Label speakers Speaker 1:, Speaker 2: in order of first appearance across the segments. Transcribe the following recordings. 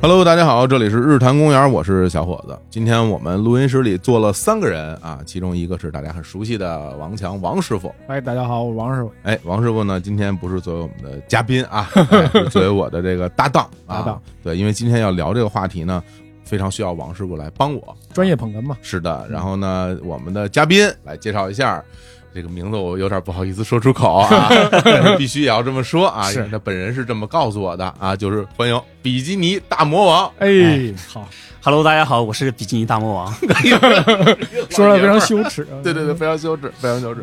Speaker 1: Hello，大家好，这里是日坛公园，我是小伙子。今天我们录音室里坐了三个人啊，其中一个是大家很熟悉的王强王师傅。
Speaker 2: 哎，大家好，我是王师傅。
Speaker 1: 哎，王师傅呢，今天不是作为我们的嘉宾啊， 哎是作为我的这个搭档啊。
Speaker 2: 搭档
Speaker 1: 对，因为今天要聊这个话题呢，非常需要王师傅来帮我。
Speaker 2: 专业捧哏嘛，
Speaker 1: 是的，然后呢，我们的嘉宾来介绍一下。这个名字我有点不好意思说出口 啊，但是必须也要这么说啊，
Speaker 2: 是
Speaker 1: 因为他本人是这么告诉我的啊，就是欢迎比基尼大魔王，。
Speaker 2: 哎，
Speaker 3: 哎
Speaker 2: 好，
Speaker 3: Hello，大家好，我是比基尼大魔王。
Speaker 2: 说的非常羞 耻嗯
Speaker 1: 对对对，，非常羞耻，非常羞耻。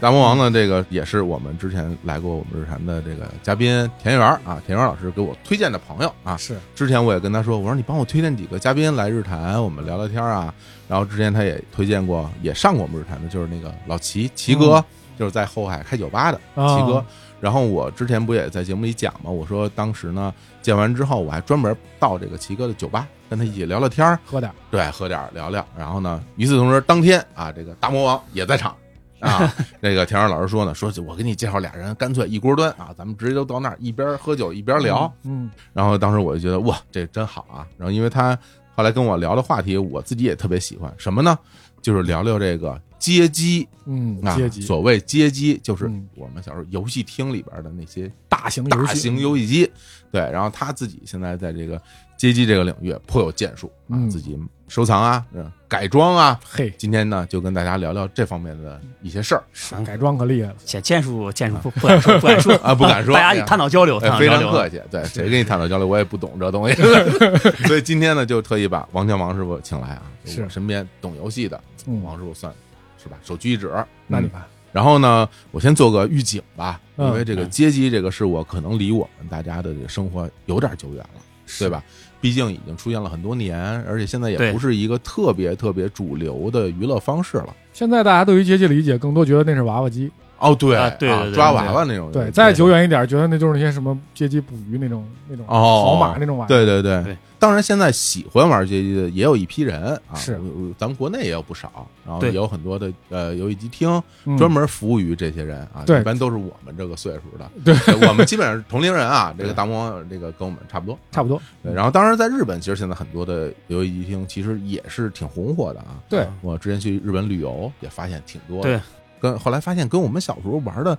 Speaker 1: 大魔王呢，这个也是我们之前来过我们日坛的这个嘉宾田园儿啊，田园儿老师给我推荐的朋友啊。
Speaker 2: 是
Speaker 1: 之前我也跟他说，我说你帮我推荐几个嘉宾来日坛，我们聊聊天儿啊。然后之前他也推荐过，也上过我们日坛的，就是那个老齐齐哥，就是在后海开酒吧的
Speaker 2: 啊
Speaker 1: 齐哥。然后我之前不也在节目里讲嘛，我说当时呢见完之后，我还专门到这个齐哥的酒吧跟他一起聊聊天儿，
Speaker 2: 喝点儿
Speaker 1: 对，喝点儿聊聊。然后呢，与此同时，当天啊，这个大魔王也在场 啊。那个田二老师说呢，说我给你介绍俩人，干脆一锅端啊，咱们直接就到那儿，一边喝酒一边聊。，
Speaker 2: 嗯，
Speaker 1: 然后当时我就觉得哇，这真好啊。然后因为他后来跟我聊的话题，我自己也特别喜欢，什么呢？就是聊聊这个街机
Speaker 2: 嗯
Speaker 1: 啊，
Speaker 2: 阶级
Speaker 1: 所谓街机，就是
Speaker 2: 嗯
Speaker 1: 我们小时候游戏厅里边的那些
Speaker 2: 大型游戏
Speaker 1: 大型游戏机。对，然后他自己现在在这个街机这个领域颇有建树啊，
Speaker 2: 嗯
Speaker 1: 自己收藏啊、嗯改装啊。
Speaker 2: 嘿，
Speaker 1: 今天呢，就跟大家聊聊这方面的一些事儿
Speaker 2: 改装可厉害了。
Speaker 3: 见剑术，剑术不不敢说，不敢说
Speaker 1: 啊，不敢 说，
Speaker 3: 大家
Speaker 1: 哎呀
Speaker 3: 探讨交流，探
Speaker 1: 哎，
Speaker 3: 讨
Speaker 1: 非
Speaker 3: 交
Speaker 1: 常
Speaker 3: 流。
Speaker 1: 客气。 对，谁跟你探讨交流，我也不懂这 东西，所以今天呢，就特意把王强王师傅请来啊，
Speaker 2: 是
Speaker 1: 我身边懂游戏的
Speaker 2: 嗯，
Speaker 1: 王师傅算是吧，首屈一指。
Speaker 2: 那你
Speaker 1: 哦嗯
Speaker 2: 看，
Speaker 1: 然后呢，我先做个预警吧，
Speaker 2: 嗯
Speaker 1: 因为这个街机这个事，我可能离我们大家的这个生活有点久远了，对吧？毕竟已经出现了很多年，而且现在也
Speaker 3: 对
Speaker 1: 不是一个特别特别主流的娱乐方式了。
Speaker 2: 现在大家对于阶级理解更多觉得那是娃娃机，
Speaker 1: 哦，对
Speaker 3: 啊对对对
Speaker 1: 抓娃娃那种，
Speaker 2: 对，再久远一点，觉得那就是那些什么阶级捕鱼那种那种
Speaker 1: 哦
Speaker 2: 跑马那种玩意儿。
Speaker 1: 对对对
Speaker 3: 对
Speaker 1: 当然，现在喜欢玩街机的也有一批人啊，
Speaker 2: 是
Speaker 1: 我我咱们国内也有不少，然后
Speaker 3: 对
Speaker 1: 也有很多的呃游戏机厅
Speaker 2: 嗯
Speaker 1: 专门服务于这些人啊，
Speaker 2: 对
Speaker 1: 一般都是我们这个岁数的，
Speaker 2: 对
Speaker 1: 对，我们基本上是同龄人啊，这个
Speaker 3: 对
Speaker 1: 大魔王这个跟我们差不多，
Speaker 2: 差不多。
Speaker 1: 对，然后当然在日本，其实现在很多的游戏机厅其实也是挺红火的啊。
Speaker 2: 对，
Speaker 1: 我之前去日本旅游也发现挺多的，
Speaker 3: 对，
Speaker 1: 跟后来发现跟我们小时候玩的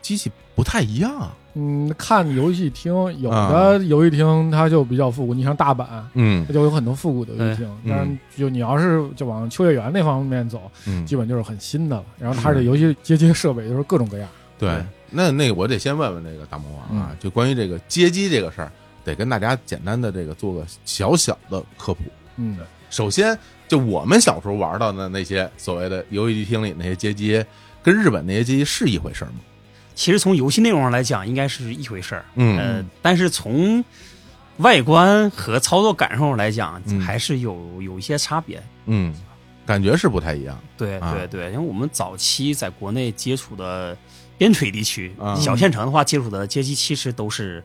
Speaker 1: 机器不太一样。
Speaker 2: 嗯，看游戏厅，有的游戏厅它就比较复古，你像大阪，
Speaker 1: 嗯
Speaker 2: 它就有很多复古的游戏厅。
Speaker 1: 对
Speaker 2: 但是就你要是就往秋叶原那方面走，
Speaker 1: 嗯，
Speaker 2: 基本就是很新的了。然后它
Speaker 1: 是
Speaker 2: 的游戏接接设备就是各种各样。
Speaker 1: 对
Speaker 3: 对。
Speaker 1: 那那个我得先问问这个大魔王啊，就关于这个街机这个事儿，得跟大家简单的这个做个小小的科普。
Speaker 2: 嗯，
Speaker 1: 首先，就我们小时候玩到的那些所谓的游戏机厅里那些街机，跟日本那些街机是一回事儿吗？
Speaker 3: 其实从游戏内容上来讲，应该是一回事儿。
Speaker 1: 嗯
Speaker 3: 呃，但是从外观和操作感受上来讲
Speaker 1: 嗯，
Speaker 3: 还是有有一些差别。
Speaker 1: 嗯，感觉是不太一样。
Speaker 3: 对
Speaker 1: 啊
Speaker 3: 对对，因为我们早期在国内接触的边陲地区
Speaker 1: 啊、
Speaker 3: 小县城的话，接触的街机其实都是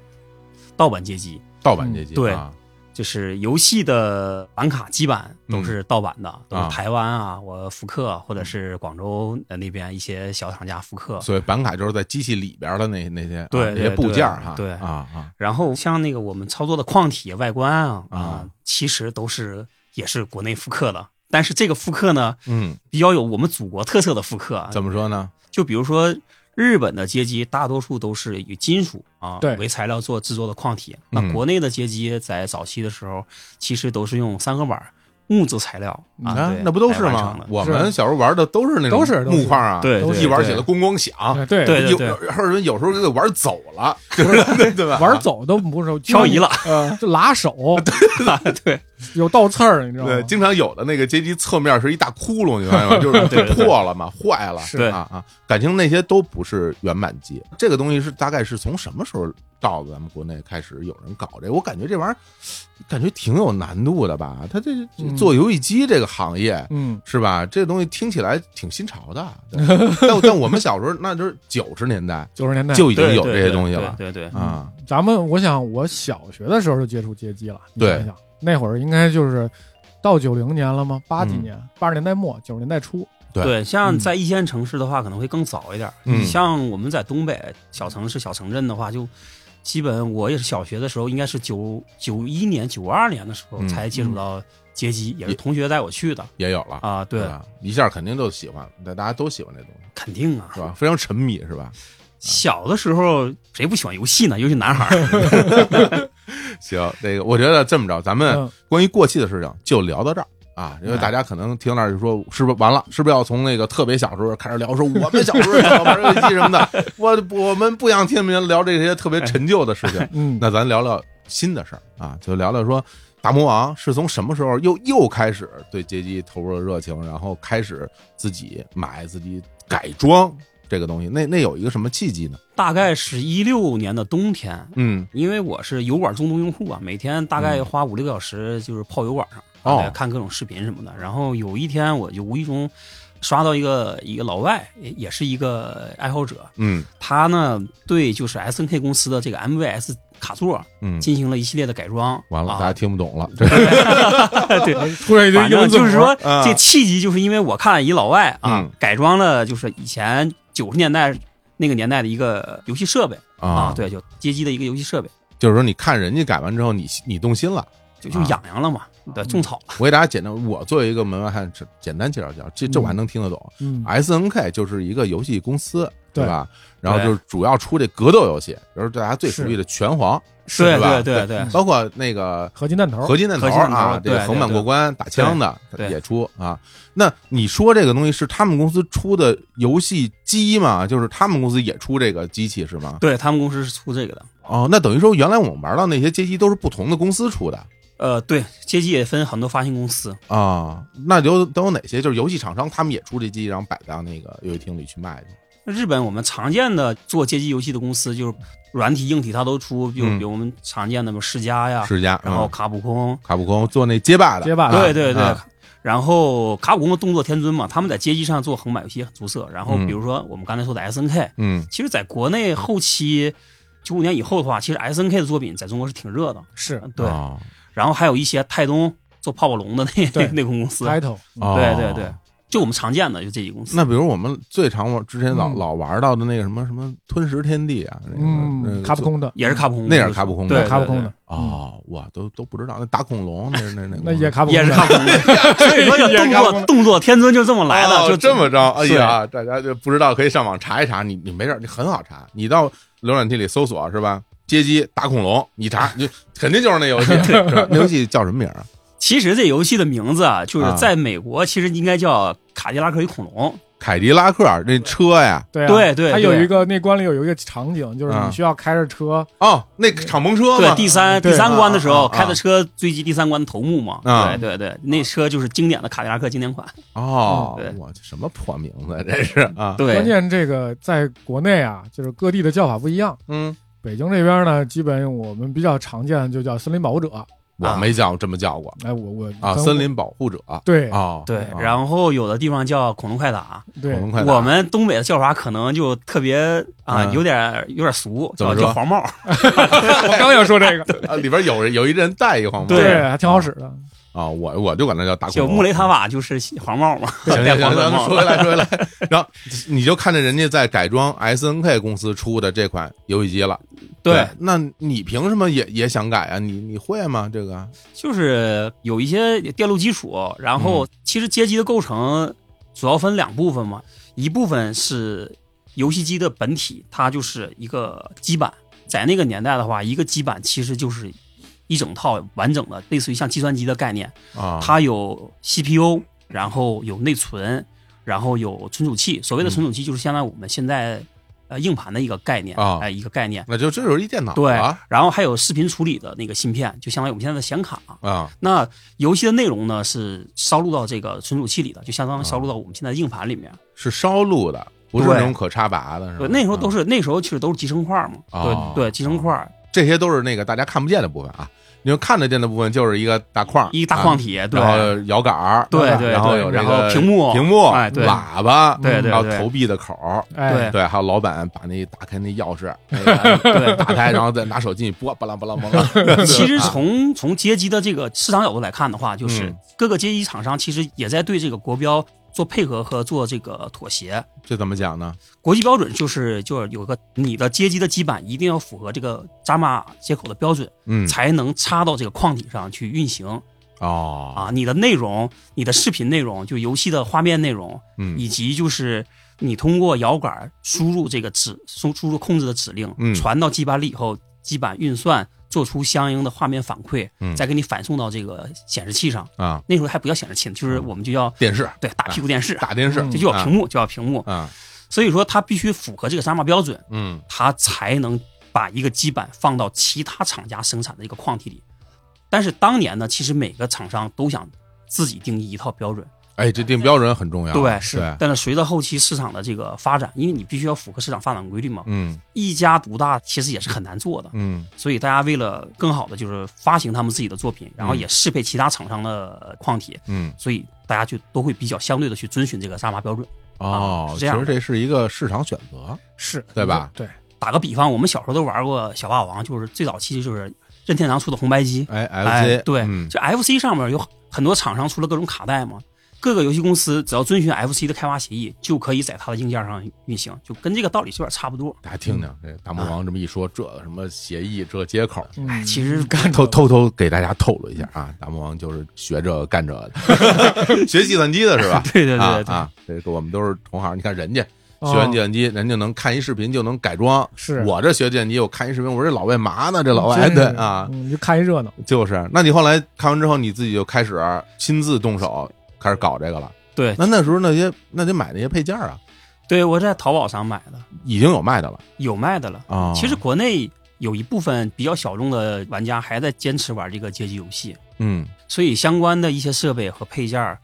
Speaker 3: 盗版街机，
Speaker 1: 盗版街机、
Speaker 3: 嗯对
Speaker 1: 啊，
Speaker 3: 就是游戏的板卡基板都是盗版的，都
Speaker 1: 嗯啊
Speaker 3: 是台湾啊，我福克啊或者是广州呃那边一些小厂家福克。
Speaker 1: 所以板卡就是在机器里边的那那些啊
Speaker 3: 对
Speaker 1: 那些
Speaker 3: 对
Speaker 1: 部
Speaker 3: 对
Speaker 1: 件儿哈，
Speaker 3: 对
Speaker 1: 啊啊，
Speaker 3: 然后像那个我们操作的矿体外观啊
Speaker 1: 啊
Speaker 3: 其实都是也是国内复刻的，但是这个复刻呢
Speaker 1: 嗯，
Speaker 3: 比较有我们祖国特色的复刻啊，
Speaker 1: 怎么说呢？
Speaker 3: 就比如说。日本的街机大多数都是以金属啊
Speaker 2: 对
Speaker 3: 为材料做制作的矿体，
Speaker 1: 嗯
Speaker 3: 那国内的街机在早期的时候其实都是用三合板木质材料啊，
Speaker 1: 啊
Speaker 3: 对，
Speaker 1: 那不都是
Speaker 3: 来完
Speaker 1: 吗
Speaker 3: 成的？
Speaker 1: 我们小时候玩的都是那种
Speaker 2: 都是都是
Speaker 1: 木块啊，
Speaker 3: 对
Speaker 2: 都是
Speaker 1: 一玩起来咣咣响，
Speaker 2: 哎对
Speaker 3: 对
Speaker 1: 有有人有时候就给玩走 了，对对吧？
Speaker 2: 玩走都不是
Speaker 3: 漂移了，
Speaker 2: 呃，就拉手，
Speaker 3: 啊对，
Speaker 2: 有倒刺儿，你知道
Speaker 1: 对，
Speaker 2: 吗？
Speaker 1: 经常有的那个街机侧面是一大窟窿，你发 现吗？就是
Speaker 3: 对对对
Speaker 1: 破了嘛，坏了，
Speaker 2: 是
Speaker 3: 对
Speaker 1: 啊啊！感情那些都不是原版机，这个东西是大概是从什么时候到咱们国内开始有人搞这个？我感觉这玩意儿感觉挺有难度的吧？他这这
Speaker 2: 嗯
Speaker 1: 做游戏机这个行业。
Speaker 2: 嗯，
Speaker 1: 是吧？这东西听起来挺新潮 的，对但但我们小时候那就是九十年代
Speaker 2: 九十年代
Speaker 1: 就 已经
Speaker 3: 对
Speaker 1: 有
Speaker 3: 对
Speaker 1: 这些
Speaker 3: 对
Speaker 1: 东西
Speaker 3: 对
Speaker 1: 了
Speaker 3: 对对，嗯
Speaker 1: 啊。
Speaker 2: 咱们我想我小学的时候就接触街机了，你
Speaker 1: 对
Speaker 2: 想想那会儿应该就是到九零年了吗？八几
Speaker 1: 嗯
Speaker 2: 年，八十年代末，九十年代初，
Speaker 1: 对
Speaker 3: 对，像
Speaker 2: 嗯
Speaker 3: 在一线城市的话，可能会更早一点儿。
Speaker 1: 嗯
Speaker 3: 像我们在东北小城市、小城镇的话，就基本我也是小学的时候，应该是九九一年、九二年的时候
Speaker 1: 嗯
Speaker 3: 才接触到街机，也是同学带我去的
Speaker 1: 也有了，
Speaker 3: 啊。对，
Speaker 1: 吧？一下肯定就喜欢，大家都喜欢这东西，
Speaker 3: 肯定啊
Speaker 1: 是。吧？非常沉迷，是吧？
Speaker 3: 小的时候谁不喜欢游戏呢？尤其男孩儿。
Speaker 1: 行，这个我觉得这么着，咱们
Speaker 2: 嗯
Speaker 1: 关于过气的事情就聊到这儿。啊，因为
Speaker 3: 嗯
Speaker 1: 大家可能听到这儿就说，是不是完了？是不是要从那个特别小时候开始聊？说我们小时候也要玩游戏什么的，我我们不想听别人聊这些特别陈旧的事情。
Speaker 2: 嗯，
Speaker 1: 那咱聊聊新的事儿啊，就聊聊说大魔王是从什么时候又又开始对街机投入了热情，然后开始自己买、自己改装这个东西。那那有一个什么契机呢？
Speaker 3: 大概是一六年的冬天，
Speaker 1: 嗯，
Speaker 3: 因为我是油管中毒用户啊，每天大概花五六个小时就是泡油管上，
Speaker 1: 哦
Speaker 3: 大概看各种视频什么的。然后有一天我就无意中刷到一个一个老外，也也是一个爱好者，
Speaker 1: 嗯
Speaker 3: 他呢对就是 S N K 公司的这个 M V S 卡座
Speaker 1: 嗯，
Speaker 3: 进行了一系列的改装。
Speaker 1: 完了，大家
Speaker 3: 啊，
Speaker 1: 听不懂了。这
Speaker 3: 对。
Speaker 2: 哎出现一堆
Speaker 3: 反
Speaker 2: 英
Speaker 3: 正
Speaker 2: 文字
Speaker 3: 就是
Speaker 2: 母
Speaker 3: 说，
Speaker 1: 啊
Speaker 3: 这契机就是因为我看了一老外啊，
Speaker 1: 嗯
Speaker 3: 改装了就是以前九十年代那个年代的一个游戏设备啊
Speaker 1: 啊，，，
Speaker 3: 对，就街机的一个游戏设备，
Speaker 1: 就是说你看人家改完之后，你你动心了。
Speaker 3: 就就
Speaker 1: 啊
Speaker 3: 痒痒了嘛，对，种草了。
Speaker 1: 我给大家简单，我作为一个门外汉，简简单介绍介绍，这这我还能听得懂。
Speaker 2: 嗯
Speaker 1: S N K 就是一个游戏公司，
Speaker 2: 对
Speaker 1: 对吧？然后就是主要出这格斗游戏，比如大家最熟悉的拳皇，
Speaker 2: 是
Speaker 3: 对
Speaker 1: 是吧嗯
Speaker 3: 对对对，
Speaker 1: 包括那个
Speaker 2: 合金弹头，
Speaker 1: 合金弹头
Speaker 3: 合金弹嗯头
Speaker 1: 啊，这个
Speaker 3: 对
Speaker 1: 横版过关打枪的
Speaker 3: 对对
Speaker 1: 也出啊。那你说这个东西是他们公司出的游戏机吗？就是他们公司也出这个机器是吗？
Speaker 3: 对他们公司是出这个的。
Speaker 1: 哦，那等于说原来我们玩到那些街机都是不同的公司出的
Speaker 3: 呃，对，街机也分很多发行公司，
Speaker 1: 啊。那有都有哪些？就是游戏厂商他们也出这机，然后摆到那个游戏厅里去卖去。
Speaker 3: 日本我们常见的做街机游戏的公司，就是软体、硬体它都出，就
Speaker 1: 嗯
Speaker 3: 比如我们常见的什么世嘉呀，
Speaker 1: 世嘉，
Speaker 3: 然后
Speaker 1: 嗯
Speaker 3: 卡普空，
Speaker 1: 卡普空做那街霸的，
Speaker 2: 啊街霸的
Speaker 1: 啊
Speaker 3: 对对对。
Speaker 1: 啊
Speaker 3: 然后卡普空的动作天尊嘛，他们在街机上做横版游戏很出色。然后
Speaker 1: 嗯
Speaker 3: 比如说我们刚才说的 S N K，、
Speaker 1: 嗯，
Speaker 3: 其实在国内后期九五年以后的话，其实 S N K 的作品在中国是挺热的。嗯
Speaker 2: 是
Speaker 3: 对，
Speaker 1: 哦
Speaker 3: 然后还有一些泰东做泡泡龙的那那
Speaker 2: 对
Speaker 3: 个公司，
Speaker 2: title，
Speaker 1: 哦
Speaker 3: 对对对，就我们常见的就这几个公司。
Speaker 1: 那比如我们最常玩之前老
Speaker 2: 嗯
Speaker 1: 老玩到的那个什么什么吞食天地啊，那个那个
Speaker 2: 嗯，卡普空的
Speaker 3: 也是卡普空公司，
Speaker 1: 那也是卡普空的
Speaker 3: 对，对
Speaker 2: 卡普空，的
Speaker 3: 对，
Speaker 1: 哦，我都都不知道那打恐龙嗯那是那那
Speaker 2: 那也卡普空
Speaker 3: 也
Speaker 2: 的
Speaker 3: 是卡普空的。 所以说
Speaker 2: 也是
Speaker 3: 动
Speaker 2: 卡普空
Speaker 3: 作
Speaker 2: 的
Speaker 3: 动作天尊就这么来的，
Speaker 1: 哦
Speaker 3: 就嗯
Speaker 1: 这么着。哎
Speaker 3: 对
Speaker 1: 呀，大家就不知道可以上网查一查，你你没事儿，你很好查，你到浏览器里搜索是吧？街机打恐龙，你查，你肯定就是 那游戏，是吧？那游戏叫什么名儿啊？
Speaker 3: 其实这游戏的名字啊，就
Speaker 1: 啊
Speaker 3: 是在美国其实应该叫卡迪拉克与恐龙。
Speaker 1: 凯迪拉克那车呀，
Speaker 2: 对啊
Speaker 3: 对对
Speaker 2: 它有
Speaker 3: 对
Speaker 2: 一个那关里有一个场景，就是
Speaker 1: 啊
Speaker 2: 你需要开着车，
Speaker 1: 哦，那个敞篷车
Speaker 3: 对，
Speaker 1: 嘛，嗯
Speaker 3: 第三
Speaker 2: 对
Speaker 3: 第三关的时候
Speaker 1: 啊啊啊
Speaker 3: 开的车追击第三关的头目嘛。
Speaker 1: 啊
Speaker 3: 对对对，那车就是经典的卡迪拉克经典 款。
Speaker 1: 哦
Speaker 3: 嗯，对
Speaker 1: 我这什么破名字这是啊？
Speaker 3: 对，
Speaker 2: 关键这个在国内啊，就是各地的叫法不一样。
Speaker 1: 嗯，
Speaker 2: 北京这边呢，基本我们比较常见的就叫森林保护者。
Speaker 1: 我
Speaker 3: 啊
Speaker 1: 没叫这么叫过
Speaker 2: 哎，我我
Speaker 1: 啊，
Speaker 2: 跟
Speaker 1: 森林保护者
Speaker 2: 对
Speaker 1: 哦，
Speaker 3: 对，
Speaker 1: 啊
Speaker 3: 然后有的地方叫恐龙快打，
Speaker 1: 恐
Speaker 2: 对
Speaker 1: 龙快打
Speaker 3: 我们东北的叫法可能就特别啊
Speaker 1: 嗯，
Speaker 3: 有点有点俗，
Speaker 1: 怎么
Speaker 3: 叫
Speaker 1: 说
Speaker 3: 叫黄帽。
Speaker 2: 我刚要说这个，
Speaker 1: 啊，里边有人有一人戴一黄帽，
Speaker 3: 对
Speaker 2: 还挺好使的。
Speaker 1: 啊，我我就管它叫大恐
Speaker 3: 就
Speaker 1: 龙。
Speaker 3: 穆雷塔瓦就是黄帽嘛，
Speaker 1: 行
Speaker 3: 戴
Speaker 1: 行
Speaker 3: 黄
Speaker 1: 行，
Speaker 3: 色
Speaker 1: 咱们
Speaker 3: 帽
Speaker 1: 说。回来说 回来，然后你就看着人家在改装 S N K 公司出的这款游戏机了，
Speaker 3: 对，，
Speaker 1: 那你凭什么也也想改啊？你你会吗？这个
Speaker 3: 就是有一些电路基础，然
Speaker 1: 嗯
Speaker 3: 后其实街机的构成主要分两部分嘛，一部分是游戏机的本体，它就是一个基板，在那个年代的话，一个基板其实就是一整套完整的，类似于像计算机的概念，
Speaker 1: 啊，
Speaker 3: 它有 CPU，然后有内存，然后有存储器。所谓的存储器就是相当于我们现在呃硬盘的一个概念
Speaker 1: 啊
Speaker 3: 哎一个概念。
Speaker 1: 那就这就是一电脑
Speaker 3: 对
Speaker 1: 啊，
Speaker 3: 然后还有视频处理的那个芯片，就相当于我们现在的显卡。
Speaker 1: 啊
Speaker 3: 那游戏的内容呢是烧录到这个存储器里的，就相当于
Speaker 1: 嗯
Speaker 3: 烧录到我们现在的硬盘里面。
Speaker 1: 是烧录的，不是
Speaker 3: 对
Speaker 1: 那种可插拔的，是吧
Speaker 3: 对，？
Speaker 1: 啊
Speaker 3: 那时候都
Speaker 1: 是
Speaker 3: 是那时候其实都是集成块嘛，
Speaker 1: 哦
Speaker 3: 对对，集成块
Speaker 1: 这些都是那个大家看不见的部分啊，你就看得见的部分就是一个大框，
Speaker 3: 一个大
Speaker 1: 啊
Speaker 3: 框，体，对
Speaker 1: 然后摇杆儿，
Speaker 3: 对
Speaker 1: 吧
Speaker 3: 对，
Speaker 1: 然后
Speaker 3: 对
Speaker 1: 有这
Speaker 3: 然
Speaker 1: 个
Speaker 3: 后屏幕
Speaker 1: 屏幕，
Speaker 3: 哎对
Speaker 1: 喇叭，
Speaker 3: 对对
Speaker 1: 还有
Speaker 3: 对
Speaker 1: 投币的口儿，
Speaker 2: 哎，
Speaker 1: 对，还有老板把那打开那钥匙，哎对，打开，然后再拿手进去拨，巴拉巴拉 巴拉。
Speaker 3: 其实从从街机的这个市场角度来看的话，就是
Speaker 1: 啊嗯
Speaker 3: 各个街机厂商其实也在对这个国标做配合和做这个妥协。
Speaker 1: 这怎么讲呢？
Speaker 3: 国际标准就是就是有个你的街机的基板一定要符合这个扎马接口的标准，
Speaker 1: 嗯，
Speaker 3: 才能插到这个框体上去运行
Speaker 1: 哦，
Speaker 3: 啊。你的内容、你的视频内容，就游戏的画面内容，
Speaker 1: 嗯
Speaker 3: 以及就是你通过摇杆输入这个指输输入控制的指令，
Speaker 1: 嗯
Speaker 3: 传到基板里以后，基板运算做出相应的画面反馈，
Speaker 1: 嗯
Speaker 3: 再给你反送到这个显示器上。
Speaker 1: 啊，
Speaker 3: 那时候还不叫显示器呢，就是我们就要
Speaker 1: 电视
Speaker 3: 对大屁股电视，
Speaker 1: 大啊电视
Speaker 2: 嗯
Speaker 3: 这就叫屏幕，就叫屏幕。
Speaker 1: 啊，
Speaker 3: 所以说它必须符合这个三码标准，
Speaker 1: 嗯
Speaker 3: 它才能把一个基板放到其他厂家生产的一个框体里。但是当年呢，其实每个厂商都想自己定义一套标准，
Speaker 1: 哎，这定标准很重要，啊
Speaker 3: 对，
Speaker 1: 对
Speaker 3: 但是随着后期市场的这个发展，因为你必须要符合市场发展规律嘛，
Speaker 1: 嗯
Speaker 3: 一家独大其实也是很难做的。
Speaker 1: 嗯
Speaker 3: 所以大家为了更好的就是发行他们自己的作品，然后也适配其他厂商的框体，
Speaker 1: 嗯，
Speaker 3: 所以大家就都会比较相对的去遵循这个沙马标准。
Speaker 1: 哦
Speaker 3: 啊，是
Speaker 1: 其
Speaker 3: 这样
Speaker 1: 实
Speaker 3: 的
Speaker 1: 这是一个市场选择，
Speaker 2: 是嗯
Speaker 1: 对吧？哎
Speaker 2: 对，
Speaker 3: 打个比方，我们小时候都玩过小霸王，就是最早期就是任天堂出的红白机，
Speaker 1: 哎
Speaker 3: 哎，
Speaker 1: ，FC，
Speaker 3: 对，
Speaker 1: 嗯
Speaker 3: 这 FC 上面有很多厂商出了各种卡带嘛，各个游戏公司只要遵循 FC 的开发协议，就可以在它的硬件上运行，就跟这个道理是有点差不多。
Speaker 1: 大家听
Speaker 3: 嗯
Speaker 1: 听这大魔王这么一说，这什么协议，这接口。
Speaker 2: 嗯，
Speaker 3: 其实
Speaker 2: 干
Speaker 1: 偷偷偷给大家透露一下啊，大魔王就是学这个干这个的， 学计算机的是吧？
Speaker 3: 对对对对
Speaker 1: 啊
Speaker 3: 对
Speaker 1: 啊，这个我们都是同行。你看人家
Speaker 2: 哦
Speaker 1: 学完计算机，人就能看一视频就能改装。
Speaker 2: 是
Speaker 1: 我这学计算机，我看一视频，我这老外麻呢，这老外
Speaker 2: 真
Speaker 1: 对
Speaker 2: 是
Speaker 1: 啊，
Speaker 2: 嗯你就看一热闹。
Speaker 1: 就是。那你后来看完之后，你自己就开始亲自动手开始搞这个了。
Speaker 3: 对
Speaker 1: 那那时候那些那得买那些配件啊，
Speaker 3: 对，我在淘宝上买的，
Speaker 1: 已经有卖的了
Speaker 3: 有卖的了。
Speaker 1: 啊。
Speaker 3: 其实，国内有一部分比较小众的玩家还在坚持玩这个街机游戏，
Speaker 1: 嗯
Speaker 3: 所以相关的一些设备和配件儿，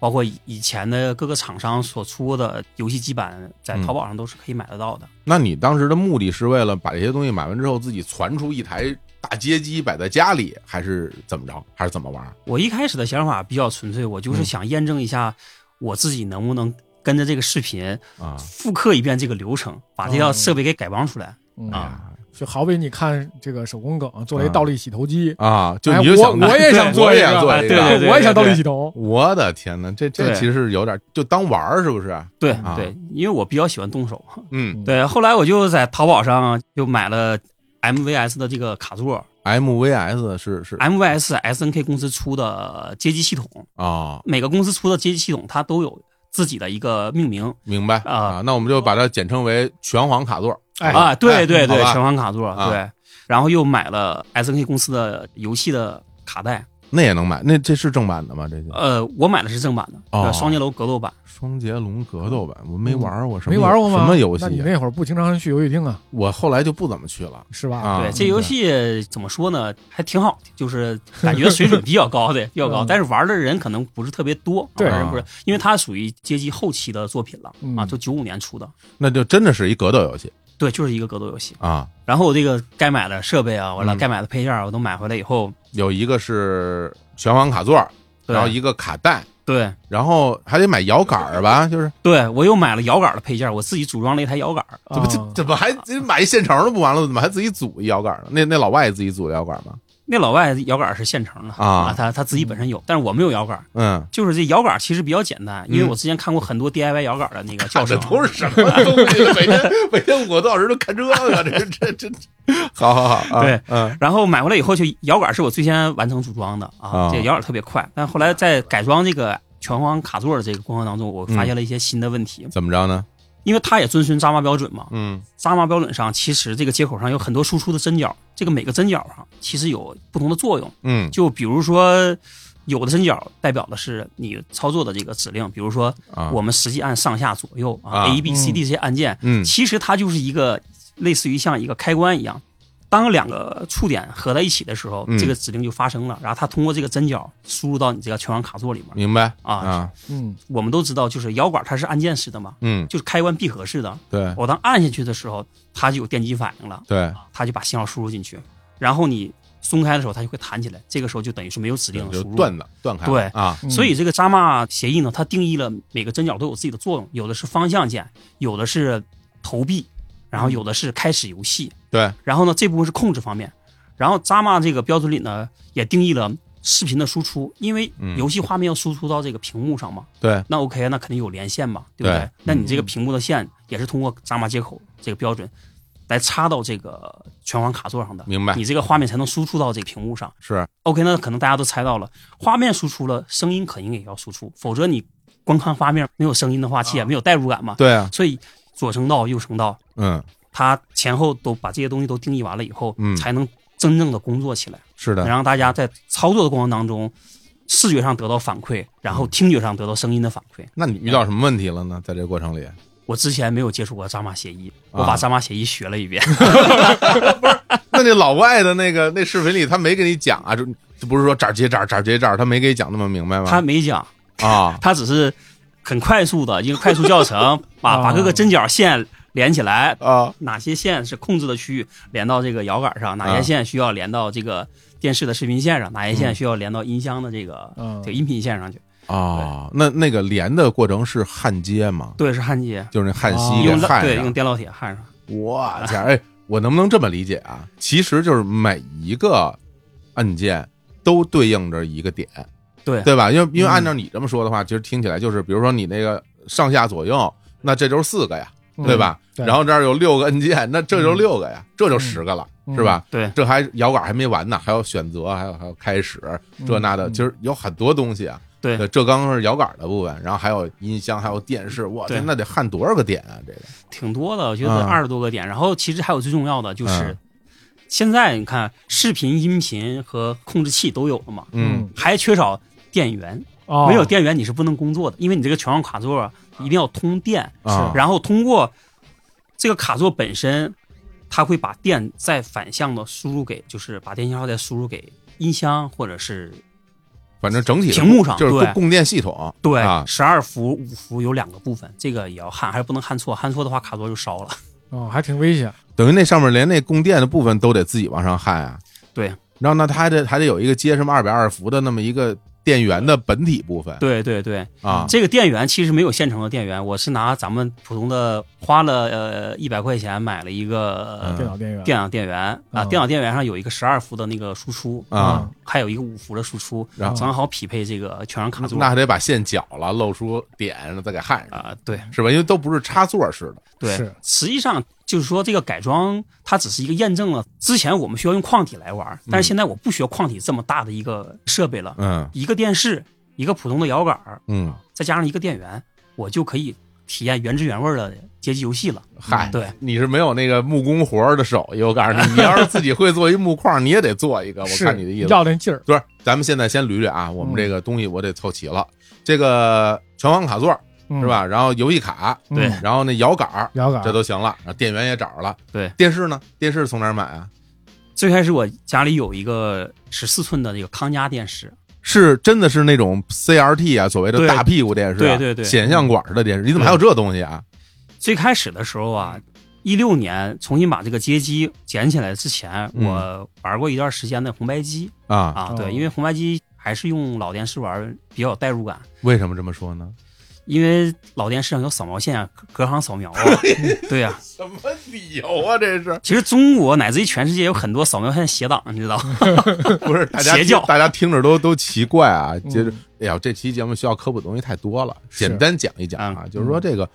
Speaker 3: 包括以以前的各个厂商所出的游戏基板，在
Speaker 1: 嗯
Speaker 3: 淘宝上都是可以买得到的。
Speaker 1: 那你当时的目的是为了把这些东西买完之后，自己攒出一台大街机摆在家里，还是怎么着？还是怎么玩？
Speaker 3: 我一开始的想法比较纯粹，我
Speaker 1: 嗯
Speaker 3: 就是想验证一下我自己能不能跟着这个视频
Speaker 1: 啊
Speaker 3: 复刻一遍这个流程，把这套
Speaker 2: 哦
Speaker 3: 设备给改装出来。
Speaker 2: 嗯
Speaker 1: 啊，
Speaker 2: 就好比你看这个手工梗做了一倒立洗头机，
Speaker 1: 啊！就
Speaker 2: 哎
Speaker 1: 你就
Speaker 2: 我
Speaker 1: 想到、
Speaker 2: 我也想
Speaker 1: 对
Speaker 2: 做
Speaker 1: 我也
Speaker 2: 一个
Speaker 1: 想做
Speaker 3: 哎
Speaker 1: 一
Speaker 3: 对
Speaker 1: 个啊
Speaker 3: 对对
Speaker 2: 我也想倒立洗头。
Speaker 1: 我的天哪，这这
Speaker 3: 对
Speaker 1: 其实是有点就当玩儿，是不是？
Speaker 3: 对、
Speaker 1: 啊
Speaker 3: 对，因为我比较喜欢动手。
Speaker 1: 嗯
Speaker 3: 对，后来我就在淘宝上就买了 MVS 的这个卡座
Speaker 1: ，MVS 是是啊、
Speaker 3: 哎，MVS SNK 公司出的街机系统，
Speaker 1: 哦，
Speaker 3: 每个公司出的街机系统它都有自己的一个命名
Speaker 1: 明白
Speaker 3: 啊
Speaker 1: 那我们就把它简称为拳皇卡座。
Speaker 2: 哎
Speaker 3: 啊。对对对，
Speaker 1: 好吧
Speaker 3: 拳皇卡座、
Speaker 1: 啊
Speaker 3: 对，然后又买了 SNK 公司的游戏的卡带。
Speaker 1: 那也能买？那这是正版的吗？这就
Speaker 3: 呃，我买的是正版的，对
Speaker 1: 哦
Speaker 3: 呃双截龙格斗版。
Speaker 1: 双截龙格斗版，我没玩儿我什么
Speaker 2: 没玩过吗？
Speaker 1: 什么游戏
Speaker 2: 那你
Speaker 1: 啊？
Speaker 2: 那会儿不经常去游戏厅啊，
Speaker 1: 我后来就不怎么去了
Speaker 2: 是吧？
Speaker 1: 啊
Speaker 3: 对，这游戏怎么说呢，还挺好，就是感觉水准比较高的，比较高，
Speaker 2: 嗯
Speaker 3: 但是玩的人可能不是特别多，
Speaker 2: 对
Speaker 3: 玩的人不是，因为它属于街机后期的作品了
Speaker 2: 嗯
Speaker 3: 啊，就九五年出的，
Speaker 1: 那就真的是一格斗游戏
Speaker 3: 对，就是一个格斗游戏。
Speaker 1: 啊。
Speaker 3: 然后我这个该买的设备啊，完了
Speaker 1: 嗯
Speaker 3: 该买的配件啊我都买回来以后，
Speaker 1: 有一个是拳皇卡座，
Speaker 3: 对
Speaker 1: 然后一个卡带，
Speaker 3: 对
Speaker 1: 然后还得买摇杆儿吧？就是
Speaker 3: 对，我又买了摇杆的配件，我自己组装了一台摇杆，
Speaker 2: 啊
Speaker 1: 怎么这怎么还这买一现成的不完了？怎么还自己组一摇杆儿呢？那那老外也自己组摇杆吗？
Speaker 3: 那老外摇杆是现成的
Speaker 1: 啊
Speaker 3: 他他自己本身有，但是我没有摇杆。
Speaker 1: 嗯，
Speaker 3: 就是这摇杆其实比较简单，因为
Speaker 1: 嗯
Speaker 3: 我之前看过很多 DIY 摇杆的那个教程
Speaker 1: 看的
Speaker 3: 啊，
Speaker 1: 都是什么东 西？每天每天五个多小时都看这个，这这这，好好好，啊
Speaker 3: 对，
Speaker 1: 嗯
Speaker 3: 然后买回来以后，就摇杆是我最先完成组装的
Speaker 1: 啊
Speaker 3: 啊，这个摇杆特别快。但后来在改装这个拳皇卡座的这个过程当中，我发现了一些新的问题，
Speaker 1: 怎么着呢？
Speaker 3: 因为它也遵循扎马标准嘛。
Speaker 1: 嗯
Speaker 3: 扎马标准上，其实这个接口上有很多输出的针脚，这个每个针脚上其实有不同的作用。
Speaker 1: 嗯
Speaker 3: 就比如说，有的针脚代表的是你操作的这个指令，比如说
Speaker 1: 啊，
Speaker 3: 我们实际按上下左右
Speaker 1: 啊
Speaker 3: 啊 A B C D 这些按键，
Speaker 1: 嗯
Speaker 3: 其实它就是一个类似于像一个开关一样，当两个触点合在一起的时候，
Speaker 1: 嗯
Speaker 3: 这个指令就发生了，然后它通过这个针脚输入到你这个拳王卡座里面。
Speaker 1: 明白
Speaker 3: 啊
Speaker 1: 啊
Speaker 2: 嗯
Speaker 3: 我们都知道，就是摇杆它是按键式的嘛，
Speaker 1: 嗯
Speaker 3: 就是开关闭合式的。
Speaker 1: 对
Speaker 3: 我当按下去的时候，它就有电机反应了，
Speaker 1: 对，
Speaker 3: 它就把信号输入进去，然后你松开的时候，它就会弹起来。这个时候就等于是没有指令的
Speaker 1: 就
Speaker 3: 输入。
Speaker 1: 断的断开了
Speaker 3: 对
Speaker 1: 啊，
Speaker 2: 嗯
Speaker 3: 所以这个扎马协议呢，它定义了每个针脚都有自己的作用，有的是方向键，有的是投币，然后有的是开始游戏，
Speaker 1: 对
Speaker 3: 然后呢这部分是控制方面，然后扎马这个标准里呢也定义了视频的输出，因为
Speaker 1: 嗯
Speaker 3: 游戏画面要输出到这个屏幕上嘛，
Speaker 1: 对，
Speaker 3: 那 OK，那肯定有连线嘛，对不
Speaker 1: 对
Speaker 3: 对？那你这个屏幕的线也是通过扎马接口这个标准来插到这个全网卡座上的，
Speaker 1: 明白
Speaker 3: 你这个画面才能输出到这个屏幕上。
Speaker 1: 是
Speaker 3: OK，那可能大家都猜到了，画面输出了，声音肯定也要输出，否则你光看画面没有声音的话，其实也没有代入感嘛。
Speaker 1: 对啊，
Speaker 3: 所以左声道、右声道，
Speaker 1: 嗯，
Speaker 3: 它前后都把这些东西都定义完了以后，
Speaker 1: 嗯
Speaker 3: 才能真正的工作起来，
Speaker 1: 是的，
Speaker 3: 让大家在操作的过程当中，视觉上得到反馈，然
Speaker 1: 嗯
Speaker 3: 后听觉上得到声音的反馈。
Speaker 1: 那你遇到什么问题了呢？在这过程里，
Speaker 3: 我之前没有接触过扎马协议，
Speaker 1: 啊
Speaker 3: 我把扎马协议学了一遍。
Speaker 1: 那那老外的那个那视频里，他没给你讲啊，就就不是说这儿接这儿，这儿接这儿，他没给你讲那么明白
Speaker 3: 他
Speaker 1: 吗？
Speaker 3: 没讲，
Speaker 1: 他啊，
Speaker 3: 他只是很快速的一个快速教 程，把
Speaker 2: 啊
Speaker 3: 把各个针脚线连起来，
Speaker 1: 啊，
Speaker 3: 哪些线是控制的区域连到这个摇杆上，哪些线需要连到这个电视的视频线上，哪些线需要连到音箱的这个、
Speaker 2: 嗯
Speaker 3: 这个音频线上去。
Speaker 1: 哦，那那个连的过程是焊接吗？
Speaker 3: 对，是焊接，
Speaker 1: 就是那焊锡
Speaker 2: 哦
Speaker 1: 给
Speaker 3: 啊用
Speaker 1: 焊
Speaker 3: 对
Speaker 1: 上
Speaker 3: 用。电烙铁焊上。
Speaker 1: 我天，哎，我能不能这么理解啊？其实就是每一个按键都对应着一个点，
Speaker 3: 对嗯
Speaker 1: 对吧？因为因为按照你这么说的话，其实听起来就是，比如说你那个上下左右，那这就是四个呀，
Speaker 3: 嗯
Speaker 1: 对吧？
Speaker 2: 对
Speaker 1: 然后这儿有六个按键，那这就是六个呀，这就十个了，
Speaker 2: 嗯
Speaker 1: 是吧？
Speaker 3: 对
Speaker 1: 这还摇杆还没完呢，还有选择，还有还有开始，这那的，
Speaker 2: 嗯
Speaker 1: 其实有很多东西啊。
Speaker 3: 对
Speaker 1: 这刚刚是摇杆的部分，然后还有音箱，还有电视，我
Speaker 3: 对
Speaker 1: 天，那得焊多少个点啊？这个
Speaker 3: 挺多的，我觉得
Speaker 1: 啊
Speaker 3: 二十多个点。然后其实还有最重要的就是
Speaker 1: 嗯，
Speaker 3: 现在你看视频、音频和控制器都有了嘛，
Speaker 1: 嗯，
Speaker 3: 还缺少电源。
Speaker 2: 哦
Speaker 3: 没有电源你是不能工作的，因为你这个全网卡座啊一定要通电，
Speaker 1: 啊
Speaker 3: 然后通过这个卡座本身，它会把电再反向的输入给，就是把电信号再输入给音箱或者是
Speaker 1: 反正整体的
Speaker 3: 屏幕上
Speaker 1: 就是供
Speaker 3: 对
Speaker 1: 供电系统，
Speaker 3: 对
Speaker 1: 啊，
Speaker 3: 十二伏、五伏有两个部分，这个也要焊，还是不能焊错，焊错的话卡座就烧
Speaker 1: 啊
Speaker 3: 了。
Speaker 2: 哦，还挺危险。
Speaker 1: 等于那上面连那供电的部分都得自己往上焊啊。
Speaker 3: 对，
Speaker 1: 然后呢，它还得还得有一个接什么二百二伏的那么一个电源的本体部分
Speaker 3: 对对对，
Speaker 1: 啊。
Speaker 3: 这个电源其实没有现成的电源，我是拿咱们普通的花了呃一百块钱买了一个
Speaker 1: 嗯
Speaker 2: 电脑电源
Speaker 3: 电脑电源啊，
Speaker 2: 嗯
Speaker 3: 电脑电源上有一个十二伏的那个输出
Speaker 1: 啊，
Speaker 3: 还有一个五伏的输出，
Speaker 1: 然后
Speaker 3: 正好匹配这个全网卡座。
Speaker 1: 那还得把线绞了，露出点，然后再给焊上，
Speaker 3: 啊、对
Speaker 1: 是吧？因为都不是插座式的，
Speaker 3: 对
Speaker 2: 是，
Speaker 3: 实际上就是说这个改装它只是一个验证了之前我们需要用矿体来玩，但是现在我不需要矿体这么大的一个设备了，
Speaker 1: 嗯
Speaker 3: 一个电视，一个普通的摇杆儿，
Speaker 1: 嗯，
Speaker 3: 再加上一个电源，我就可以体验原汁原味儿的街机游戏了。
Speaker 1: 嗨，
Speaker 3: 对，
Speaker 1: 你是没有那个木工活儿的手艺，我告诉你，你要是自己会做一木框，你也得做一个。我
Speaker 2: 是
Speaker 1: 看你的意思，
Speaker 2: 要那劲儿，
Speaker 1: 就是咱们现在先捋捋啊，我们这个东西我得凑齐了，这个全网卡座
Speaker 2: 嗯
Speaker 1: 是？吧？然后游戏卡，
Speaker 2: 嗯啊
Speaker 3: 对
Speaker 1: 然后那摇杆儿，
Speaker 2: 摇杆
Speaker 1: 这都行了，然后电源也找着了。
Speaker 3: 对，
Speaker 1: 电视呢？电视从哪儿买啊？
Speaker 3: 最开始我家里有一个十四寸的这个康佳电视，
Speaker 1: 是真的是那种 CRT 啊，所谓的
Speaker 3: 对
Speaker 1: 大屁股电视啊、
Speaker 3: 对对对
Speaker 1: 显像管式的电视，你怎么还有这东西啊？
Speaker 3: 最开始的时候啊，一六年重新把这个街机捡起来之前，
Speaker 1: 嗯
Speaker 3: 我玩过一段时间的红白机
Speaker 1: 啊，
Speaker 3: 啊，
Speaker 2: 哦
Speaker 3: 对，因为红白机还是用老电视玩比较有代入感，
Speaker 1: 为什么这么说呢？
Speaker 3: 因为老电视上有扫描线啊，隔行扫描啊，嗯对呀、
Speaker 1: 什么理由啊？这是
Speaker 3: 其实中国乃至于全世界有很多扫描线斜档，你知道？
Speaker 1: 不是大家
Speaker 3: 邪教
Speaker 1: 听大家听着都都奇怪啊？接着
Speaker 2: 嗯，
Speaker 1: 哎呀，这期节目需要科普的东西太多了，
Speaker 2: 是
Speaker 1: 简单讲一讲啊，就是说这个，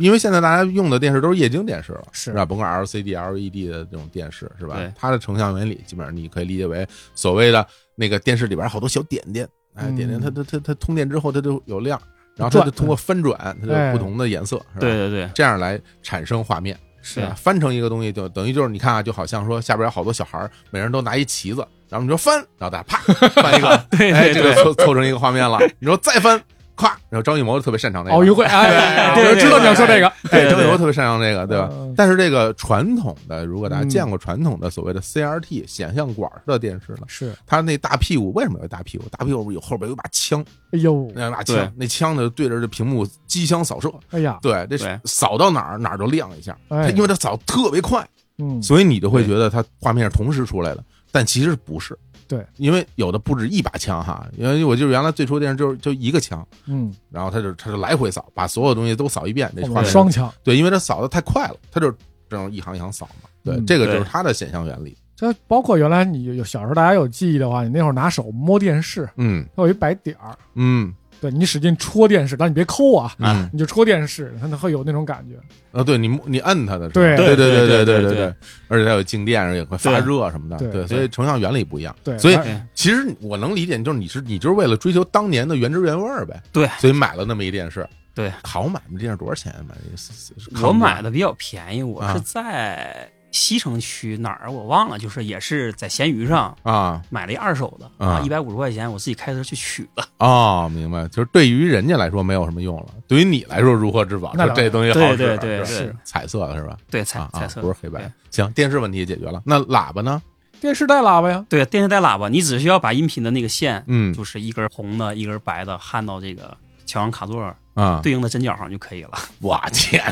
Speaker 1: 因为现在大家用的电视都是液晶电视了，
Speaker 2: 是
Speaker 1: 吧？甭管 LCD、LED E 的这种电视是吧
Speaker 3: 对？
Speaker 1: 它的成像原理基本上你可以理解为所谓的那个电视里边好多小点点，哎，
Speaker 2: 嗯
Speaker 1: 点点它它它它通电之后它就有亮，然后它就
Speaker 2: 转
Speaker 1: 通过翻转，它就有
Speaker 2: 哎
Speaker 1: 不同的颜色，是吧？
Speaker 3: 对对对，
Speaker 1: 这样来产生画面。是啊，翻成一个东西就等于就是你看啊，就好像说下边有好多小孩儿，每人都拿一旗子，然后你说翻，然后大家啪翻一个，
Speaker 3: 对
Speaker 1: 哎，
Speaker 3: 对
Speaker 1: 这
Speaker 3: 对
Speaker 1: 个凑凑成一个画面了。你说再翻，咵，然后张艺谋特别擅长这个，
Speaker 2: 奥运会，哎，
Speaker 1: 哎
Speaker 3: 对
Speaker 2: 我知道
Speaker 3: 对
Speaker 2: 你要说这个，
Speaker 1: 哎，
Speaker 3: 哦对
Speaker 1: 张艺
Speaker 3: 对
Speaker 1: 谋特别擅长这个，对吧
Speaker 2: 嗯？
Speaker 1: 但是这个传统的，如果大家
Speaker 2: 嗯
Speaker 1: 见过传统的所谓的 CRT 显像管式的电视呢，
Speaker 2: 是，
Speaker 1: 它那大屁股为什么有大屁股？大屁股有后边有把枪，
Speaker 2: 哎呦，
Speaker 1: 那把
Speaker 3: 对
Speaker 1: 枪，那枪呢对着这屏幕机枪扫射，
Speaker 2: 哎呀，
Speaker 1: 对，这
Speaker 3: 对
Speaker 1: 扫到哪儿哪儿就亮一下，它
Speaker 2: 哎
Speaker 1: 因为它扫特别快。
Speaker 2: 嗯，
Speaker 1: 所以你就会觉得它画面是同时出来的，但其实不是。
Speaker 2: 对，
Speaker 1: 因为有的不止一把枪哈，因为我就是原来最初电视就是就一个枪，
Speaker 2: 嗯，
Speaker 1: 然后它就它就来回扫，把所有东西都扫一遍，这
Speaker 2: 后
Speaker 1: 画
Speaker 2: 面
Speaker 1: 面
Speaker 2: 哦双枪，
Speaker 1: 对，因为它扫的太快了，它就这样一行一行扫嘛。对，
Speaker 2: 嗯
Speaker 1: 这个就是
Speaker 3: 对
Speaker 1: 它的显像原理。
Speaker 2: 这包括原来你有小时候大家有记忆的话，你那会儿拿手摸电视，
Speaker 1: 嗯
Speaker 2: 它有一白点儿，
Speaker 1: 嗯
Speaker 2: 对你使劲戳电视，但你别抠啊，
Speaker 3: 哎
Speaker 1: 嗯，
Speaker 2: 你就戳电视，它会有那种感觉。
Speaker 1: 啊，对你摸你摁它的时候，
Speaker 2: 对
Speaker 1: 对
Speaker 3: 对
Speaker 1: 对
Speaker 3: 对
Speaker 1: 对
Speaker 3: 对
Speaker 1: 对
Speaker 3: 对，
Speaker 1: 而且它有静电，而且会发
Speaker 3: 对
Speaker 1: 热什么的，
Speaker 2: 对
Speaker 1: 对，
Speaker 2: 对
Speaker 1: 所以成像原理不一样。
Speaker 2: 对，
Speaker 1: 所以
Speaker 2: 它
Speaker 3: 对
Speaker 1: 其实我能理解，就是你是你就是为了追求当年的原汁原味儿呗，
Speaker 3: 对
Speaker 1: 所以买了那么一电视，
Speaker 3: 对，
Speaker 1: 好买吗？这电视多少钱？啊买一四四十
Speaker 3: 我买的比较便宜，我
Speaker 1: 啊
Speaker 3: 是在西城区哪儿我忘了，就是也是在闲鱼上
Speaker 1: 啊
Speaker 3: 买了一二手的
Speaker 1: 啊
Speaker 3: 一百五十块钱，我自己开车去取的。
Speaker 1: 哦，明白，就是对于人家来说没有什么用了，对于你来说如获至宝，
Speaker 2: 那
Speaker 1: 说
Speaker 2: 当然
Speaker 1: 这东西好
Speaker 3: 对
Speaker 1: 使，啊
Speaker 3: 对对
Speaker 1: 是吧
Speaker 3: 对
Speaker 1: 彩色的是吧？
Speaker 3: 对，彩
Speaker 1: 啊啊
Speaker 3: 彩色
Speaker 1: 不是黑白。行，电视问题也解决了，那喇叭呢？
Speaker 2: 电视带喇叭呀，
Speaker 3: 对，电视带喇叭，你只需要把音频的那个线，
Speaker 1: 嗯
Speaker 3: 就是一根红的，一根白的，焊到这个乔安卡座
Speaker 1: 啊，
Speaker 3: 对应的针脚上就可以了。
Speaker 1: 我 天，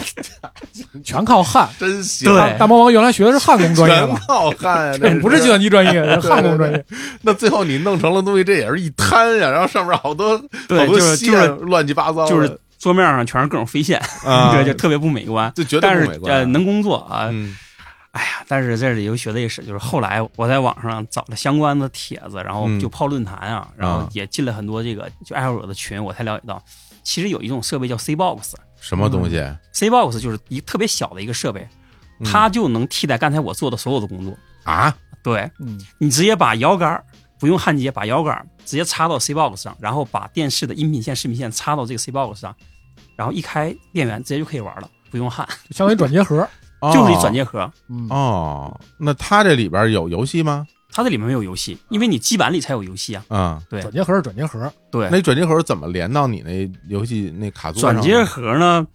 Speaker 2: 全靠焊。
Speaker 1: 真行，
Speaker 3: 对
Speaker 2: 大大魔王原来学的是焊工专业
Speaker 1: 全
Speaker 2: 吧？哎
Speaker 1: 好看呀，这
Speaker 2: 不是计算机专业，是焊工专
Speaker 1: 对
Speaker 2: 业。
Speaker 1: 那最后你弄成了东西，这也是一摊呀，然后上面好多好
Speaker 3: 对，
Speaker 1: 多啊哦
Speaker 3: 就是
Speaker 1: 线
Speaker 3: 就是
Speaker 1: 乱七八糟的，
Speaker 3: 就是桌面上全是各种飞线，
Speaker 1: 啊，
Speaker 3: 对，就特别不美观。
Speaker 1: 就绝对
Speaker 3: 但
Speaker 1: 不
Speaker 3: 是
Speaker 1: 美观啊
Speaker 3: 呃，能工作啊，
Speaker 1: 嗯
Speaker 3: 哎呀，但是这里有学历史，就是后来我在网上找了相关的帖子，然后
Speaker 1: 嗯
Speaker 3: 就泡论坛啊，然后也进了很多这个就爱好者的群，我才了解到，其实有一种设备叫 C box。
Speaker 1: 什么东西？
Speaker 3: C box 就是一特别小的一个设备，
Speaker 1: 嗯
Speaker 3: 它就能替代刚才我做的所有的工作。
Speaker 1: 啊，
Speaker 3: 对
Speaker 2: 嗯，
Speaker 3: 你直接把摇杆儿不用焊接，把摇杆儿直接插到 C box 上，然后把电视的音频线、视频线插到这个 C box 上，然后一开电源直接就可以玩了，不用焊，
Speaker 2: 就相当于转接盒。
Speaker 1: 哦
Speaker 3: 就是一转接盒。
Speaker 2: 嗯，
Speaker 1: 哦。那它这里边有游戏吗？
Speaker 3: 它这里面没有游戏，因为你基板里才有游戏啊。
Speaker 1: 啊，
Speaker 3: 对
Speaker 2: 转接盒是转接盒，
Speaker 3: 对，
Speaker 1: 那转接盒怎么连到你那游戏那卡座上
Speaker 3: 转
Speaker 1: 呢？
Speaker 3: 接盒呢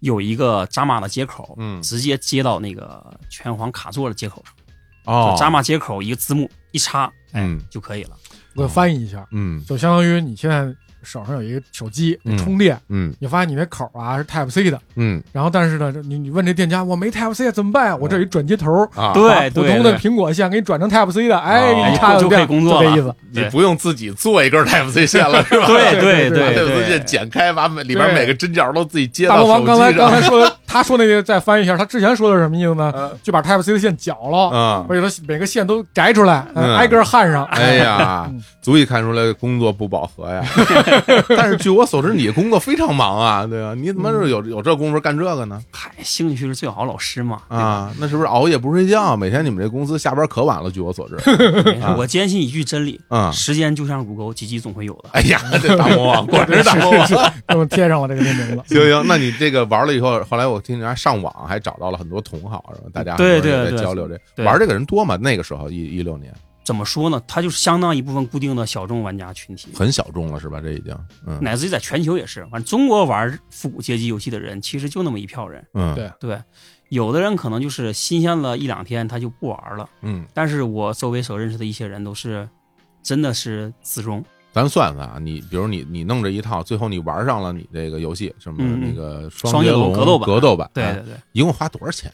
Speaker 3: 有一个扎马的接口，
Speaker 1: 嗯
Speaker 3: 直接接到那个拳皇卡座的接口上，
Speaker 1: 哦
Speaker 3: 就，扎马接口一个字幕一插，哎、
Speaker 1: 嗯
Speaker 3: 就可以了。
Speaker 2: 我翻译一下，
Speaker 1: 嗯
Speaker 2: 就相当于你现在手上有一个手机
Speaker 1: 嗯
Speaker 2: 充电，
Speaker 1: 嗯
Speaker 2: 你发现你那口啊是 Type C 的，
Speaker 1: 嗯
Speaker 2: 然后但是呢，你你问这店家我没 Type C 啊怎么办啊？我这有一转接头，
Speaker 1: 啊，
Speaker 3: 对
Speaker 2: 把普通的
Speaker 3: 对
Speaker 2: 苹果线给你转成 Type C 的，
Speaker 1: 哦
Speaker 2: 哎，一插
Speaker 3: 就可以工作
Speaker 2: 就
Speaker 3: 了
Speaker 2: 这意思。
Speaker 1: 你不用自己做一根 Type C 线了是吧？
Speaker 3: 对
Speaker 2: 对
Speaker 3: 对
Speaker 1: 把 Type C
Speaker 3: 对
Speaker 1: 线剪开，把每里边
Speaker 2: 对
Speaker 1: 每个针脚都自己接
Speaker 2: 大
Speaker 1: 到
Speaker 2: 魔
Speaker 1: 手
Speaker 2: 王刚才
Speaker 1: 机
Speaker 2: 刚
Speaker 1: 上。
Speaker 2: 才说的，他说那个再翻译一下，他之前说的是什么意思呢？
Speaker 1: 嗯
Speaker 2: 就把 Type C 的线绞了，
Speaker 1: 嗯，
Speaker 2: 把啊它每个线都摘出来，
Speaker 1: 嗯
Speaker 2: 呃挨个儿焊上。
Speaker 1: 哎呀
Speaker 2: 嗯，
Speaker 1: 足以看出来工作不饱和呀。 但是据我所知，你工作非常忙啊，对啊，你怎么是有
Speaker 3: 嗯
Speaker 1: 有这功夫干这个呢？
Speaker 3: 嗨，兴趣是最好老师 嘛，对吧？
Speaker 1: 啊，那是不是熬夜不睡觉？每天你们这公司下班可晚了，据 我所知。
Speaker 3: 没事
Speaker 1: 啊
Speaker 3: 我坚信一句真理：
Speaker 1: 嗯，
Speaker 3: 时间就像乳沟，挤挤总会有的。
Speaker 1: 哎呀，这大魔王果然是大魔王。行
Speaker 2: 给我们贴上了这个名字。
Speaker 1: 行，那你这个玩了以后，后来我听你还上网，还找到了很多同好，然后大家很多人
Speaker 3: 对对
Speaker 1: 也在
Speaker 3: 对
Speaker 1: 交流这
Speaker 3: 对
Speaker 1: 玩这个人多吗？那个时候一一六年
Speaker 3: 怎么说呢？它就是相当一部分固定的小众玩家群体，
Speaker 1: 很小众了是吧？这已经，嗯
Speaker 3: 乃至于在全球也是。反正中国玩复古街机游戏的人其实就那么一票人，
Speaker 1: 嗯
Speaker 2: 对
Speaker 3: 对。有的人可能就是新鲜了一两天他就不玩了，
Speaker 1: 嗯，
Speaker 3: 但是我周围所认识的一些人都是，真的是死忠。
Speaker 1: 咱算算啊，你比如你你弄这一套，最后你玩上了你这个游戏什么
Speaker 3: 嗯嗯
Speaker 1: 那个
Speaker 3: 双
Speaker 1: 截
Speaker 3: 截龙
Speaker 1: 龙
Speaker 3: 格斗版
Speaker 1: 格斗版，
Speaker 3: 对
Speaker 1: 哎
Speaker 3: 对对，
Speaker 1: 一共花多少钱？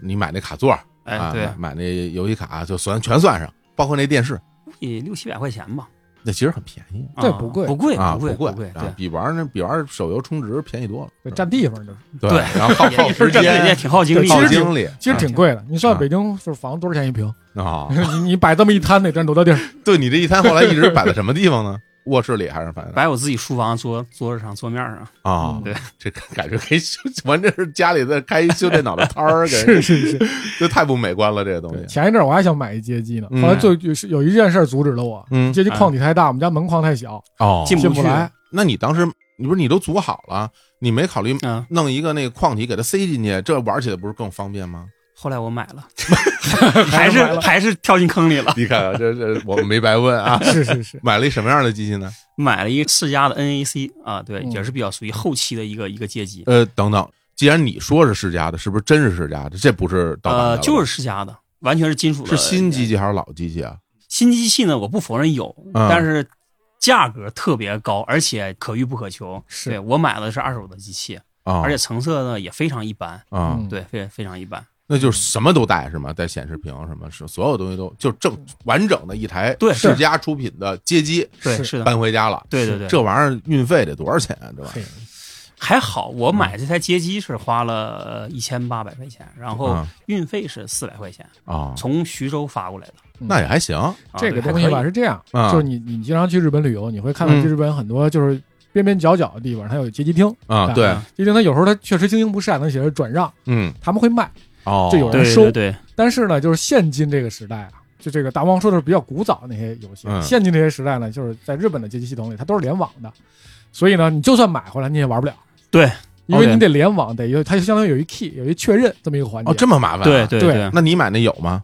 Speaker 1: 你买那卡座
Speaker 3: 哎
Speaker 1: 啊
Speaker 3: 对，，
Speaker 1: 买那游戏卡就算全算上，包括那电视，
Speaker 3: 也六七百块钱吧，
Speaker 1: 那其实很便宜。
Speaker 2: 对
Speaker 3: 啊
Speaker 2: 不贵
Speaker 3: 不贵，
Speaker 1: 啊，
Speaker 3: 贵，
Speaker 1: 贵
Speaker 3: 不贵，
Speaker 1: 啊
Speaker 3: 对，
Speaker 1: 比玩儿那比玩儿手游充值便宜多了，是
Speaker 2: 对，
Speaker 1: 吧
Speaker 2: 占地方就是，
Speaker 1: 对
Speaker 3: 对
Speaker 1: 然后耗耗时
Speaker 3: 也也也
Speaker 1: 间，
Speaker 3: 挺耗精力
Speaker 1: 耗
Speaker 2: 其实挺
Speaker 3: 的。
Speaker 1: 精力，
Speaker 2: 其实挺
Speaker 3: 啊
Speaker 2: 贵的。你
Speaker 1: 啊
Speaker 2: 算北京就是房多少钱一平？
Speaker 1: 啊。
Speaker 2: 你你摆这么一摊得占多大地儿？
Speaker 1: 对你这一摊后来一直摆在什么地方呢？卧室里还是反正
Speaker 3: 摆我自己书房桌桌子上桌面上，
Speaker 1: 啊
Speaker 2: 嗯，
Speaker 3: 对，
Speaker 1: 这感觉可以修，完这是家里在开修电脑的 摊儿，给人
Speaker 2: 是是是。
Speaker 1: 这太不美观了，这个东
Speaker 2: 对，
Speaker 1: 西。
Speaker 2: 前一阵儿我还想买一街机呢，
Speaker 1: 嗯
Speaker 2: 后来就就是有一件事儿阻止了我。
Speaker 1: 嗯
Speaker 2: 街机框体太大，我们家门框太小，
Speaker 1: 哦
Speaker 3: 进不
Speaker 2: 进
Speaker 3: 去
Speaker 2: 不来。
Speaker 1: 那你当时你不是你都组好了，你没考虑
Speaker 3: 嗯，
Speaker 1: 弄一个那个矿体给它塞进去，这玩起来不是更方便吗？
Speaker 3: 后来我买了，还是
Speaker 2: 买了
Speaker 3: 还是跳进坑里了，
Speaker 1: 你看啊，这这我没白问啊。
Speaker 2: 是是是，
Speaker 1: 买了一什么样的机器呢？
Speaker 3: 买了一个世嘉的 NAC 啊，对，
Speaker 2: 嗯
Speaker 3: 也是比较属于后期的一个一个街机，
Speaker 1: 呃，等等，既然你说是世家的，是不是真是世家的？这不是盗版的
Speaker 3: 呃，
Speaker 1: 了吧
Speaker 3: 就是世嘉的，完全是金属的。
Speaker 1: 是新机器还是老机器啊？
Speaker 3: 新机器呢，我不否认有，
Speaker 1: 嗯
Speaker 3: 但是价格特别高，而且可遇不可求。
Speaker 2: 是
Speaker 3: 对我买的是二手的机器，
Speaker 1: 啊，
Speaker 3: 而且成色呢也非常一般，
Speaker 1: 啊，
Speaker 2: 嗯
Speaker 3: 对，非非常一般。
Speaker 1: 那就是什么都带是吗？带显示屏什么是所有东西都就正完整的一台
Speaker 3: 对
Speaker 1: 世家出品的街机
Speaker 3: 对，
Speaker 2: 是
Speaker 3: 是的，
Speaker 1: 呃搬回家了。
Speaker 3: 对对对，
Speaker 1: 这玩意儿运费得多少钱啊？这玩意
Speaker 2: 嘿
Speaker 1: 儿
Speaker 3: 还好我买这台街机是花了一千八百块钱，然后
Speaker 1: 啊
Speaker 3: 运费是四百块钱，
Speaker 1: 啊，
Speaker 3: 从徐州发过来的。
Speaker 1: 那也还行
Speaker 3: 啊
Speaker 2: 这
Speaker 3: 对
Speaker 2: 个
Speaker 3: 还
Speaker 2: 东西
Speaker 3: 可以
Speaker 2: 吧是这样，
Speaker 1: 啊
Speaker 2: 就是你你经常去日本旅游，你会看到
Speaker 1: 嗯
Speaker 2: 去日本很多就是边边角角的地方，它有街机厅，
Speaker 1: 啊，
Speaker 2: 啊
Speaker 1: 对，
Speaker 2: 街机厅它有时候它确实经营不善，它写着转让，
Speaker 1: 嗯，
Speaker 2: 他们会卖。
Speaker 1: 哦，
Speaker 2: 这有人
Speaker 3: 对
Speaker 2: 收
Speaker 3: 对对，
Speaker 2: 但是呢，就是现今这个时代啊，就这个大王说的是比较古早那些游戏，
Speaker 1: 嗯
Speaker 2: 现今这些时代呢，就是在日本的街机系统里，它都是联网的，所以呢，你就算买回来你也玩不了，
Speaker 3: 对，
Speaker 2: 因为
Speaker 1: OK
Speaker 2: 你得联网，得有它就相当于有一 key，有一确认这么一个环节。
Speaker 1: 哦，这么麻烦，
Speaker 3: 对，对
Speaker 2: 对
Speaker 3: 对，
Speaker 1: 那你买那有吗？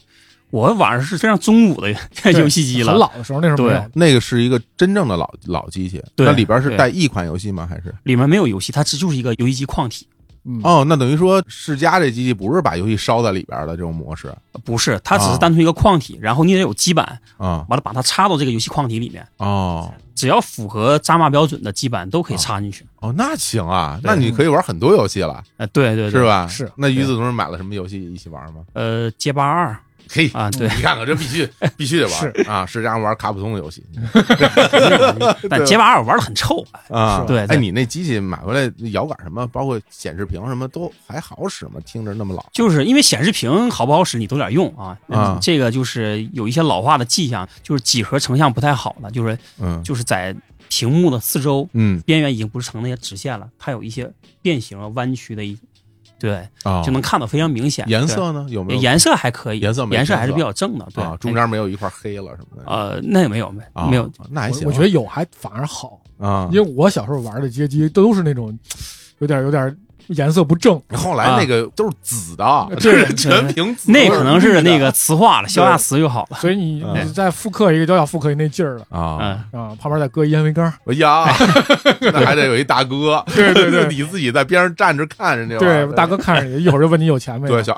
Speaker 3: 我晚上是这样中午的
Speaker 2: 对
Speaker 3: 游戏机
Speaker 2: 很
Speaker 3: 了，
Speaker 2: 老的时候那时候没有
Speaker 3: 对，
Speaker 1: 那个是一个真正的老老机器，
Speaker 3: 对
Speaker 1: 那里边是
Speaker 3: 对
Speaker 1: 带一款游戏吗？还是
Speaker 3: 里面没有游戏，它只就是一个游戏机矿体，
Speaker 2: 嗯，
Speaker 1: 哦，那等于说世嘉这机器不是把游戏烧在里边的这种模式
Speaker 3: 不是，它只
Speaker 1: 啊
Speaker 3: 是单纯一个矿体，然后你得有基板，
Speaker 1: 啊
Speaker 3: 完了把它插到这个游戏矿体里面，
Speaker 1: 哦
Speaker 3: 只要符合扎马标准的基板都
Speaker 2: 啊
Speaker 3: 可以插进去。
Speaker 1: 哦，那行啊，
Speaker 3: 对
Speaker 1: 那你可以玩很多游戏了，
Speaker 3: 呃，对对对，
Speaker 1: 是？吧？
Speaker 2: 是
Speaker 1: 那于子同志买了什么游戏一起玩吗？
Speaker 3: 呃，街霸二
Speaker 1: 嘿，
Speaker 3: 啊， 对，
Speaker 1: 你看看这必须必须得玩
Speaker 2: 是
Speaker 1: 啊！世嘉玩卡普通的游戏
Speaker 3: 但街霸二玩的很臭，
Speaker 1: 啊，
Speaker 3: 对
Speaker 1: 哎，
Speaker 3: 对
Speaker 1: 你那机器买回来摇杆什么，包括显示屏什么都还好使吗？听着那么老
Speaker 3: 就是因为显示屏好不好使你都得用啊。
Speaker 1: 啊
Speaker 3: 这个就是有一些老化的迹象，就是几何成像不太好了，就是
Speaker 1: 嗯
Speaker 3: 就是在屏幕的四周
Speaker 1: 嗯
Speaker 3: 边缘已经不是成那些直线了，它有一些变形啊、弯曲的一，对，
Speaker 1: 啊
Speaker 3: 就能看到非常明显。
Speaker 1: 颜色呢有没
Speaker 3: 对
Speaker 1: 有
Speaker 3: 颜色还可以，
Speaker 1: 颜色没
Speaker 3: 颜色还是
Speaker 1: 颜色
Speaker 3: 比较正的，对
Speaker 1: 啊？，中间没有一块黑了什么的
Speaker 3: 呃那也没有没
Speaker 1: 啊？
Speaker 3: 没 有，
Speaker 1: 那还行啊，
Speaker 2: 我我觉得有还反而好，
Speaker 1: 啊
Speaker 2: 因，为我小时候玩的街机都是那种有点有点颜色不正，
Speaker 1: 后来那个都是紫的，
Speaker 2: 对
Speaker 1: 是全屏紫的，
Speaker 3: 啊呃那可能是那个磁化了，消
Speaker 1: 对
Speaker 3: 下磁就好了。
Speaker 2: 所以你
Speaker 1: 嗯
Speaker 2: 你再复刻一个就要复刻那劲儿了
Speaker 1: 啊，
Speaker 3: 嗯，
Speaker 2: 啊，旁边再搁一烟灰缸，
Speaker 1: 哎呀， 那还得有一大 哥，对对对，你自己在边上站着看着那玩意儿
Speaker 2: 对，大哥看着你，一会儿就问你有钱没有
Speaker 1: 对， 小，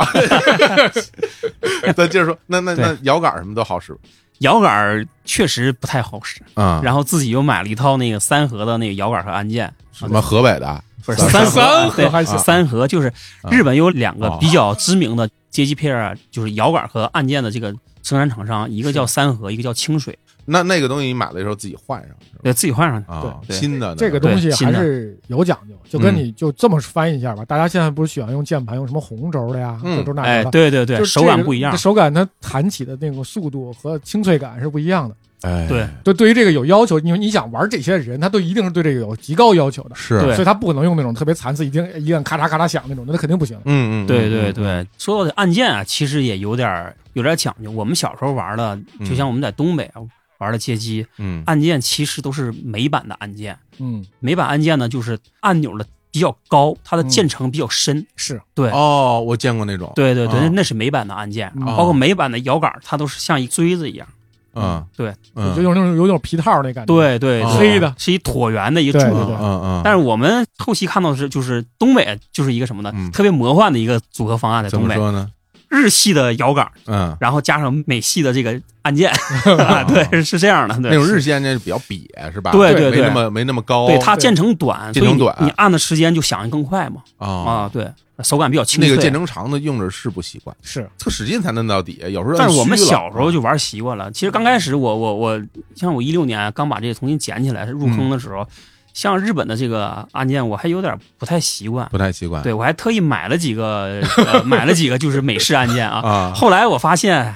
Speaker 1: 咱接着说，那那那摇杆什么都好使
Speaker 3: 摇杆儿确实不太好使，
Speaker 1: 啊
Speaker 3: 然后自己又买了一套那个三核的那个摇杆和按键，
Speaker 1: 什么河北的，
Speaker 3: 不是
Speaker 1: 三
Speaker 3: 三
Speaker 2: 三啊
Speaker 3: 啊
Speaker 2: 核
Speaker 3: 对
Speaker 2: 还行
Speaker 3: 三核就是日本有两个
Speaker 1: 哦
Speaker 3: 比较知名的街机配啊，就是摇杆和按键的这个生产厂商，一个叫三核，一个叫清水，
Speaker 1: 那那个东西你买的时候自己换上是吧
Speaker 3: 对自己换上去。
Speaker 1: 啊，
Speaker 3: 对
Speaker 1: 新的
Speaker 2: 这个
Speaker 1: 东
Speaker 2: 东西
Speaker 3: 对嗯
Speaker 2: 还
Speaker 3: 新的
Speaker 2: 是有讲究，就跟你就这么翻译一下吧。大家现在不是喜欢用键盘，用什么红轴的呀，
Speaker 1: 嗯
Speaker 2: 这轴那
Speaker 3: 哎，
Speaker 2: 轴的，
Speaker 3: 对对对，
Speaker 2: 就是
Speaker 3: 手
Speaker 2: 这个
Speaker 3: 感不一样
Speaker 2: 这。手感它弹起的那个速度和清脆感是不一样的。
Speaker 1: 哎
Speaker 3: 对
Speaker 2: 对，对于这个有要求，因为你想玩这些人，他都一定是对这个有极高要求的，
Speaker 1: 是，啊
Speaker 3: 对
Speaker 2: 所以他不可能用那种特别残次，一定一按咔嚓咔嚓响那种，那肯定不行。
Speaker 1: 嗯嗯，
Speaker 3: 对对对，说到这按键啊，其实也有点儿有点儿讲究。我们小时候玩的，
Speaker 1: 嗯
Speaker 3: 就像我们在东北啊玩的街机，
Speaker 1: 嗯，
Speaker 3: 按键其实都是美版的按键。
Speaker 2: 嗯，
Speaker 3: 美版按键呢，就是按钮的比较高，它的
Speaker 2: 嗯
Speaker 3: 键程比较深。
Speaker 2: 是
Speaker 3: 对
Speaker 1: 哦，我见过那种，
Speaker 3: 对对对，
Speaker 2: 哦
Speaker 1: 啊
Speaker 3: 那那是美版的按键，
Speaker 2: 嗯
Speaker 3: 包括美版的摇杆，它都是像一锥子一样。
Speaker 1: 嗯，
Speaker 3: 对，
Speaker 1: 嗯，
Speaker 2: 就有那种有种皮套那感觉。，
Speaker 3: 对对，
Speaker 1: 哦
Speaker 3: 对
Speaker 2: 黑的
Speaker 3: 是一椭圆的一个
Speaker 2: 对
Speaker 3: 柱
Speaker 2: 对
Speaker 3: 子啊
Speaker 1: 嗯
Speaker 2: 对。
Speaker 1: 嗯嗯，
Speaker 3: 但是我们后期看到的是，就是东北就是一个什么呢？
Speaker 1: 嗯
Speaker 3: 特别魔幻的一个组合方案，在
Speaker 1: 怎
Speaker 3: 东
Speaker 1: 么
Speaker 3: 北，
Speaker 1: 说呢？
Speaker 3: 日系的摇杆，
Speaker 1: 嗯，
Speaker 3: 然后加上美系的这个按 键，啊对，是这样的。对
Speaker 1: 那种日系按键比较瘪是吧？
Speaker 3: 对
Speaker 2: 对
Speaker 1: 没
Speaker 3: 对
Speaker 1: 那么没那么高，
Speaker 3: 对
Speaker 2: 哦
Speaker 3: 它键程短，
Speaker 1: 键程短
Speaker 3: 所以你你按的时间就响应更快嘛。啊，
Speaker 1: 啊，
Speaker 3: 对，手感比较清
Speaker 1: 那
Speaker 3: 脆。啊
Speaker 1: 个键程长的用着是不习惯，
Speaker 2: 是
Speaker 1: 特使劲才能到底，有时候
Speaker 3: 但是
Speaker 1: 按
Speaker 3: 我们
Speaker 1: 虚了啊
Speaker 3: 小时候就玩习惯了。其实刚开始我我我，像我一六年刚把这个重新捡起来入
Speaker 1: 嗯
Speaker 3: 坑的时候，像日本的这个按键，我还有点不太习惯。
Speaker 1: 不太习惯，
Speaker 3: 对我还特意买了几个，呃、 买了几个就是美式按键啊。
Speaker 1: 啊，
Speaker 3: 后来我发现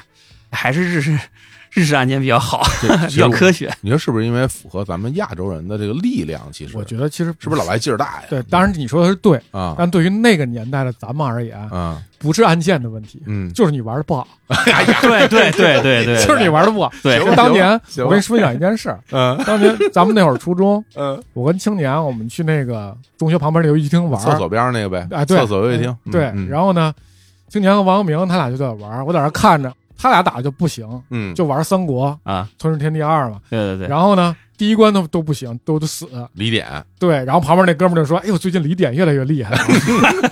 Speaker 3: 还是日式日式按键比较好，
Speaker 1: 这
Speaker 3: 比较科学。
Speaker 1: 你说是不是因为符合咱们亚洲人的这个力量？其实
Speaker 2: 我觉得其实
Speaker 1: 是不是老来劲儿大呀？
Speaker 2: 对，当然你说的是对，
Speaker 1: 啊
Speaker 2: 但对于那个年代的咱们而言，
Speaker 1: 啊
Speaker 2: 不是按键的问题，
Speaker 1: 嗯，
Speaker 2: 就是你玩的不好，
Speaker 1: 哎
Speaker 3: 对对对对对，
Speaker 2: 就是你玩的不好。
Speaker 3: 对
Speaker 1: 行
Speaker 2: 就当年
Speaker 1: 行
Speaker 2: 我跟你分享一件事儿，
Speaker 1: 嗯
Speaker 2: 当年 咱们那会儿初中，
Speaker 1: 嗯，
Speaker 2: 我跟青年我们去那个中学旁边的游戏厅玩儿，
Speaker 1: 厕所边上那个呗，
Speaker 2: 哎，对，
Speaker 1: 厕所游戏厅
Speaker 2: 嗯，对，然后呢，青年和王明他俩就在那玩儿，我在那看着，他俩打的就不行，
Speaker 1: 嗯，
Speaker 2: 就玩三国
Speaker 3: 啊，
Speaker 2: 《吞噬天地二》嘛，
Speaker 3: 对对对。
Speaker 2: 然后呢。第一关都都不行，都都死。
Speaker 1: 离点
Speaker 2: 对，然后旁边那哥们儿就说：“哎呦，最近离点越来越厉害了，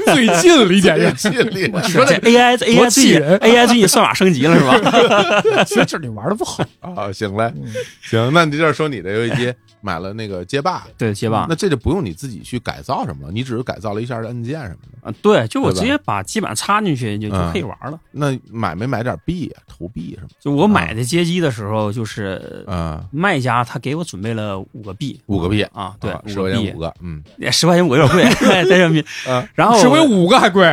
Speaker 2: 最近离点 越
Speaker 1: 近离点，
Speaker 3: 说这 AI 这
Speaker 2: 多
Speaker 3: AI 最
Speaker 2: 气
Speaker 3: 近
Speaker 2: 人
Speaker 3: AI 最近算法升级了是 吧？
Speaker 2: 其实就是你玩的不好。
Speaker 1: 啊，行嘞，
Speaker 2: 嗯
Speaker 1: 行，那你这说你的游戏机买了那个街 霸，嗯
Speaker 3: 对，街霸
Speaker 1: 那这就不用你自己去改造什么了，你只是改造了一下按键什么的。
Speaker 3: 啊，对，就我直
Speaker 1: 对吧
Speaker 3: 接把基板插进去就就
Speaker 1: 嗯
Speaker 3: 可以玩了。
Speaker 1: 那买没买点币啊，投币什么
Speaker 3: 就我买的街机的时候，就是
Speaker 2: 嗯
Speaker 1: 的？啊
Speaker 3: 卖家他给我准备了五个币，
Speaker 1: 五个币
Speaker 3: 啊，对，
Speaker 1: 十
Speaker 3: 五
Speaker 1: 块
Speaker 3: 个
Speaker 1: 钱
Speaker 3: 币哎
Speaker 1: 五，个，嗯，
Speaker 3: 十块钱五个有点贵， 在人民币
Speaker 1: 啊。
Speaker 3: 然后
Speaker 2: 是不是有五个还贵？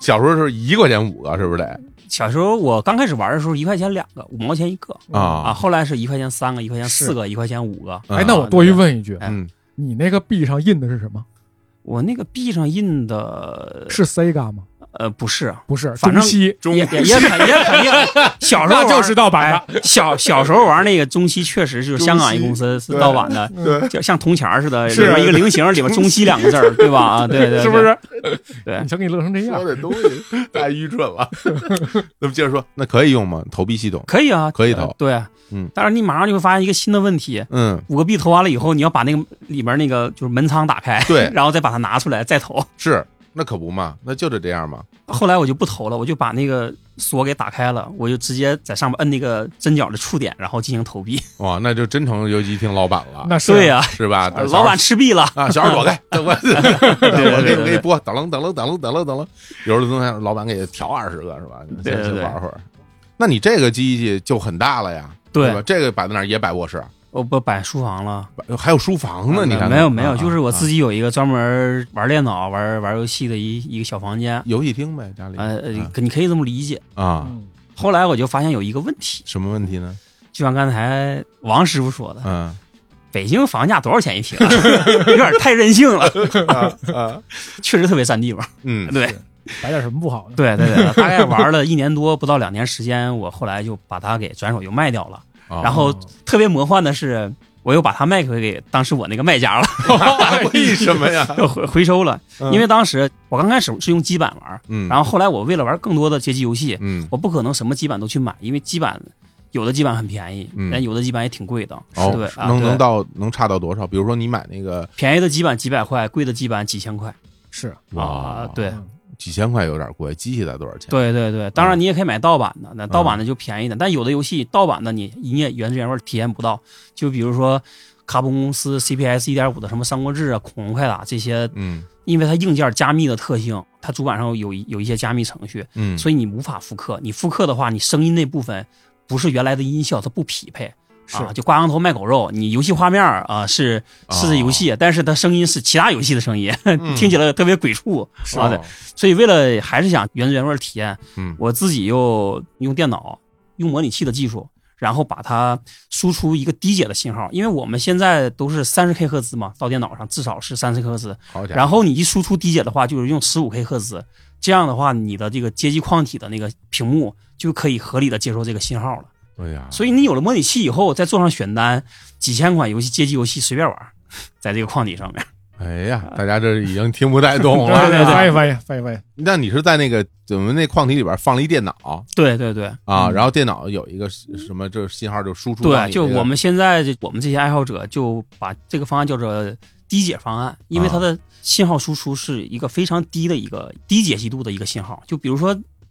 Speaker 1: 小时候是一块钱五个，是不是得
Speaker 3: 小时候我刚开始玩的时候，一块钱两个，五毛钱一个啊，
Speaker 2: 嗯
Speaker 1: 啊？
Speaker 3: 后来是一块钱三个，一块钱
Speaker 2: 是
Speaker 3: 四个，一块钱五个。
Speaker 2: 哎，那我多余问一句，
Speaker 1: 嗯，
Speaker 2: 你那个币上印的是什么？
Speaker 3: 我那个币上印的
Speaker 2: 是 Sega 吗？
Speaker 3: 呃不是，
Speaker 2: 不是，
Speaker 3: 反
Speaker 2: 中
Speaker 3: 正
Speaker 2: 西
Speaker 3: 也也 也肯也肯定小时候
Speaker 2: 那
Speaker 3: 玩
Speaker 2: 就是盗版的。
Speaker 3: 哎小小时候玩那个中期，确实就是香港一公司是
Speaker 1: 对
Speaker 3: 盗版的，
Speaker 1: 对，
Speaker 3: 就像铜钱儿似的，里
Speaker 1: 是
Speaker 3: 面一个菱形，里面中期两个字儿，对吧？啊，对 对，对
Speaker 2: 是不？是？
Speaker 3: 对
Speaker 2: 你瞧给你乐成这样
Speaker 1: 说，的东 西太愚蠢了。那么接着说，那可以用吗？投币系统？
Speaker 3: 可以啊，
Speaker 1: 可以投
Speaker 3: 呃对，
Speaker 1: 嗯，
Speaker 3: 但是你马上就会发现一个新的问题，
Speaker 1: 嗯，
Speaker 3: 五个币投完了以后，你要把那个里面那个就是门仓打开，
Speaker 1: 对
Speaker 3: 然后再把它拿出来再投。
Speaker 1: 是，那可不嘛，那就得这样嘛。
Speaker 3: 后来我就不投了，我就把那个锁给打开了，我就直接在上面摁那个针脚的触点，然后进行投币。
Speaker 1: 哇，那就真成游戏厅老板了，
Speaker 2: 那是啊
Speaker 3: 对呀、
Speaker 1: 是 啊哎吧？但是
Speaker 3: 老板吃币 了。
Speaker 1: 啊，小孩 躲开，我
Speaker 3: 对
Speaker 1: 我给
Speaker 3: 对
Speaker 1: 你
Speaker 3: 对
Speaker 1: 给你播，等楞等楞等楞等楞等楞，有时候东西老板给调二十个是吧？
Speaker 3: 对
Speaker 1: 先
Speaker 3: 对
Speaker 1: 先
Speaker 3: 对
Speaker 1: 玩会儿。那你这个机器就很大了呀，
Speaker 3: 对
Speaker 1: 是吧？这个摆在那儿也摆卧室，
Speaker 3: 我不摆书房了，
Speaker 1: 摆还有书房呢，你看
Speaker 3: 啊
Speaker 1: 看啊
Speaker 3: 没有没有，就是我
Speaker 1: 己
Speaker 3: 自己有一个专门玩电脑、玩玩游戏的一一个小房间，
Speaker 1: 游戏厅呗，家里
Speaker 3: 呃，
Speaker 1: 嗯
Speaker 3: 呃你可以这么理解。
Speaker 1: 啊，
Speaker 2: 嗯
Speaker 3: 后来我就发现有一个问题，
Speaker 1: 什么问题呢？
Speaker 3: 就像刚才王师傅说的，
Speaker 1: 嗯
Speaker 3: 北京房价多少钱一平、啊？ 有点太任性了，
Speaker 1: 啊啊
Speaker 3: 确实特别占地方。
Speaker 1: 嗯
Speaker 3: 对
Speaker 2: 摆点什么不好呢？
Speaker 3: 对对对，大概玩了一年多不到两年时间，我后来就把它给转手又卖掉了。
Speaker 1: 啊
Speaker 2: 哦
Speaker 3: 然后特别魔幻的是，我又把它卖回给当时我那个卖家了，
Speaker 1: 为什么呀？
Speaker 3: 又回回收了。
Speaker 1: 嗯
Speaker 3: 因为当时我刚开始是用基板玩，
Speaker 1: 嗯，
Speaker 3: 然后后来我为了玩更多的街机游戏，
Speaker 1: 嗯
Speaker 3: 我不可能什么基板都去买，因为基板有的基板很便宜
Speaker 1: 嗯，
Speaker 3: 但有的基板也挺贵的，
Speaker 1: 哦
Speaker 3: 对，啊
Speaker 1: 能
Speaker 3: 对
Speaker 1: 能到能差到多少？比如说你买那个
Speaker 3: 便宜的基板几百块，贵的基板几千块
Speaker 2: 是，
Speaker 3: 啊，对。
Speaker 2: 嗯
Speaker 1: 几千块有点贵，机器才多少钱？
Speaker 3: 对对对，当
Speaker 1: 嗯
Speaker 3: 然你也可以买盗版的，那盗版的就便宜点，但有的游戏盗版的你你也原汁原味体验不到，就比如说卡普空公司 CPS 一点五的什么《三国志》啊、《恐龙快打》这些，
Speaker 1: 嗯
Speaker 3: 因为它硬件加密的特性，它主板上有一有一些加密程序，
Speaker 1: 嗯，
Speaker 3: 所以你无法复刻。你复刻的话，你声音那部分不是原来的音效，它不匹配。啊，
Speaker 2: 是
Speaker 3: 就挂羊头卖狗肉。你游戏画面儿啊是是这游戏，但是它声音是其他游戏的声音，
Speaker 1: 哦嗯
Speaker 3: 听起来特别鬼畜。
Speaker 1: 是
Speaker 3: 啊对所以为了还是想原汁原味儿体验，
Speaker 1: 嗯
Speaker 3: 我自己又用电脑用模拟器的技术，然后把它输出一个低解的信号，因为我们现在都是三十 K 赫兹嘛，到电脑上至少是三十 K 赫兹，
Speaker 1: 好家伙，
Speaker 3: 然后你一输出低解的话，就是用十五 K 赫兹，这样的话，你的这个街机框体的那个屏幕就可以合理的接收这个信号了。
Speaker 1: 对哎呀，
Speaker 3: 所以你有了模拟器以后，再做上选单，几千款游戏街机游戏随便玩儿，在这个框体上面。
Speaker 1: 哎呀，大家这已经听不太 懂
Speaker 2: 对
Speaker 1: 了。哎
Speaker 2: 对对，翻译翻译翻译翻译，
Speaker 1: 那你是在那个我们那矿体里边放了一电脑
Speaker 3: 对对对
Speaker 1: 啊，
Speaker 2: 嗯
Speaker 1: 然后电脑有一个什么这信号就输出到
Speaker 3: 对，
Speaker 1: 你
Speaker 3: 就
Speaker 1: 这个
Speaker 3: 我们现在这我们这些爱好者就把这个方案叫做低解方案，因
Speaker 1: 啊
Speaker 3: 为它的信号输出是一个非常低的一个低解析度的一个信号，就比如说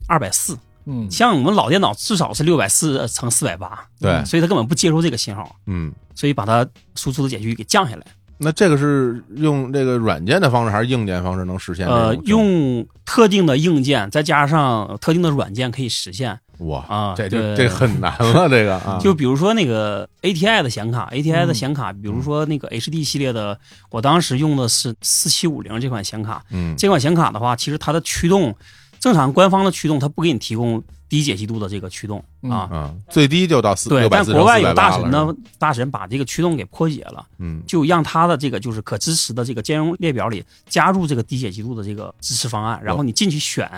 Speaker 3: 二百四，
Speaker 2: 嗯，
Speaker 3: 像我们老电脑至少是六百四乘四百八，
Speaker 1: 对，
Speaker 3: 所以它根本不接收这个信号，
Speaker 1: 嗯，
Speaker 3: 所以把它输出的解析给降下来。
Speaker 1: 那这个是用这个软件的方式还是硬件方式能实现这种？
Speaker 3: 呃，用特定的硬件再加上特定的软件可以实现。
Speaker 1: 哇
Speaker 3: 啊
Speaker 1: 这就
Speaker 3: 对
Speaker 1: 这很难了，这个啊，
Speaker 3: 就比如说那个 ATI 的显卡，ATI
Speaker 2: 嗯
Speaker 3: 的显卡，比如说那个 HD 系列的，我当时用的是四七五零这款显卡。
Speaker 1: 嗯
Speaker 3: 这款显卡的话，其实它的驱动，正常官方的驱动它不给你提供低解析度的这个驱动
Speaker 2: 嗯
Speaker 3: 啊。
Speaker 1: 啊，最低就到四
Speaker 3: 对，
Speaker 1: 六百
Speaker 3: 但
Speaker 1: 四
Speaker 3: 国外有大神
Speaker 1: 呢
Speaker 3: 呢，，大神把这个驱动给破解了，
Speaker 1: 嗯
Speaker 3: 就让它的这个就是可支持的这个兼容列表里加入这个低解析度的这个支持方案，然后你进去选，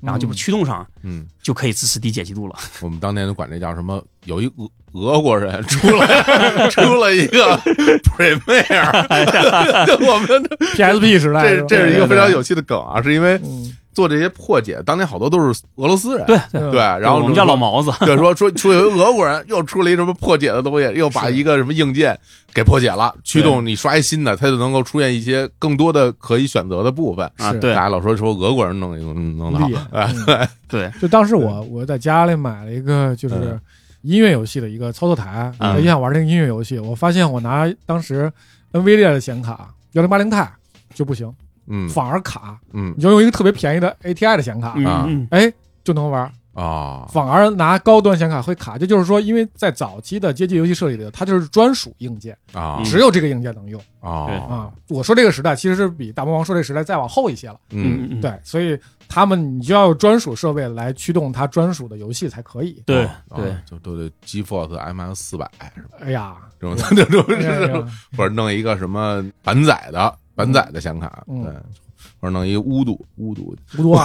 Speaker 3: 然后就是驱动上
Speaker 1: 嗯，
Speaker 3: 就可以支持低解析度了。
Speaker 1: 我们当年就管这叫什么？有一俄俄国人 出了 出了一 个 Premiere，就 我们
Speaker 2: PSP 时代，
Speaker 1: 这
Speaker 2: 吧
Speaker 1: 这是一个非
Speaker 2: 对对
Speaker 1: 常
Speaker 2: 对
Speaker 1: 有趣的梗啊，是因为
Speaker 2: 嗯
Speaker 1: 做这些破解，当年好多都是俄罗斯人，
Speaker 3: 对对，
Speaker 1: 对，然后
Speaker 3: 我们叫老
Speaker 1: 毛，
Speaker 3: 毛子。
Speaker 1: 对，说说说有一俄国人又出了一什么破解的东西，又把
Speaker 2: 是
Speaker 1: 一个什么硬件给破解了，驱动你刷一新的，它就能够出现一些更多的可以选择的部分。
Speaker 3: 啊，
Speaker 2: 是
Speaker 3: 对
Speaker 1: 大家老说说俄国人弄弄弄的好
Speaker 2: 嗯厉，
Speaker 1: 哎，
Speaker 2: 害。
Speaker 3: 对，
Speaker 2: 就当时我我在家里买了一个就是
Speaker 1: 嗯
Speaker 2: 音乐游戏的一个操作台，
Speaker 3: 嗯
Speaker 2: 我就想玩那个音乐游戏。我发现我拿当时 NVIDIA 的显卡幺零八零 Ti 就不行，
Speaker 1: 嗯
Speaker 2: 反而卡。
Speaker 1: 嗯
Speaker 2: 你就用一个特别便宜的 ATI 的显卡，
Speaker 3: 嗯
Speaker 1: 啊
Speaker 3: 嗯，
Speaker 2: 哎，就能玩。
Speaker 1: 啊，
Speaker 2: 反而拿高端显卡会卡。这就是说，因为在早期的街机游戏设计里头，它就是专属硬件，
Speaker 1: 啊
Speaker 2: 只有这个硬件能用
Speaker 3: 对
Speaker 1: 啊，
Speaker 2: 啊。我说这个时代其实是比大魔王说这个时代再往后一些了，
Speaker 1: 嗯，
Speaker 3: 嗯，
Speaker 2: 对，所以他们你就要有专属设备来驱动它专属的游戏才可以。
Speaker 3: 对
Speaker 1: 啊
Speaker 3: 对，
Speaker 1: 就都得 GeForce MS 四百
Speaker 2: 哎呀，
Speaker 1: 这种 这种
Speaker 2: 哎呀
Speaker 1: 这
Speaker 2: 哎
Speaker 1: 种，
Speaker 2: 呀
Speaker 1: 或者弄一个什么板载的板载的显卡，
Speaker 2: 嗯
Speaker 1: 对，或者弄一个巫毒巫毒，
Speaker 2: 不多啊，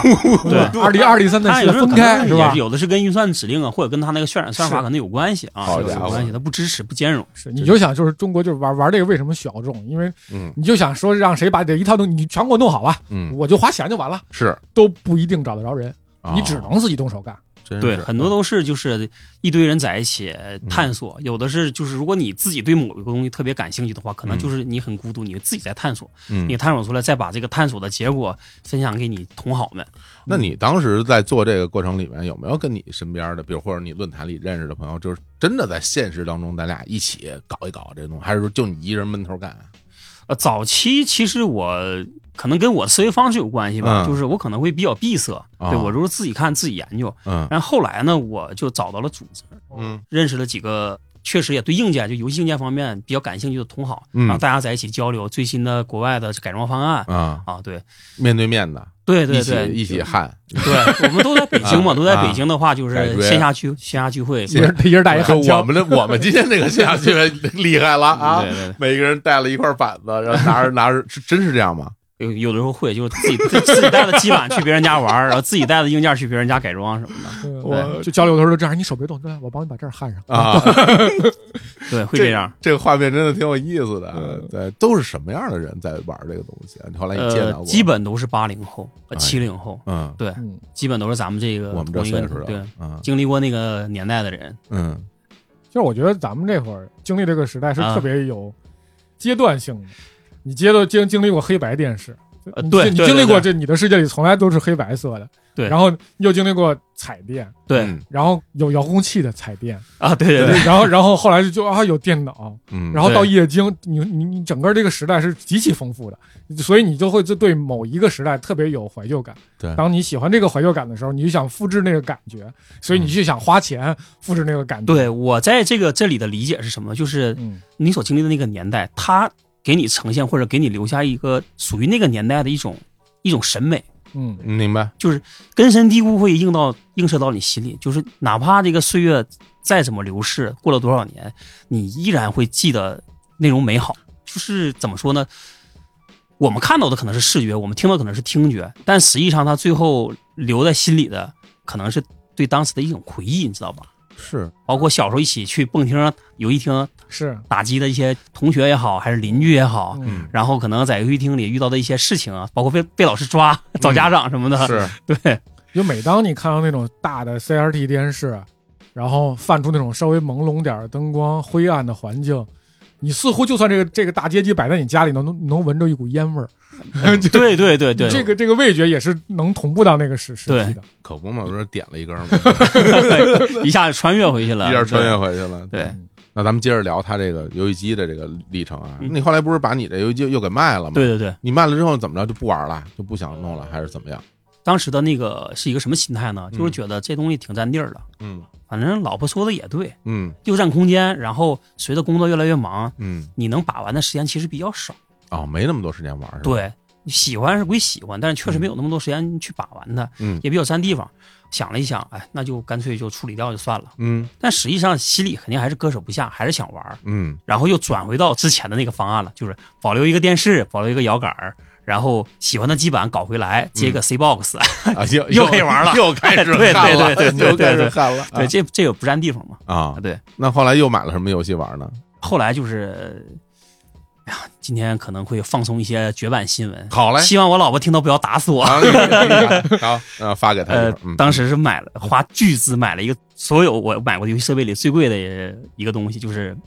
Speaker 3: 对
Speaker 2: 二零二零三的
Speaker 3: 它
Speaker 2: 系
Speaker 3: 有
Speaker 2: 列
Speaker 3: 时候
Speaker 2: 分
Speaker 3: 可
Speaker 2: 开
Speaker 3: 能
Speaker 2: 是
Speaker 3: 也
Speaker 2: 吧
Speaker 3: 是？有的是跟运算指令啊，或者跟它那个渲染算法
Speaker 2: 是
Speaker 3: 可能有关系啊，
Speaker 1: 好
Speaker 3: 是
Speaker 1: 家伙
Speaker 3: 有关系，它不支持不兼容。
Speaker 2: 是，你就想就是中国就是玩玩这个为什么小众？因为
Speaker 1: 嗯
Speaker 2: 你就想说让谁把这一套东西你全给我弄好吧，
Speaker 1: 嗯，
Speaker 2: 我就花钱就完了，
Speaker 1: 是，
Speaker 2: 都不一定找得着人，
Speaker 3: 哦
Speaker 1: 啊
Speaker 2: 你只能自己动手干。
Speaker 1: 真
Speaker 3: 对，
Speaker 1: 是啊嗯
Speaker 3: 很多都是就是一堆人在一起探索，有的是就是如果你自己对某一个东西特别感兴趣的话，可能
Speaker 1: 嗯
Speaker 3: 就是你很孤独，你自己在探索，
Speaker 1: 嗯
Speaker 3: 你探索出来再把这个探索的结果分享给你同好们。
Speaker 1: 那你当时在做这个过程里面，有没有跟你身边的，比如或者你论坛里认识的朋友，就是真的在现实当中咱俩一起搞一搞这东西，还是说就你一人闷头干啊？
Speaker 3: 呃，早期其实我可能跟我思维方式有关系吧，
Speaker 1: 嗯
Speaker 3: 就是我可能会比较闭塞，
Speaker 1: 啊
Speaker 3: 对我就是自己看自己研究。
Speaker 1: 嗯
Speaker 3: 然后后来呢，我就找到了组织，
Speaker 1: 嗯
Speaker 3: 认识了几个确实也对硬件就游戏硬件方面比较感兴趣的同好，
Speaker 1: 嗯
Speaker 3: 然后大家在一起交流最新的国外的改装方案。
Speaker 1: 啊，
Speaker 3: 啊，对
Speaker 1: 面对面的，
Speaker 3: 对对
Speaker 1: 一起
Speaker 3: 对，
Speaker 1: 一起焊，
Speaker 3: 对，我们都在北京嘛，
Speaker 1: 啊
Speaker 3: 都在北京的话，就
Speaker 1: 改
Speaker 3: 是
Speaker 1: 约
Speaker 3: 线下聚线下聚会，
Speaker 2: 一
Speaker 3: 对
Speaker 2: 人一人带一
Speaker 1: 说
Speaker 2: handheld
Speaker 1: 我们的我们今天这个线下去 厉害了啊！
Speaker 3: 对对，
Speaker 1: 每个人带了一块板子，然后拿着 拿着，是真是这样吗？
Speaker 3: 有有的时候会就是自己自己自己带了基板去别人家玩儿，然后自己带了硬件去别人家改装什么的，
Speaker 2: 嗯
Speaker 1: 我
Speaker 2: 就交流的时候就这样，你手别动，来，我帮你把这儿焊上。
Speaker 1: 啊，
Speaker 3: 对，会这样。
Speaker 1: 这个画面真的挺有意思的
Speaker 2: 嗯。
Speaker 1: 对，都是什么样的人在玩这个东西啊？你后来你见到
Speaker 3: 呃，
Speaker 1: 过？
Speaker 3: 基本都是八零后、
Speaker 1: 哎
Speaker 3: 呃七零后，
Speaker 1: 嗯，
Speaker 2: 嗯，
Speaker 3: 基本都是咱们这个
Speaker 1: 我们这
Speaker 3: 同一个
Speaker 1: 岁数
Speaker 3: 对
Speaker 1: 的，嗯
Speaker 3: 经历过那个年代的人。
Speaker 1: 嗯。
Speaker 2: 就是我觉得咱们这会儿经历这个时代是
Speaker 3: 啊
Speaker 2: 特别有阶段性的，你阶段经经历过黑白电视。
Speaker 3: 呃
Speaker 2: 你
Speaker 3: 对
Speaker 2: 你
Speaker 3: 对
Speaker 2: 经历
Speaker 3: 对
Speaker 2: 过
Speaker 3: 对
Speaker 2: 这，你的世界里从来都是黑白色的，
Speaker 3: 对
Speaker 2: 然后又经历过彩电，
Speaker 3: 对
Speaker 1: 嗯
Speaker 2: 然后有遥控器的彩电，
Speaker 3: 啊，对对对，
Speaker 2: 然后然后后来就就啊有电脑，
Speaker 1: 嗯，
Speaker 2: 然后到
Speaker 3: 对
Speaker 2: 液晶，你你你整个这个时代是极其丰富的，所以你就会就对某一个时代特别有怀旧感。
Speaker 1: 对
Speaker 2: 当你喜欢这个怀旧感的时候，你就想复制那个感觉，所以你就想花钱复制那个感
Speaker 3: 嗯
Speaker 2: 觉。
Speaker 3: 对，我在这个这里的理解是什么？就是
Speaker 2: 嗯，
Speaker 3: 你所经历的那个年代，它给你呈现或者给你留下一个属于那个年代的一种一种审美，
Speaker 2: 嗯
Speaker 1: 嗯明白，
Speaker 3: 根深蒂固会映到映射到你心里。就是哪怕这个岁月再怎么流逝，过了多少年，你依然会记得那种美好。就是怎么说呢？我们看到的可能是视觉，我们听到可能是听觉，但实际上它最后留在心里的可能是对当时的一种回忆，你知道吧？
Speaker 1: 是
Speaker 3: 包括小时候一起去蹦厅、游戏厅
Speaker 2: 是，
Speaker 3: 打机的一些同学也好，还是邻居也好，
Speaker 2: 嗯，
Speaker 3: 然后可能在游戏厅里遇到的一些事情啊，包括被被老师抓、找家长什么的，
Speaker 1: 是，
Speaker 3: 对
Speaker 2: 就每当你看到那种大的 CRT 电视，然后泛出那种稍微朦胧点儿的灯光、灰暗的环境。你似乎就算这个这个大街机摆在你家里头，能能闻着一股烟味儿，
Speaker 3: 对对对对，
Speaker 2: 这个这个味觉也是能同步到那个时时期的。
Speaker 1: 可不嘛，我说点了一根嘛，
Speaker 3: 一下穿越回去了，
Speaker 1: 一下穿越回去了。
Speaker 3: 对。
Speaker 2: 嗯
Speaker 1: 那咱们接着聊他这个游戏机的这个历程啊。
Speaker 3: 嗯
Speaker 1: 你后来不是把你这游戏机又给卖了吗？，
Speaker 3: 对对对，
Speaker 1: 你卖了之后怎么着就不玩了，就不想弄
Speaker 3: 嗯
Speaker 1: 了，还是怎么样？
Speaker 3: 当时的那个是一个什么心态呢？
Speaker 1: 嗯
Speaker 3: 就是觉得这东西挺占地儿的，
Speaker 1: 嗯
Speaker 3: 反正老婆说的也对，
Speaker 1: 嗯
Speaker 3: 又占空间，然后随着工作越来越忙，
Speaker 1: 嗯，
Speaker 3: 你能把玩的时间其实比较少。
Speaker 1: 哦，没那么多时间玩是吧？，
Speaker 3: 对，你喜欢是归喜欢，但是确实没有那么多时间去把玩它，
Speaker 1: 嗯
Speaker 3: 也比较占地方。想了一想，哎，那就干脆就处理掉就算了。
Speaker 1: 嗯
Speaker 3: 但实际上心里肯定还是割舍不下，还是想玩儿，
Speaker 1: 嗯
Speaker 3: 然后又转回到之前的那个方案了，就是保留一个电视，保留一个摇杆儿，然后喜欢的基板搞回来，接个 C box，、
Speaker 1: 嗯啊，又
Speaker 3: 又可以玩了
Speaker 1: 又开始
Speaker 3: 对对
Speaker 1: 看
Speaker 3: 对
Speaker 1: 了
Speaker 3: 对对
Speaker 1: 又开始
Speaker 3: 对对
Speaker 1: 看了。
Speaker 3: 对，这这个不占地方嘛。
Speaker 1: 啊
Speaker 3: 啊，，对，
Speaker 1: 那后来又买了什么游戏玩 呢？
Speaker 3: 后来就是，哎呀，今天可能会放松一些绝版新闻，
Speaker 1: 好嘞，
Speaker 3: 希望我老婆听到不要打死我。
Speaker 1: 啊，你你好，啊，发给他一会
Speaker 3: 呃
Speaker 1: 儿。嗯，
Speaker 3: 当时是买了花巨资买了一个所有我买过的游戏设备里最贵的一个东西，就是《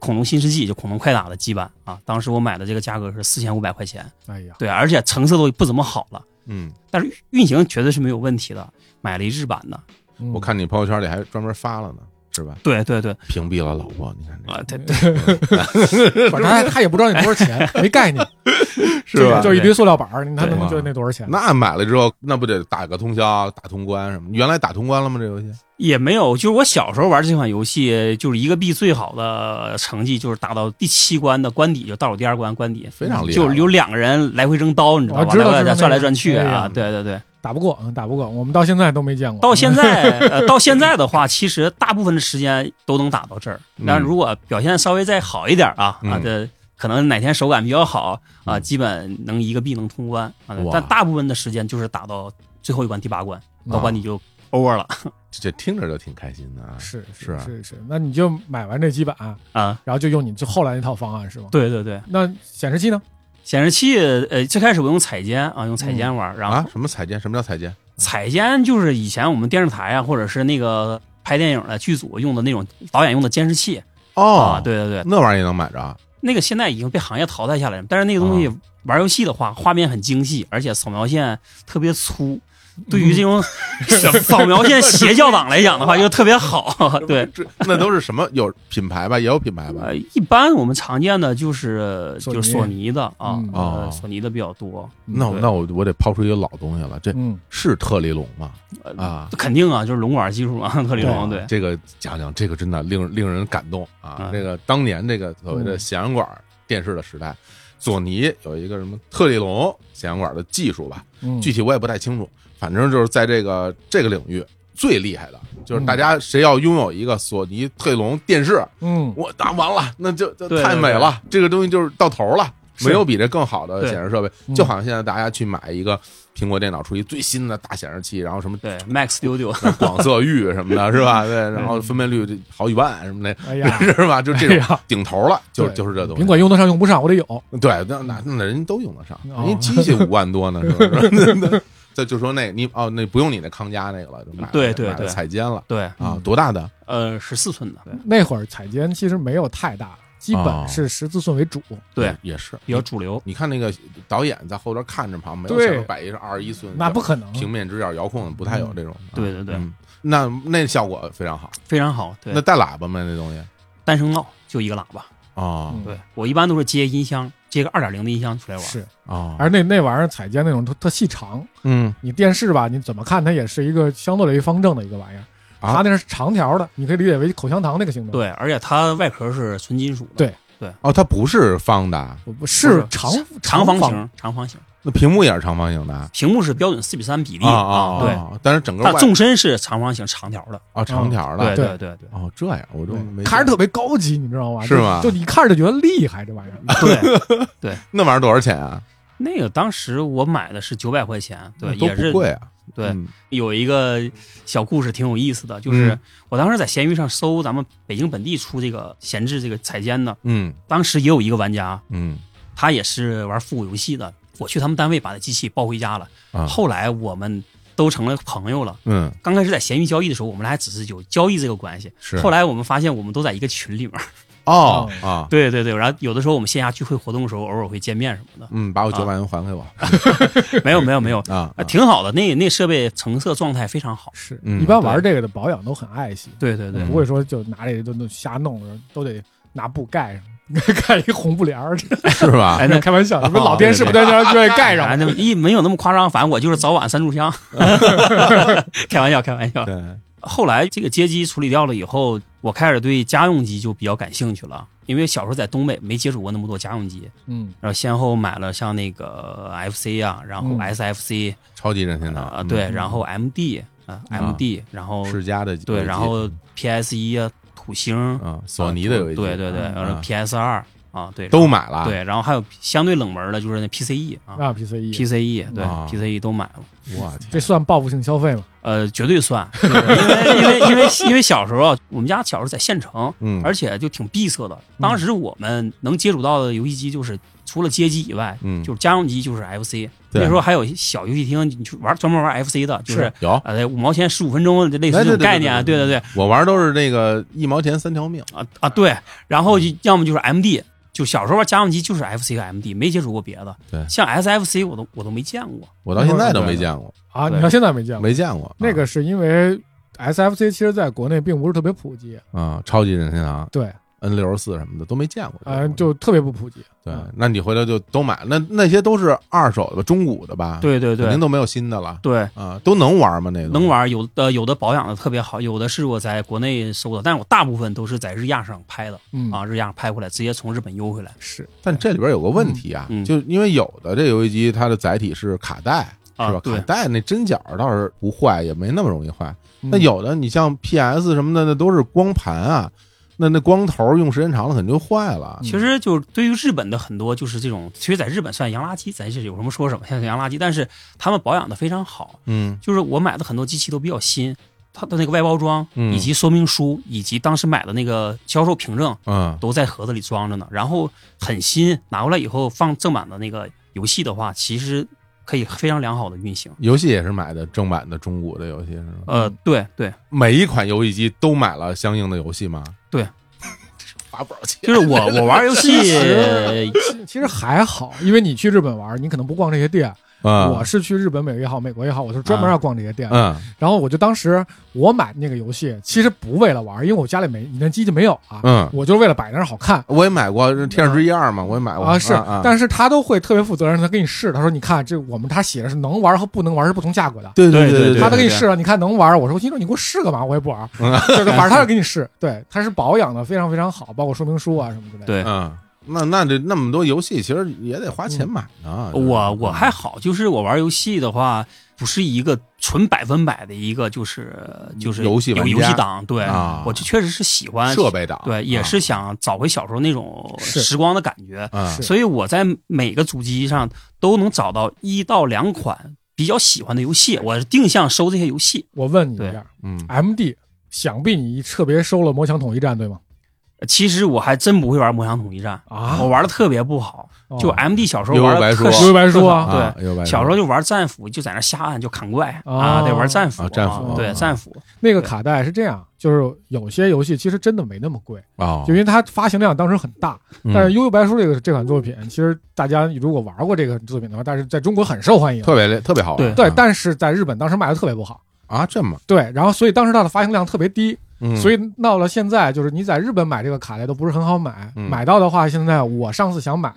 Speaker 3: 恐龙新世纪》就《恐龙快打》的基板啊。当时我买的这个价格是四千五百块钱，
Speaker 2: 哎呀，
Speaker 3: 对，而且成色都不怎么好了，
Speaker 1: 嗯，
Speaker 3: 但是运行绝对是没有问题的。买了一日版的，
Speaker 2: 嗯
Speaker 1: 我看你朋友圈里还专门发了呢，是吧？
Speaker 3: 对对对，
Speaker 1: 屏蔽了老婆，你看这
Speaker 3: 啊，对
Speaker 2: 嗯
Speaker 3: 对
Speaker 2: 反 正他他也不知道那多少钱，没概念，
Speaker 1: 是吧？啊
Speaker 2: 就就一堆塑料板儿，你他
Speaker 3: 对
Speaker 2: 能就那多少钱？
Speaker 1: 那买了之后，那不得打个通宵、打通关什么？原来打通关了吗？这游戏
Speaker 3: 也没有。就是我小时候玩这款游戏，就是一个币最好的成绩就是打到第七关的关底，就倒数第二关关底，
Speaker 1: 非常厉害
Speaker 3: 就是有两个人来回扔刀，你知道吧？
Speaker 2: 我知道
Speaker 3: 来回
Speaker 2: 知道
Speaker 3: 转来
Speaker 2: 那个
Speaker 3: 转去
Speaker 2: 哎
Speaker 3: 啊
Speaker 2: 呀，
Speaker 3: 对对对。
Speaker 2: 打不过，嗯，打不过，我们到现在都没见过。
Speaker 3: 到现在，呃，到现在的话，其实大部分的时间都能打到这儿
Speaker 1: 嗯。
Speaker 3: 但如果表现稍微再好一点啊，啊
Speaker 1: 嗯
Speaker 3: 这可能哪天手感比较好啊，
Speaker 1: 嗯
Speaker 3: 基本能一个币能通关啊
Speaker 1: 哇。
Speaker 3: 但大部分的时间就是打到最后一关第八关，
Speaker 2: 嗯
Speaker 3: 到关你就 over 了
Speaker 1: 这这听着就挺开心的啊！
Speaker 2: 是
Speaker 1: 是
Speaker 2: 是
Speaker 1: 啊
Speaker 2: 是是，那你就买完这基板，
Speaker 3: 啊。
Speaker 2: 然后就用你最后来那套方案是吗？
Speaker 3: 对对对，
Speaker 2: 那显示器呢？
Speaker 3: 显示器呃最开始我用彩监啊，用彩监玩，然
Speaker 1: 啊
Speaker 3: 后，
Speaker 1: 什么彩监？什么叫彩监？
Speaker 3: 彩监就是以前我们电视台啊，或者是那个拍电影的剧组用的那种导演用的监视器
Speaker 1: 哦
Speaker 3: 啊，，，对对对，
Speaker 1: 那玩意儿也能买着啊？
Speaker 3: 那个现在已经被行业淘汰下来了，但是那个东西玩游戏的话，画面很精细，而且扫描线特别粗。对于这 种扫描线邪教党来讲 的话，就特别好。对，
Speaker 1: 这，那都是什么？有品牌吧？也有品牌吧？
Speaker 3: 呃，一般我们常见的就是
Speaker 2: 索
Speaker 3: 就
Speaker 2: 尼
Speaker 3: 是索尼的啊
Speaker 2: 嗯，
Speaker 1: 哦
Speaker 3: 呃索尼的比较多。
Speaker 1: 那我
Speaker 3: 对
Speaker 1: 那我我得抛出一个老东西了，这
Speaker 2: 嗯，
Speaker 1: 是特立龙吗？
Speaker 3: 呃
Speaker 1: 啊，
Speaker 3: 肯定啊，就是龙管技术啊，特里 龙对。
Speaker 1: 这个讲讲，这个真的令令人感动啊！
Speaker 3: 嗯
Speaker 1: 这个当年这个所谓的显阳管电视的时代，索尼有一个什么特立龙显阳管的技术吧，
Speaker 2: 嗯
Speaker 1: 具体我也不太清楚，反正就是在这个这个领域最厉害的，就是
Speaker 3: 嗯
Speaker 1: 大家谁要拥有一个索尼特立龙电视，
Speaker 2: 嗯，
Speaker 1: 我那完了，那就就
Speaker 3: 对
Speaker 1: 太美了，这个东西就是到头了。
Speaker 2: 是
Speaker 1: 没有比这更好的
Speaker 3: 对
Speaker 1: 显示设备，
Speaker 2: 嗯
Speaker 1: 就好像现在大家去买一个苹果电脑出一最新的大显示器，然后什 么
Speaker 3: 对，Max Studio，
Speaker 1: 广色域什么的，是吧？对，然后分辨率这好 几万什么的，，
Speaker 2: 哎呀
Speaker 1: 是吧？就这种
Speaker 2: 哎呀，
Speaker 1: 顶头了，就
Speaker 2: 对
Speaker 1: 就是这东西。
Speaker 2: 苹果用得上用不上，我得有。
Speaker 1: 对，那那那人家都用得上，
Speaker 2: 哦
Speaker 1: 人家机器五万多呢，是 吧？这就说那你哦，那不用你那康佳那个了，就买了
Speaker 3: 对对
Speaker 1: 买了
Speaker 3: 对
Speaker 1: 彩监了
Speaker 3: 对，
Speaker 1: 啊
Speaker 2: 嗯，
Speaker 1: 多大的？
Speaker 3: 呃，十四寸的，对
Speaker 2: 那会儿彩监其实没有太大，基
Speaker 1: 哦
Speaker 2: 本是十字寸为主。
Speaker 3: 对，
Speaker 1: 也是
Speaker 3: 比较主流。
Speaker 1: 你看那个导演在后边看着，旁边没有
Speaker 2: 对
Speaker 1: 想着摆一个二十一寸，
Speaker 2: 那不可能，
Speaker 1: 平面直角遥控不太有这种。
Speaker 3: 对对对，
Speaker 1: 嗯，那那效果非常好。
Speaker 3: 非常好。对
Speaker 1: 那，带喇叭吗？那东西
Speaker 3: 单声道就一个喇叭。
Speaker 1: 哦
Speaker 2: 嗯
Speaker 3: 对我一般都是接音箱，接个二点零的音箱出来玩。
Speaker 2: 是，
Speaker 1: 哦，
Speaker 2: 而那那玩意儿彩监那种特特细长，
Speaker 1: 嗯
Speaker 2: 你电视吧，你怎么看它也是一个相对来于方正的一个玩意儿，
Speaker 1: 啊
Speaker 2: 它那是长条的，你可以理解为口香糖那个
Speaker 1: 嗯
Speaker 2: 形状。
Speaker 3: 对，而且它外壳是纯金属的，
Speaker 2: 对
Speaker 1: 哦，它不是方的，
Speaker 2: 不，不是
Speaker 3: 不是
Speaker 2: 长
Speaker 3: 长
Speaker 2: 方
Speaker 3: 方，形，长方形，
Speaker 1: 那屏幕也是长方形的啊
Speaker 3: 屏幕是标准四比三比例
Speaker 1: 啊啊！
Speaker 3: 对，
Speaker 1: 啊但是整个
Speaker 3: 它
Speaker 1: 外
Speaker 3: 纵深是长方形，长条的，
Speaker 1: 啊长条的，
Speaker 3: 对
Speaker 2: 对
Speaker 3: 对对对
Speaker 1: 哦，这样我就
Speaker 2: 对
Speaker 1: 没
Speaker 2: 看着特别高级，你知道吗？
Speaker 1: 是吗
Speaker 2: 就就你看着就觉得厉害，这玩意儿。
Speaker 3: 对，
Speaker 1: 那玩意儿多少钱啊？
Speaker 3: 那个当时我买的是九百块钱，对，
Speaker 1: 都
Speaker 3: 也
Speaker 1: 不
Speaker 3: 是
Speaker 1: 贵啊。
Speaker 3: 对
Speaker 1: 嗯
Speaker 3: 有一个小故事挺有意思的，就是
Speaker 1: 嗯
Speaker 3: 我当时在闲鱼上搜咱们北京本地出这个闲置这个彩监的，
Speaker 1: 嗯
Speaker 3: 当时也有一个玩家，
Speaker 1: 嗯
Speaker 3: 他也是玩复古游戏的，我去他们单位把那机器抱回家了，
Speaker 1: 啊
Speaker 3: 后来我们都成了朋友了。
Speaker 1: 嗯
Speaker 3: 刚开始在闲鱼交易的时候，我们还只是有交易这个关系。
Speaker 1: 是
Speaker 3: 后来我们嗯发现，我们都在一个群里面。
Speaker 1: 哦啊
Speaker 3: 对对对，然后有的时候我们线下聚会活动的时候，偶尔会见面什么
Speaker 1: 嗯，把我
Speaker 3: 啊
Speaker 1: 九百元还给我
Speaker 3: 的。没有没有 没有，
Speaker 1: 啊
Speaker 3: 啊，挺好的，那那设备成色状态非常好。
Speaker 2: 是
Speaker 1: 嗯
Speaker 2: 一般玩这个的保养都很爱惜，
Speaker 3: 对对对，
Speaker 1: 嗯
Speaker 2: 不会说就拿这都都瞎弄，都得拿布盖上， 盖一红布帘儿。这
Speaker 1: 啊是吧
Speaker 3: 哎？那
Speaker 2: 开玩笑，
Speaker 1: 哦
Speaker 2: 什么老电视
Speaker 1: 对
Speaker 2: 不在这就得盖
Speaker 3: 反
Speaker 2: 上。
Speaker 3: 正一没有哎那么夸张，反正我就是早晚三炷 香， 开玩笑开玩笑。
Speaker 1: 对
Speaker 3: 后来这个街机处理掉了以后，我开始对家用机就比较感兴趣了，因为小时候在东北没接触过那么多家用机，
Speaker 2: 嗯，
Speaker 3: 然后先后买了像那个 FC 啊，然后
Speaker 2: 嗯
Speaker 3: SFC
Speaker 1: 超级任天堂
Speaker 3: 啊、
Speaker 1: 嗯
Speaker 3: 对，然后 MD 啊 MD，然后
Speaker 1: 世嘉的
Speaker 3: 对，然后 PS 一啊，土星，
Speaker 1: 啊索尼的有一
Speaker 3: 对对对，
Speaker 1: 嗯
Speaker 3: 然后 PS 二啊，对，
Speaker 1: 都买了
Speaker 3: 对，然后还有相对冷门的，就是那 PCE 啊
Speaker 2: 啊，PCE，
Speaker 3: ，PCE 对
Speaker 1: 啊
Speaker 3: ，PCE 都买了，
Speaker 1: 我天
Speaker 2: 这算报复性消费吗？
Speaker 3: 呃，绝对算， 因为因为因为因为小时候啊我们家小时候在县城，
Speaker 1: 嗯
Speaker 3: 而且就挺闭塞的，当时我们能接触到的游戏机就是除了街机以外，
Speaker 1: 嗯
Speaker 3: 就是家用机就是 FC，
Speaker 1: 对
Speaker 3: 那时候还有小游戏厅，你去玩专门玩 FC 的，就是
Speaker 2: 是
Speaker 1: 有
Speaker 3: 呃五毛钱十五分钟，类似这
Speaker 1: 哎对对
Speaker 3: 种
Speaker 1: 对
Speaker 3: 概念啊，
Speaker 1: 对
Speaker 3: 对
Speaker 1: 对
Speaker 3: 对对，
Speaker 1: 我玩都是那个一毛钱三条命
Speaker 3: 啊啊对，然后就要么就是 MD，就小时候玩家用机就是 FC 和 MD，没接触过别的。
Speaker 1: 对啊
Speaker 3: 像 SFC 我都我都没见过。
Speaker 1: 我到现在都没见过，
Speaker 2: 啊，
Speaker 3: 对
Speaker 2: 你到现在没见过
Speaker 1: 没见过。
Speaker 2: 那个，是因为 SFC 其实在国内并不是特别普及，
Speaker 1: 啊，超级任天堂、
Speaker 2: 对，
Speaker 1: N 六十四什么的都没见过这
Speaker 2: 呃，
Speaker 1: 东西，
Speaker 2: 就特别不普及。
Speaker 1: 对
Speaker 3: 啊
Speaker 2: 嗯。
Speaker 1: 那你回来就都买，那那些都是二手的、中古的吧？，
Speaker 3: 对对
Speaker 1: 肯定
Speaker 3: 对
Speaker 1: 都没有新的了
Speaker 3: 对，
Speaker 1: 啊，都能玩吗？那个
Speaker 3: 能玩儿，有的有的保养的特别好，有的是我在国内搜的，但是我大部分都是在日亚上拍的
Speaker 2: 嗯，
Speaker 3: 啊，日亚上拍回来，直接从日本邮回来。
Speaker 2: 是
Speaker 1: 但这里边有个问题啊，
Speaker 3: 嗯嗯
Speaker 1: 就因为有的这游戏机它的载体是卡带，
Speaker 3: 啊
Speaker 1: 是吧？
Speaker 3: 对
Speaker 1: 卡带那针脚倒是不坏，也没那么容易坏。那
Speaker 2: 嗯
Speaker 1: 有的你像 PS 什么的，那都是光盘啊，那那光头用时间长了可能就坏了。
Speaker 2: 嗯
Speaker 3: 其实就是对于日本的很多就是这种，其实在日本算洋垃圾，咱是有什么说什么，现在洋垃圾，但是他们保养的非常好。
Speaker 1: 嗯
Speaker 3: 就是我买的很多机器都比较新，它的那个外包装
Speaker 1: 嗯
Speaker 3: 以及说明书以及当时买的那个销售凭证
Speaker 1: 嗯
Speaker 3: 都在盒子里装着呢，然后很新，拿过来以后放正版的那个游戏的话，其实可以非常良好的运行。
Speaker 1: 游戏也是买的正版的中古的游戏是吗？
Speaker 3: 呃
Speaker 2: 嗯，
Speaker 3: 对对，
Speaker 1: 每一款游戏机都买了相应的游戏吗？
Speaker 3: 对，
Speaker 1: 花不少钱。
Speaker 3: 就是我我玩 游戏
Speaker 2: 其其实还好，因为你去日本玩，你可能不逛这些店。
Speaker 1: 嗯，
Speaker 2: 我是去日本、美国也好，美国也好，我是专门要逛这些店。
Speaker 1: 嗯
Speaker 2: 然后我就当时我买那个游戏，其实不为了玩，因为我家里没那机器没有啊，
Speaker 1: 嗯，
Speaker 2: 我就为了摆那儿好看。
Speaker 1: 我也买过《天上之翼二》嘛，我也买过
Speaker 2: 啊，是
Speaker 1: 啊，
Speaker 2: 但是他都会特别负责任，他给你试，他说你看这我们他写的是能玩和不能玩是不同价格的，
Speaker 1: 对对
Speaker 3: 对
Speaker 1: 对，
Speaker 2: 他都
Speaker 3: 的
Speaker 2: 给你试了，你看能玩，我说我心说你给我试干嘛？我也 不玩，对对，反正他就给你试，对，他是保养的非常非常好，包括说明书啊什么之类的。
Speaker 3: 对。
Speaker 1: 嗯，那那这那么多游戏，其实也得花钱买呢。就
Speaker 3: 嗯
Speaker 1: 是嗯
Speaker 3: 我我还好，就是我玩游戏的话，不是一个纯百分百的一个，就是就是
Speaker 1: 游戏
Speaker 3: 有
Speaker 1: 玩
Speaker 3: 游
Speaker 1: 家
Speaker 3: 戏党，对
Speaker 1: 啊，
Speaker 3: 我就确实是喜欢
Speaker 1: 设备党，
Speaker 3: 对，也是想找回小时候那种
Speaker 2: 啊是
Speaker 3: 时光的感觉。
Speaker 1: 啊，
Speaker 2: 是
Speaker 3: 所以我在每个主机上都能找到一到两款比较喜欢的游戏，我是定向收这些游戏。
Speaker 2: 我问你一
Speaker 3: 对
Speaker 2: 下
Speaker 1: 嗯
Speaker 2: ，M D，想必你特别收了《魔墙统一战》对吗？
Speaker 3: 呃其实我还真不会玩《魔墙统一战》
Speaker 2: 啊
Speaker 1: 哦
Speaker 3: 我玩的特别不好。
Speaker 2: 哦
Speaker 3: 就 M D 小时候
Speaker 1: 悠悠
Speaker 3: 玩
Speaker 1: 白
Speaker 3: 的
Speaker 1: 说
Speaker 3: 特
Speaker 2: 悠悠白说啊
Speaker 3: 对，
Speaker 1: 啊，有白
Speaker 3: 小时候就玩战斧，就在那瞎按，就砍怪、
Speaker 2: 哦
Speaker 3: 啊，得玩战斧、
Speaker 1: 啊战斧
Speaker 3: 啊对
Speaker 1: 啊
Speaker 3: 战斧，
Speaker 2: 那个卡带是这样，就是有些游戏其实真的没那么贵，
Speaker 1: 啊，
Speaker 2: 就因为它发行量当时很大。
Speaker 1: 嗯
Speaker 2: 但是《悠悠白书》这个这款作品，其实大家如果玩过这个作品的话，但是在中国很受欢迎。
Speaker 1: 特别特啊别好玩，嗯
Speaker 3: 对
Speaker 2: 对，但是在日本当时卖的特别不好。
Speaker 1: 啊这么，
Speaker 2: 对，然后所以当时它的发行量特别低，
Speaker 1: 嗯
Speaker 2: 所以闹了现在就是你在日本买这个卡带都不是很好买，
Speaker 1: 嗯
Speaker 2: 买到的话，现在我上次想买，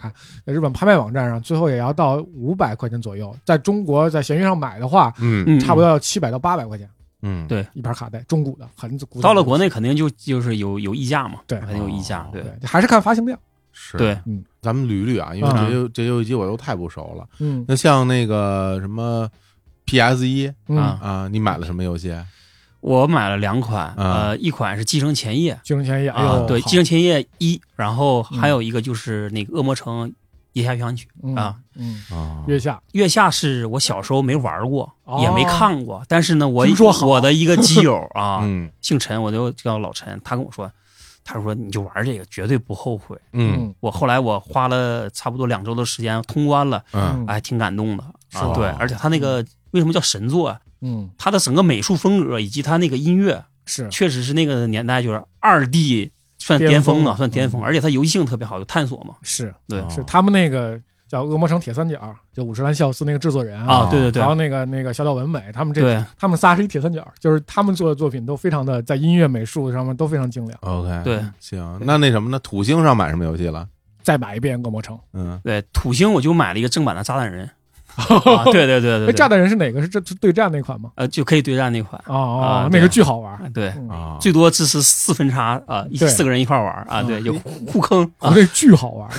Speaker 2: 在日本拍卖网站上最后也要到五百块钱左右，在中国在闲鱼上买的话，
Speaker 1: 嗯
Speaker 3: 嗯，
Speaker 2: 差不多要七百到八百块钱
Speaker 1: 嗯，
Speaker 3: 对
Speaker 2: 一盘卡带，中古的，很古
Speaker 3: 嗯
Speaker 2: 早
Speaker 3: 到
Speaker 2: 的
Speaker 3: 了国内肯定就就是有有溢价嘛，
Speaker 2: 对
Speaker 3: 肯定有溢价
Speaker 1: 哦，
Speaker 3: 对
Speaker 2: 对，还是看发行量，
Speaker 1: 是
Speaker 3: 对，嗯
Speaker 2: 嗯
Speaker 1: 咱们捋捋啊，因为这些这些游戏机我都太不熟了。
Speaker 2: 嗯
Speaker 1: 那像那个什么 PS 一
Speaker 2: 嗯
Speaker 3: 啊，
Speaker 1: 啊，你买了什么游戏？
Speaker 3: 我买了两款，
Speaker 1: 啊
Speaker 3: 呃，一款是《继承前夜
Speaker 2: 继承前夜》哎
Speaker 3: 啊
Speaker 2: 呦，
Speaker 3: 对，《
Speaker 2: 好嗯
Speaker 3: 继承前夜一》，然后还有一个就是那个《恶魔城夜下交响曲》。啊，
Speaker 2: 嗯
Speaker 1: 啊
Speaker 2: 嗯，，月下
Speaker 3: 月下是我小时候没玩过，
Speaker 2: 哦
Speaker 3: 也没看过，但是呢，我
Speaker 2: 听说好
Speaker 3: 我的一个基 友啊，
Speaker 1: 嗯
Speaker 3: 姓陈，我就叫老陈，他跟我说，他说你就玩这个，绝对不后悔。
Speaker 1: 嗯
Speaker 3: 我后来我花了差不多两周的时间通关了，
Speaker 1: 嗯
Speaker 3: 哎，挺感动的
Speaker 2: 是
Speaker 3: 啊
Speaker 2: 吧。
Speaker 3: 对，而且他那个为什么叫神作啊？
Speaker 2: 嗯
Speaker 3: 他的整个美术风格以及他那个音乐，
Speaker 2: 是
Speaker 3: 确实是那个年代就是二 D 算巅峰
Speaker 2: 巅
Speaker 3: 了，
Speaker 2: 峰
Speaker 3: 算巅峰，
Speaker 2: 嗯
Speaker 3: 而且它游戏性特别好，有探索嘛。
Speaker 2: 是
Speaker 3: 对
Speaker 1: 哦
Speaker 2: 是他们那个叫《恶魔城铁三角》，就五十岚孝司那个制作人
Speaker 3: 啊，
Speaker 1: 啊
Speaker 3: 对对
Speaker 2: 然后
Speaker 3: 对
Speaker 2: 那个那个小岛文美，他们这
Speaker 3: 对
Speaker 2: 他们仨是一铁三角，就是他们做的作品都非常的在音乐美术上面都非常精良。
Speaker 1: ，OK，，
Speaker 3: 对
Speaker 1: 行，那那什么呢？土星上买什么游戏了？
Speaker 2: 再买一遍《恶魔城
Speaker 1: 嗯，
Speaker 3: 对，土星我就买了一个正版的炸弹 人，啊对对对》，
Speaker 2: 那
Speaker 3: 对
Speaker 2: 哎炸
Speaker 3: 对，
Speaker 2: 弹人是哪个？是这这对战那款吗？
Speaker 3: 呃，就可以对战那款，
Speaker 2: 哦哦
Speaker 3: 啊，
Speaker 2: 那
Speaker 3: 对
Speaker 2: 个巨好玩。
Speaker 3: 啊对，
Speaker 2: 嗯，
Speaker 1: 啊，
Speaker 3: 最多支持四分叉啊，一
Speaker 2: 对哦
Speaker 3: 四个人一块玩啊，对，有互互坑
Speaker 2: 我
Speaker 3: 啊，
Speaker 2: 这巨好玩，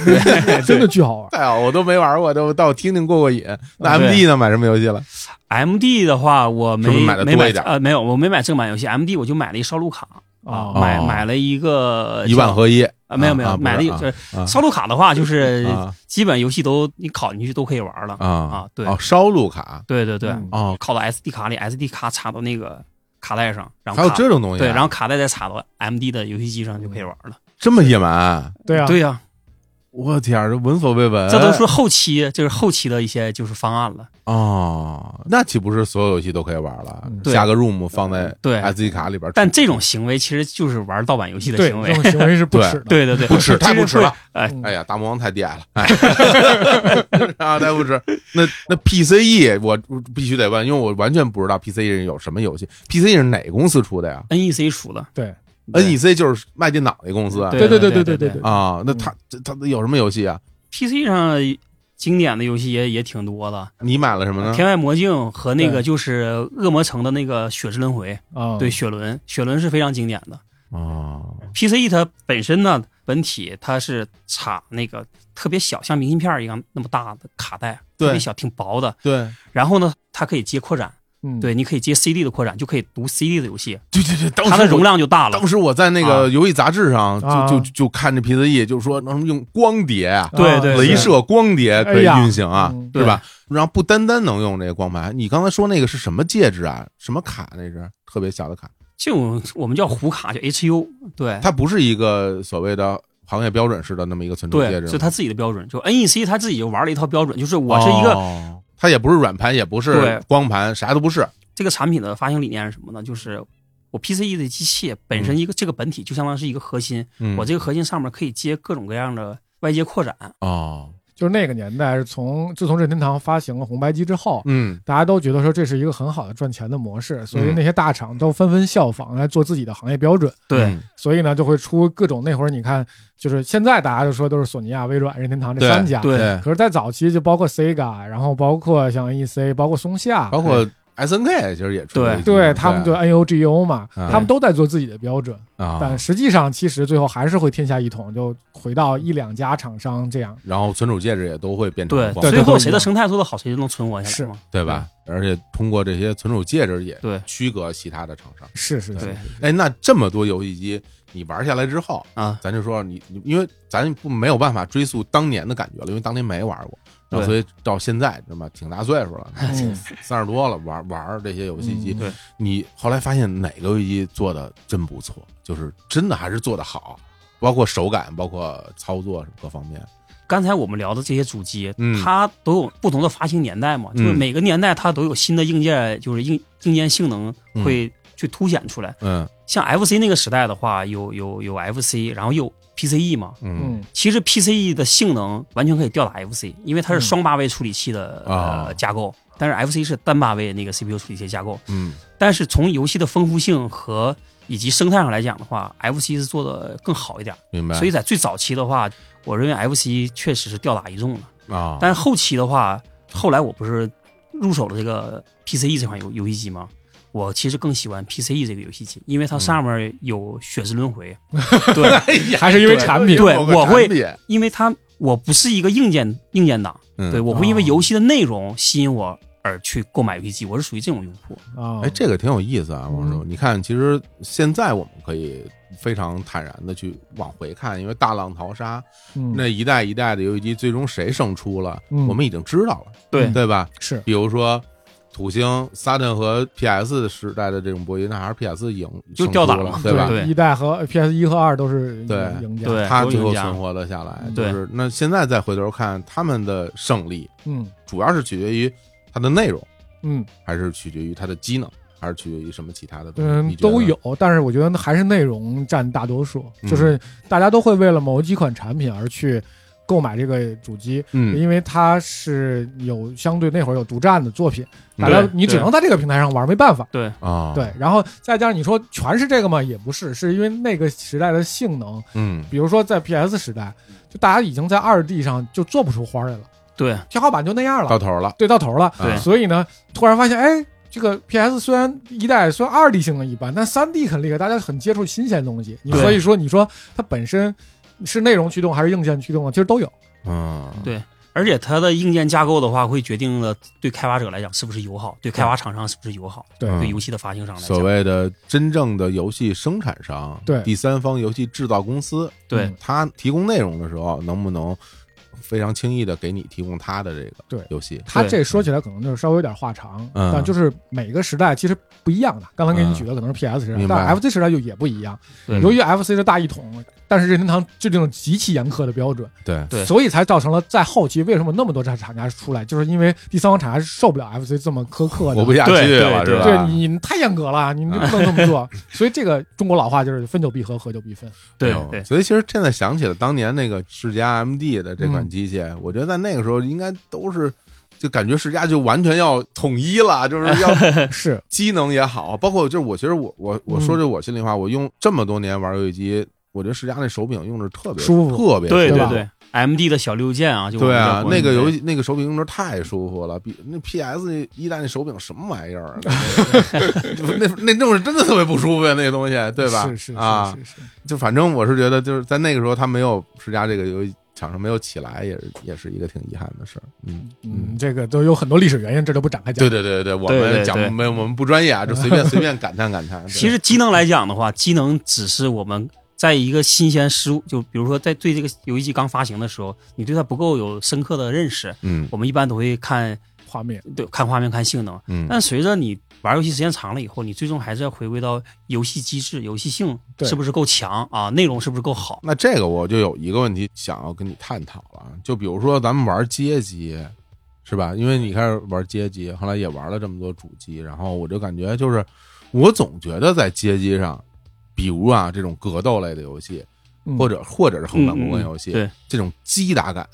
Speaker 2: 那真的巨好玩。
Speaker 1: 太好，哎我都没玩过，都但我听听过过瘾。那
Speaker 3: 啊
Speaker 1: M
Speaker 3: 对
Speaker 1: D 呢？买什么游戏了？
Speaker 3: M D 的话，我
Speaker 1: 是不
Speaker 3: 没
Speaker 1: 是买得
Speaker 3: 没
Speaker 1: 多
Speaker 3: 买
Speaker 1: 一点
Speaker 3: 呃，没有，我没买正版游戏，M D 我就买了一烧录卡
Speaker 2: 哦
Speaker 3: 啊， 买买了一个
Speaker 1: 一万合一
Speaker 3: 啊，没有没
Speaker 1: 啊
Speaker 3: 有，买了一
Speaker 1: 啊
Speaker 3: 就是
Speaker 1: 啊
Speaker 3: 烧录卡的话，就是
Speaker 1: 啊
Speaker 3: 基本游戏都你拷进去都可以玩了
Speaker 1: 啊
Speaker 3: 啊对
Speaker 1: 哦，烧录卡
Speaker 3: 对对对，
Speaker 2: 嗯
Speaker 1: 哦，
Speaker 3: 拷到 SD 卡里，SD 卡插到那个卡带上，然
Speaker 1: 还
Speaker 3: 后
Speaker 1: 有
Speaker 3: 卡
Speaker 1: 这种东西啊，
Speaker 3: 对，
Speaker 2: 嗯
Speaker 3: 然后卡带再插到 MD 的游戏机上就可以玩了。
Speaker 1: 这么野蛮。
Speaker 2: 对啊，
Speaker 3: 对呀，
Speaker 1: 我天儿，这闻所未闻，
Speaker 3: 这都是后期，就是后期的一些就是方案了。
Speaker 2: 呃
Speaker 1: 哦，那岂不是所有游戏都可以玩了？
Speaker 2: 嗯
Speaker 3: 对
Speaker 1: 下个 ROM 放在
Speaker 3: 对
Speaker 1: SD 卡里边，
Speaker 3: 但这种行为其实就是玩盗版游戏的
Speaker 2: 对
Speaker 3: 行
Speaker 2: 这
Speaker 3: 为。
Speaker 2: 种行为是不耻的。
Speaker 3: 对对对，
Speaker 1: 不耻
Speaker 3: 这
Speaker 1: 太
Speaker 3: 个
Speaker 1: 不耻
Speaker 3: 会
Speaker 1: 了。
Speaker 3: 哎，
Speaker 2: 嗯
Speaker 1: 哎呀，大魔王太低矮了，哎， 啊，太不耻。那那 PCE 我必须得问，因为我完全不知道 PCE 有什么游戏，PCE 是哪个公司出的呀
Speaker 3: NEC E 出的
Speaker 2: 对
Speaker 3: 对
Speaker 1: ？NEC 就是卖电脑那公司啊
Speaker 3: 对
Speaker 2: 对
Speaker 3: 对
Speaker 2: 对
Speaker 3: 对
Speaker 2: 对
Speaker 3: 对
Speaker 2: 对，
Speaker 1: 啊，那他他有什么游戏啊？
Speaker 3: PC 上经典的游戏也也挺多的，
Speaker 1: 你买了什么
Speaker 3: 《
Speaker 1: 呢？
Speaker 3: 天外魔镜》和那
Speaker 2: 对
Speaker 3: 个就是恶魔城的那个《血之轮回》，
Speaker 2: 啊，
Speaker 3: 对，雪轮，雪轮是非常经典的。
Speaker 1: 哦
Speaker 3: PCE 它本身呢，本体它是插那个特别小，像明信片儿一样那么大的卡带，
Speaker 1: 对
Speaker 3: 特别小，挺薄的。
Speaker 1: 对
Speaker 3: 然后呢，它可以接扩展，
Speaker 2: 嗯，
Speaker 3: 对，你可以接 CD 的扩展，就可以读 CD 的游戏，
Speaker 1: 对对对，当时
Speaker 3: 它的
Speaker 1: 我
Speaker 3: 容量就大了
Speaker 1: 当。时我在那个游戏杂志上
Speaker 2: 啊
Speaker 1: 就就就看这 PCE，就是说能用光碟啊，
Speaker 3: 对对
Speaker 1: 镭射光碟可以运行啊，
Speaker 2: 嗯
Speaker 1: 对吧？然后不单单能用这个光盘，你刚才说那个是什么介质啊？什么卡那是特别小的卡，
Speaker 3: 这种我们叫糊卡，叫 HU，对
Speaker 1: 它不是一个所谓的行业标准式的那么一个存储介
Speaker 3: 对，
Speaker 1: 质吗，
Speaker 3: 是它自己的标准。就 NEC 它自己就玩了一套标准，就是我是一个、
Speaker 1: 哦它也不是软盘，也不是
Speaker 3: 对
Speaker 1: 光盘，啥都不是。
Speaker 3: 这个产品的发行理念是什么呢？就是我 PCE 的机器本身一个、这个本体就相当于是一个核心，
Speaker 1: 嗯，
Speaker 3: 我这个核心上面可以接各种各样的外接扩展。
Speaker 1: 哦，
Speaker 2: 就是那个年代是从自从任天堂发行了红白机之后。
Speaker 1: 嗯，
Speaker 2: 大家都觉得说这是一个很好的赚钱的模式，所以那些大厂都纷纷效仿来做自己的行业标准，
Speaker 3: 对
Speaker 1: 嗯，
Speaker 2: 所以呢就会出各种那会儿你看，就是现在大家就说都是索尼啊、微软、任天堂这三家，
Speaker 3: 对
Speaker 1: 对，
Speaker 2: 可是，在早期就包括 Sega，然后包括像 NEC，包括松下，
Speaker 1: 包括 SNK 其实也出了
Speaker 3: 对
Speaker 1: 一些
Speaker 2: 对他们就 E NUGO 嘛，
Speaker 1: 嗯
Speaker 2: 他们都在做自己的标准，
Speaker 1: 啊，
Speaker 2: 但实际上其实最后还是会天下一统，就回到一两家厂商这样。
Speaker 1: 然后存储介质也都会变成
Speaker 3: 对，
Speaker 1: 光盘
Speaker 3: 最后谁的生态做得好，谁就能存活
Speaker 2: 是
Speaker 3: 下来嘛。
Speaker 1: 对吧？而且通过这些存储介质也
Speaker 3: 对
Speaker 1: 区隔其他的厂商。
Speaker 2: 是是是
Speaker 3: 对，
Speaker 1: 哎，那这么多游戏机，你玩下来之后，
Speaker 3: 啊，
Speaker 1: 咱就说你，你因为咱不没有办法追溯当年的感觉了，因为当年没玩过，然
Speaker 3: 对
Speaker 1: 后所以到现在这么挺大岁数了，
Speaker 2: 嗯
Speaker 1: 三十多了，玩玩这些游戏机，
Speaker 2: 嗯
Speaker 3: 对
Speaker 1: 你后来发现哪个游戏机做的真不错，就是真的还是做的好，包括手感，包括操作什么各方面。
Speaker 3: 刚才我们聊的这些主机，
Speaker 1: 嗯
Speaker 3: 它都有不同的发行年代嘛，就是
Speaker 1: 嗯
Speaker 3: 每个年代它都有新的硬件，就是硬硬件性能
Speaker 1: 嗯
Speaker 3: 会去凸显出来。
Speaker 1: 嗯
Speaker 3: 像 FC 那个时代的话，有有有 FC，然后又有 PCE 嘛。
Speaker 1: 嗯
Speaker 2: 嗯
Speaker 3: 其实 PCE 的性能完全可以吊打 FC，因为它是双八位处理器的、
Speaker 1: 嗯啊
Speaker 3: 呃架构，但是 FC 是单八位那个 CPU 处理器架构。
Speaker 1: 嗯
Speaker 3: 但是从游戏的丰富性和以及生态上来讲的话，FC 是做的更好一点。
Speaker 1: 明白。
Speaker 3: 所以在最早期的话，我认为 FC 确实是吊打一众的。
Speaker 1: 啊，
Speaker 3: 但是后期的话，后来我不是入手了这个 PCE 这款游游戏机吗？我其实更喜欢 PCE 这个游戏机，因为它上面有《血之轮回》对，
Speaker 1: 哎呀
Speaker 2: 还是因为产品
Speaker 3: 对我会
Speaker 1: 有个产品
Speaker 3: 因为它我不是一个硬件硬件党，
Speaker 1: 嗯
Speaker 3: 对我会因为游戏的内容吸引我而去购买游戏机，我是属于这种用户。
Speaker 2: 啊，
Speaker 1: 哎，这个挺有意思啊，王叔。你看，其实现在我们可以非常坦然的去往回看，因为大浪淘沙
Speaker 2: 嗯
Speaker 1: 那一代一代的游戏机，最终谁胜出了，
Speaker 2: 嗯
Speaker 1: 我们已经知道了，
Speaker 3: 对
Speaker 1: 对吧？
Speaker 2: 是
Speaker 1: 比如说土星、Saturn 和 PS 时代的这种博弈，那还是 PS 赢，
Speaker 3: 就
Speaker 1: 胜出
Speaker 3: 吊打
Speaker 1: 了
Speaker 3: 嘛，
Speaker 1: 对吧？
Speaker 3: 对
Speaker 2: 一代和 PS 一和二都是
Speaker 1: 对
Speaker 2: 赢家，
Speaker 3: 对
Speaker 1: 他
Speaker 3: 都
Speaker 1: 最后
Speaker 3: 赢家
Speaker 1: 存活了下来，就
Speaker 3: 对
Speaker 1: 是那现在再回头看他们的胜利，
Speaker 2: 嗯
Speaker 1: 主要是取决于它的内容，
Speaker 2: 嗯
Speaker 1: 还是取决于它的机能，还是取决于什么其他的东西？
Speaker 2: 嗯
Speaker 1: 你觉得
Speaker 2: 都有，但是我觉得还是内容占大多数，
Speaker 1: 嗯
Speaker 2: 就是大家都会为了某几款产品而去购买这个主机，
Speaker 1: 嗯，
Speaker 2: 因为它是有相对那会儿有独占的作品，
Speaker 1: 嗯
Speaker 2: 大家
Speaker 3: 对
Speaker 2: 你只
Speaker 3: 对
Speaker 2: 能在这个平台上玩，没办法。
Speaker 1: 啊，
Speaker 2: 对，，然后再加上你说全是这个嘛，也不是，是因为那个时代的性能，
Speaker 1: 嗯，
Speaker 2: 比如说在 PS 时代，就大家已经在二 D 上就做不出花来了，
Speaker 3: 对
Speaker 2: 天花板就那样
Speaker 1: 到
Speaker 2: 了，
Speaker 1: 头了，
Speaker 2: 对，到头了。
Speaker 3: 对
Speaker 1: 啊
Speaker 2: 所以呢，突然发现，哎，这个 PS 虽然一代虽然二 D 性能一般，但三 D 很厉害，大家很接触新鲜东西。你
Speaker 3: 对
Speaker 2: 所以说，你说它本身是内容驱动还是硬件驱动啊？其实都有。
Speaker 1: 嗯，
Speaker 3: 对而且它的硬件架构的话，会决定了对开发者来讲是不是友好，对开发厂商是不是友好，
Speaker 2: 对
Speaker 1: 嗯
Speaker 3: 对游戏的发行商来
Speaker 1: 所
Speaker 3: 讲，
Speaker 1: 谓的真正的游戏生产商，
Speaker 2: 对
Speaker 1: 第三方游戏制造公司，
Speaker 3: 对
Speaker 2: 嗯
Speaker 1: 它提供内容的时候，能不能非常轻易的给你提供它的这个
Speaker 2: 对
Speaker 1: 游戏？
Speaker 2: 它
Speaker 3: 对
Speaker 2: 这说起来可能就是稍微有点话长，
Speaker 1: 嗯
Speaker 2: 但就是每个时代其实不一样的。刚才给你
Speaker 1: 嗯
Speaker 2: 举的可能是 PS 时代，
Speaker 1: 明白
Speaker 2: 但 FC 时代就也不一样。
Speaker 3: 对
Speaker 2: 由于 FC 的大一统，但是任天堂制定了极其严苛的标准，
Speaker 1: 对
Speaker 3: 对
Speaker 2: 所以才造成了在后期为什么那么多厂厂家出来，就是因为第三方厂家是受不了 FC 这么苛刻的。
Speaker 1: 活不下去了，
Speaker 3: 对
Speaker 1: 是
Speaker 3: 对
Speaker 1: 吧？
Speaker 2: 对你你太严格了，你不能这 么做。所以这个中国老话就是分久必合，合久必分。
Speaker 3: 对
Speaker 1: 哎呦
Speaker 3: 对，
Speaker 1: 所以其实现在想起了当年那个世嘉 MD 的这款机械，我觉得在那个时候应该都是。就感觉世嘉就完全要统一了，就是要
Speaker 2: 是，
Speaker 1: 机能也好，包括就是我其实我我我
Speaker 2: 嗯
Speaker 1: 说句我心里话，我用这么多年玩游戏机，我觉得世嘉那手柄用着特别
Speaker 2: 舒服
Speaker 1: 特别
Speaker 3: 对
Speaker 1: 舒
Speaker 3: 对
Speaker 1: 服
Speaker 3: 对，MD 的小六键啊，就
Speaker 1: 对啊，那个游
Speaker 3: 戏
Speaker 1: 戏那个手柄用着太舒服了，比那 PS 一代那手柄什么玩意儿 啊？那那那种真的特别不舒服呀，那个东西，对吧？
Speaker 2: 是是
Speaker 1: 啊，
Speaker 2: 是是是，
Speaker 1: 就反正我是觉得，就是在那个时候，他没有世嘉这个游戏厂商没有起来，也是也是一个挺遗憾的事儿。嗯，
Speaker 2: 嗯，这个都有很多历史原因，这都不展开讲。
Speaker 1: 对对对对，我
Speaker 3: 对
Speaker 1: 们
Speaker 3: 对
Speaker 1: 讲
Speaker 3: 对
Speaker 1: 没有我们不专业啊，就随 便随便感叹感叹。对
Speaker 3: 其实机能来讲的话，机能只是我们在一个新鲜事物，就比如说在对这个游戏机刚发行的时候，你对它不够有深刻的认识，
Speaker 1: 嗯
Speaker 3: 我们一般都会看
Speaker 2: 画面，
Speaker 3: 对看画面、看性能。
Speaker 1: 嗯，
Speaker 3: 但随着你玩游戏时间长了以后，你最终还是要回归到游戏机制、游戏性
Speaker 2: 对
Speaker 3: 是不是够强啊，内容是不是够好？
Speaker 1: 那这个我就有一个问题想要跟你探讨了，啊就比如说咱们玩街机，是吧？因为你开始玩街机，后来也玩了这么多主机，然后我就感觉就是，我总觉得在街机上，比如啊这种格斗类的游戏，
Speaker 2: 嗯
Speaker 1: 或者或者是横版
Speaker 3: 嗯嗯
Speaker 1: 过
Speaker 3: 嗯
Speaker 1: 关游戏，
Speaker 3: 对
Speaker 1: 这种击打感，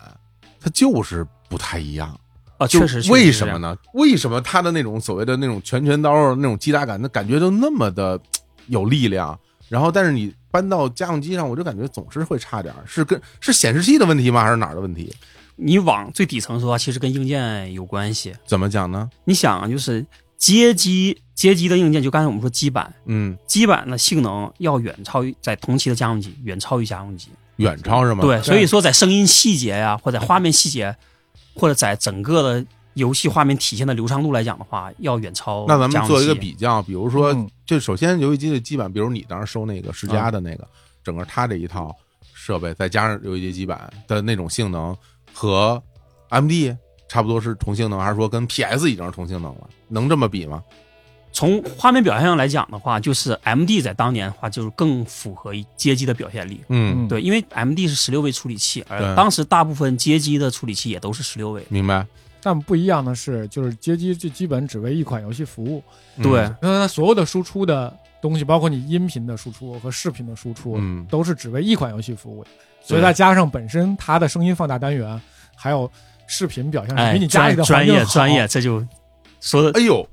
Speaker 1: 它就是不太一样。
Speaker 3: 啊，
Speaker 1: 就
Speaker 3: 确实，确实
Speaker 1: 为
Speaker 3: 是
Speaker 1: 什
Speaker 3: 这
Speaker 1: 么
Speaker 3: 样？
Speaker 1: 呢？为什么他的那种所谓的那种拳拳刀那种击打感，那感觉就那么的嘖有力量？然后，但是你搬到家用机上，我就感觉总是会差点儿，是跟是显示器的问题吗？还是哪儿的问题？
Speaker 3: 你往最底层说啊，其实跟硬件有关系。
Speaker 1: 怎么讲呢？
Speaker 3: 你想啊，就是街机街机的硬件，就刚才我们说基板，
Speaker 1: 嗯，
Speaker 3: 基板的性能要远超于在同期的家用机，远超于家用机。
Speaker 1: 远超是吗？
Speaker 3: 对，所以说在声音细节呀、或者画面细节，或者在整个的游戏画面体现的流畅度来讲的话，要远超。
Speaker 1: 那咱们做一个，比较，比如说，
Speaker 2: 嗯
Speaker 1: 就首先游戏机的基板，比如你当时收那个世嘉的那
Speaker 2: 啊
Speaker 1: 个，整个它这一套设备，再加上游戏机基板的那种性能和 MD 差不多是同性能，还是说跟 PS 已经是同性能了？能这么比吗？
Speaker 3: 从画面表现上来讲的话，就是 M D 在当年的话，就是更符合街机的表现力。
Speaker 1: 嗯，
Speaker 2: 嗯，
Speaker 3: 对，因为 M D 是十六位处理器，
Speaker 1: 对
Speaker 3: 而当时大部分街机的处理器也都是十六位。
Speaker 1: 明白。
Speaker 2: 但不一样的是，就是街机这基本只为一款游戏服务，
Speaker 1: 嗯
Speaker 3: 对，
Speaker 2: 那它所有的输出的东西，包括你音频的输出和视频的输出，
Speaker 1: 嗯
Speaker 2: 都是只为一款游戏服务。所以再加上本身它的声音放大单元，还有视频表现是
Speaker 3: 哎
Speaker 2: 比，你家里
Speaker 3: 专
Speaker 2: 的
Speaker 3: 专
Speaker 2: 环境
Speaker 3: 业
Speaker 2: 好
Speaker 3: 专业，，这就说的
Speaker 1: 哎呦，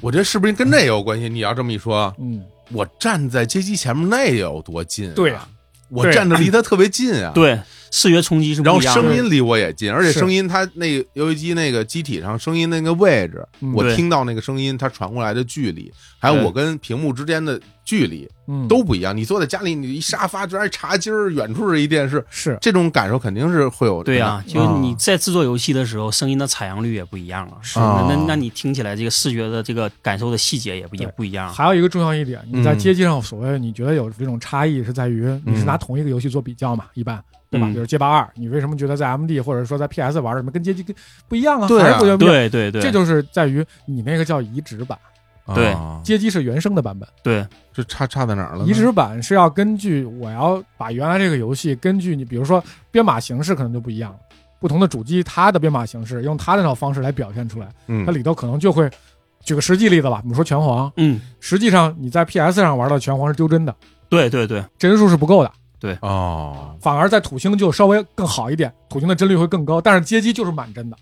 Speaker 1: 我觉得是不是跟这也有关系？你要这么一说，
Speaker 2: 嗯，
Speaker 1: 我站在街机前面那有多近、啊？
Speaker 2: 对啊，
Speaker 1: 我站的离它特别近 啊。。
Speaker 3: 对视觉冲击是
Speaker 1: 然
Speaker 3: 不
Speaker 1: 后
Speaker 3: 一样的。
Speaker 1: 声音离我也近，而且
Speaker 2: 是
Speaker 1: 声音它那个游戏机那个机体上声音那个位置，
Speaker 2: 嗯
Speaker 1: 我
Speaker 3: 对
Speaker 1: 听到那个声音它传过来的距离，还有
Speaker 3: 对
Speaker 1: 我跟屏幕之间的距离
Speaker 2: 嗯
Speaker 1: 都不一样。你坐在家里，你一沙发这还茶几儿，远处是一电视，
Speaker 2: 是
Speaker 1: 这种感受肯定是会有。
Speaker 3: 对呀、
Speaker 1: 呀，
Speaker 3: 就是
Speaker 2: 啊
Speaker 3: 你在制作游戏的时候，声音的采样率也不一样了。
Speaker 2: 是
Speaker 1: 啊
Speaker 3: 那那那你听起来这个视觉的这个感受的细节也不也
Speaker 2: 对
Speaker 3: 不一样。
Speaker 2: 还有一个重要一点，你在
Speaker 1: 啊嗯
Speaker 2: 街机上所谓你觉得有这种差异，是在于你是拿同一个游戏做比较嘛，一般对吧？
Speaker 3: 嗯
Speaker 2: 比如街霸二，你为什么觉得在 MD 或者说在 PS 玩儿什么跟街机跟不一样啊？
Speaker 1: 对啊
Speaker 2: 还是不一样
Speaker 3: 对对对，
Speaker 2: 这就是在于你那个叫移植版，
Speaker 3: 对
Speaker 1: 啊
Speaker 2: 街机是原生的版本，
Speaker 3: 对
Speaker 1: 这差差在哪儿了呢？
Speaker 2: 移植版是要根据我要把原来这个游戏根据你，比如说编码形式可能就不一样了，不同的主机它的编码形式用它的那套方式来表现出来，
Speaker 1: 嗯
Speaker 2: 它里头可能就会举个实际例子吧，比如说拳皇，
Speaker 3: 嗯，
Speaker 2: 实际上你在 PS 上玩到拳皇是丢帧的，
Speaker 3: 对对对
Speaker 2: 帧数是不够的。
Speaker 1: 哦，
Speaker 2: 反而在土星就稍微更好一点，土星的帧率会更高，但是街机就是满帧的，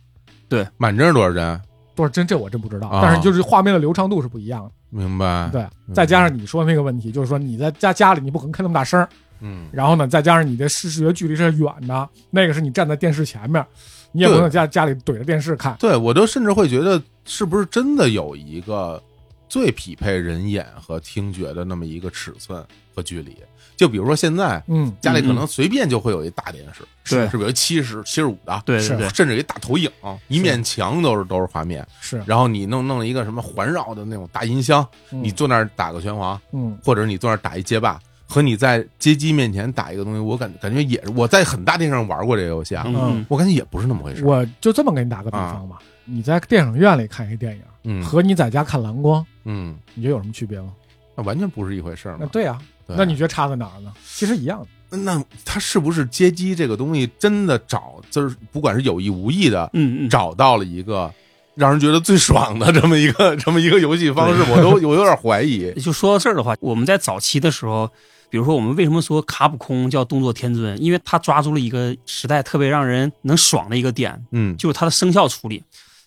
Speaker 1: 满帧是多少帧？
Speaker 2: 多少帧这我真不知道，
Speaker 1: 啊
Speaker 2: 但是就是画面的流畅度是不一样的。
Speaker 1: 明白。
Speaker 2: 对，
Speaker 1: 嗯
Speaker 2: 再加上你说那个问题，就是说你在家家里你不可能开那么大声儿，
Speaker 1: 嗯，
Speaker 2: 然后呢，再加上你的视视觉距离是远的，那个是你站在电视前面，你也不
Speaker 1: 对
Speaker 2: 能家家里怼着电视看。
Speaker 1: 对我都甚至会觉得，是不是真的有一个最匹配人眼和听觉的那么一个尺寸和距离？就比如说现在
Speaker 2: 嗯，
Speaker 1: 家里可
Speaker 3: 嗯
Speaker 1: 能随便就会有一大电视，
Speaker 3: 对
Speaker 1: 是不是有七十、七十五的？
Speaker 3: 对
Speaker 2: 是啊
Speaker 3: 对对，
Speaker 1: 甚至有一大投影，一面墙都是都是画面，
Speaker 2: 是，
Speaker 1: 然后你弄弄一个什么环绕的那种大音箱，
Speaker 2: 嗯
Speaker 1: 你坐那儿打个拳皇，
Speaker 2: 嗯
Speaker 1: 或者你坐那儿打一街霸，和你在街机面前打一个东西，我感感觉也是我在很大电视上玩过这个游戏啊，
Speaker 3: 嗯嗯
Speaker 1: 我感觉也不是那么回事。啊
Speaker 2: 我就这么给你打个比方吧，你在电影院里看一电影，
Speaker 1: 嗯
Speaker 2: 和你在家看蓝光，
Speaker 1: 嗯，
Speaker 2: 你觉得有什么区别吗？
Speaker 1: 那完全不是一回事儿
Speaker 2: 那
Speaker 1: 嘛。
Speaker 2: 对啊，
Speaker 1: 对
Speaker 2: 那你觉得差在哪儿呢？其实一样的，
Speaker 1: 那他是不是街机这个东西真的找，就是不管是有意无意的，
Speaker 3: 嗯嗯，
Speaker 1: 找到了一个让人觉得最爽的这么一个 这么一个游戏方式，我都我有点怀疑。
Speaker 3: 就说到这儿的话，我们在早期的时候，比如说我们为什么说卡普空叫动作天尊，因为他抓住了一个时代特别让人能爽的一个点，
Speaker 1: 嗯
Speaker 3: 就是它的声效处理。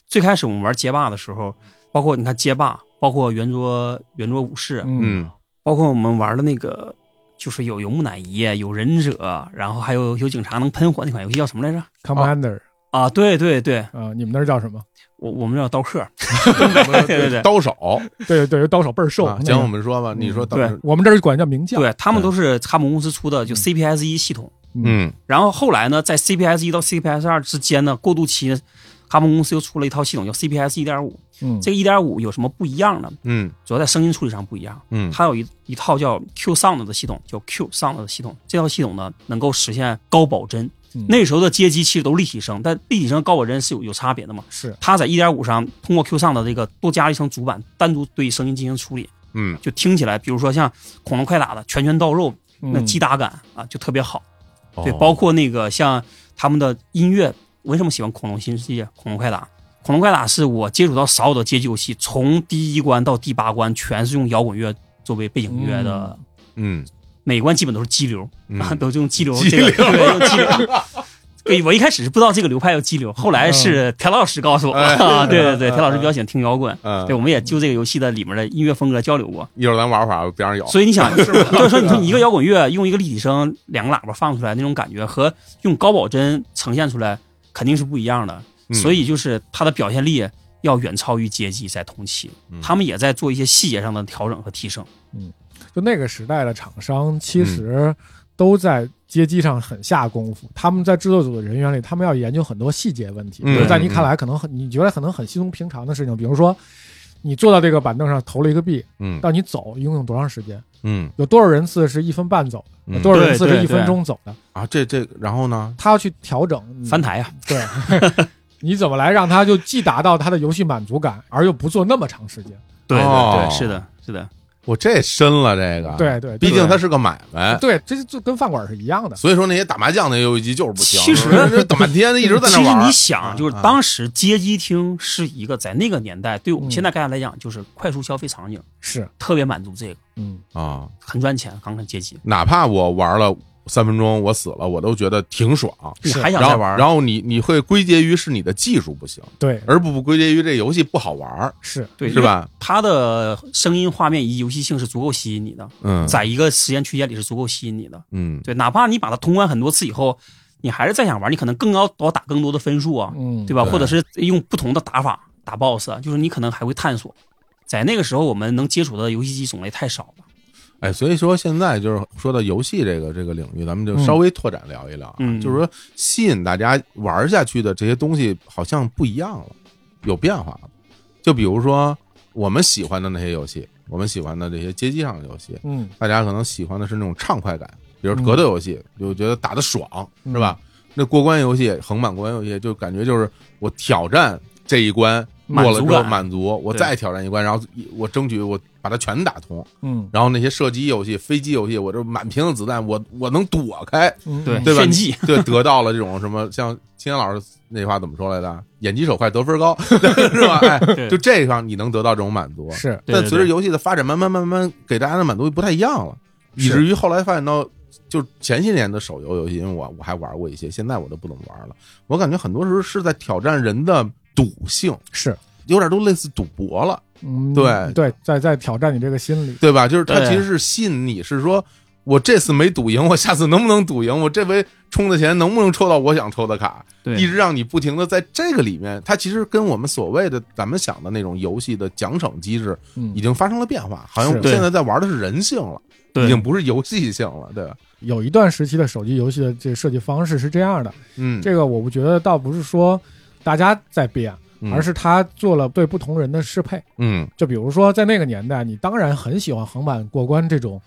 Speaker 3: 最开始我们玩街霸的时候，包括你看街霸，包括圆桌圆桌武士，
Speaker 2: 嗯
Speaker 1: 嗯
Speaker 3: 包括我们玩的那个，就是有有木乃伊，有忍者，然后还有有警察能喷火那款游戏叫什么来着？
Speaker 2: ，Commander
Speaker 3: 啊，对对对，
Speaker 2: 啊，你们那儿叫什么？
Speaker 3: 我我们叫刀客，
Speaker 1: 对
Speaker 3: 对对
Speaker 1: 刀手，
Speaker 2: 对对，刀手倍儿瘦
Speaker 1: 啊，
Speaker 2: 那
Speaker 1: 行，我
Speaker 2: 个
Speaker 1: 们说吧，你说
Speaker 3: 对
Speaker 1: 当时，
Speaker 2: 我们这儿管叫名将。
Speaker 3: 对他们都是卡姆公司出的，就
Speaker 2: 嗯
Speaker 3: CPS 一系统。
Speaker 1: 嗯
Speaker 3: 然后后来呢，在 CPS 一到 CPS 二之间呢，过渡期呢，哈蒙公司又出了一套系统叫 CPS 一点五。
Speaker 2: 嗯，
Speaker 3: 这个一点五有什么不一样呢？
Speaker 1: 嗯
Speaker 3: 主要在声音处理上不一样。
Speaker 1: 嗯
Speaker 3: 它有一一套叫 Q Sound 的系统，叫 Q Sound 的系统。这套系统呢，能够实现高保真。
Speaker 2: 嗯
Speaker 3: 那时候的街机其实都立体声，但立体声高保真是有有差别的嘛。
Speaker 2: 是
Speaker 3: 它在一点五上通过 Q Sound 的这个多加了一层主板，单独对声音进行处理，
Speaker 1: 嗯
Speaker 3: 就听起来，比如说像恐龙快打的拳拳到肉，那
Speaker 2: 嗯
Speaker 3: 击打感啊就特别好。
Speaker 1: 哦
Speaker 3: 对，包括那个像他们的音乐，为什么喜欢《恐龙新世界》《恐龙快打》？《恐龙快打》是我接触到所有的街机游戏，从第一关到第八关，全是用摇滚乐作为背景音乐的，
Speaker 1: 嗯
Speaker 3: 每关基本都是激流，
Speaker 1: 嗯
Speaker 3: 啊， 都是用激流，
Speaker 1: 激
Speaker 3: 这个对，用激流。 对，我一开始是不知道这个流派叫激流，后来是田老师告诉我，
Speaker 1: 嗯哎
Speaker 3: 啊，对对对，
Speaker 1: 嗯
Speaker 3: 田老师比较喜欢听摇滚，
Speaker 1: 嗯
Speaker 3: 对，，我们也就这个游戏的里面的音乐风格交流过，
Speaker 1: 一会儿咱玩法边上有，
Speaker 3: 所以你 想，就是说，你说你一个摇滚乐用一个立体声两个喇叭放出来那种感觉，和用高保真呈现出来肯定是不一样的。
Speaker 1: 嗯
Speaker 3: 所以就是它的表现力要远超于街机在同期
Speaker 1: 嗯，
Speaker 3: 他们也在做一些细节上的调整和提升。
Speaker 2: 就那个时代的厂商，
Speaker 3: 嗯
Speaker 2: 其实都在街机上很下功夫。他们在制作组的人员里，他们要研究很多细节问题，
Speaker 1: 嗯
Speaker 2: 比如在你看来可能很，你觉得可能很稀松平常的事情，比如说你坐到这个板凳上投了一个币，
Speaker 1: 嗯
Speaker 2: 到你走一共有多长时间？
Speaker 1: 嗯
Speaker 2: 有多少人次是一分半走的？有
Speaker 1: 嗯
Speaker 2: 多少人次
Speaker 3: 对
Speaker 2: 是
Speaker 3: 对
Speaker 2: 一分
Speaker 3: 对
Speaker 2: 钟走的？
Speaker 1: 啊，这这然后呢？
Speaker 2: 他要去调整你
Speaker 3: 翻台啊，
Speaker 2: 对。 你怎么来让他就既达到他的游戏满足感，而又不做那么长时间？
Speaker 3: 对
Speaker 1: 哦
Speaker 3: 对对，是的，是的，
Speaker 1: 我这深了这个，，
Speaker 2: 对对，
Speaker 1: 啊毕
Speaker 2: 对
Speaker 1: 竟它是个买卖，
Speaker 2: 对，这就跟饭馆是一样的。
Speaker 1: 所以说那些打麻将那游戏机就是不行，
Speaker 3: 其实
Speaker 1: 这等半天一直在那
Speaker 3: 其实
Speaker 1: 玩
Speaker 3: 你
Speaker 1: 儿，
Speaker 3: 想，就是
Speaker 1: 啊
Speaker 3: 当时街机厅是一个在那个年代，对我们
Speaker 2: 嗯
Speaker 3: 现在概念来讲，就是快速消费场景，
Speaker 2: 是，
Speaker 3: 特别满足这个，
Speaker 2: 嗯，
Speaker 1: 啊，
Speaker 3: 很赚钱，刚看街机，
Speaker 1: 哪怕我玩了三分钟我死了，我都觉得挺爽。
Speaker 3: 你
Speaker 2: 是
Speaker 3: 还想
Speaker 1: 然
Speaker 3: 再
Speaker 1: 后，
Speaker 3: 玩儿
Speaker 1: 然。后你你会归结于是你的技术不行，
Speaker 2: 对，
Speaker 1: 而不归结于这游戏不好玩儿，
Speaker 2: 是，
Speaker 3: 对，
Speaker 1: 是吧？
Speaker 3: 它的声音、画面以及游戏性是足够吸引你的，
Speaker 1: 嗯，
Speaker 3: 在一个时间区间里是足够吸引你的。
Speaker 1: 嗯
Speaker 3: 对，哪怕你把它通关很多次以后，你还是再想玩，你可能更要多打更多的分数啊，
Speaker 2: 嗯，
Speaker 3: 对吧？
Speaker 1: 对
Speaker 3: 或者是用不同的打法打 BOSS，啊就是你可能还会探索。在那个时候，我们能接触的游戏机种类太少了。
Speaker 1: 哎，所以说现在就是说到游戏这个这个领域，咱们就
Speaker 2: 嗯
Speaker 1: 稍微拓展聊一聊啊，
Speaker 3: 嗯
Speaker 1: 就是说吸引大家玩下去的这些东西好像不一样了，有变化了。就比如说我们喜欢的那些游戏，我们喜欢的这些街机上的游戏，
Speaker 2: 嗯，
Speaker 1: 大家可能喜欢的是那种畅快感，比如
Speaker 2: 嗯
Speaker 1: 格斗游戏，就觉得打的爽，
Speaker 2: 嗯
Speaker 1: 是吧？那过关游戏，横版过关游戏，就感觉就是我挑战这一关
Speaker 3: 满
Speaker 1: 过了
Speaker 3: 足
Speaker 1: 之后
Speaker 3: 感
Speaker 1: 满足，我
Speaker 3: 对
Speaker 1: 再挑战一关，然后我争取我把它全打通。
Speaker 2: 嗯，
Speaker 1: 然后那些射击游戏、飞机游戏，我这满屏的子弹，我我能躲开，
Speaker 2: 嗯
Speaker 3: 对
Speaker 1: 对吧？
Speaker 3: 炫技
Speaker 1: 对，得到了这种什么，像青年老师那句话怎么说来着？眼疾手快，得分高， 是吧？哎，
Speaker 3: 对
Speaker 1: 就这上你能得到这种满足，
Speaker 2: 是，
Speaker 3: 对
Speaker 1: 但
Speaker 3: 对
Speaker 1: 随着
Speaker 3: 对
Speaker 1: 游戏的发展，慢慢慢慢给大家的满足度不太一样了，以
Speaker 2: 是
Speaker 1: 至于后来发展到就前些年的手游游戏，因为我我还玩过一些，现在我都不怎么玩了。我感觉很多时候是在挑战人的赌性，
Speaker 2: 是，
Speaker 1: 有点都类似赌博了，
Speaker 2: 嗯，
Speaker 1: 对
Speaker 2: 对，在在挑战你这个心理，
Speaker 1: 对吧？就是它
Speaker 3: 对
Speaker 1: 其实是吸引你，是说我这次没赌赢， 我下次能不能赌赢？我这回充的钱能不能抽到我想抽的卡？一
Speaker 3: 对
Speaker 1: 直让你不停的在这个里面，它其实跟我们所谓的咱们想的那种游戏的奖赏机制
Speaker 2: 嗯
Speaker 1: 已，经发生了变化，好像
Speaker 2: 是
Speaker 1: 现在在玩的是人性了。已
Speaker 3: 对
Speaker 1: 经不是游戏性了，对吧？
Speaker 2: 有一段时期的手机游戏的这设计方式是这样的，
Speaker 1: 嗯，
Speaker 2: 这个我觉得倒不是说大家在变，
Speaker 1: 嗯
Speaker 2: 而是他做了对不同人的适配。
Speaker 1: 嗯
Speaker 2: 就比如说在那个年代，你当然很喜欢横版过关这种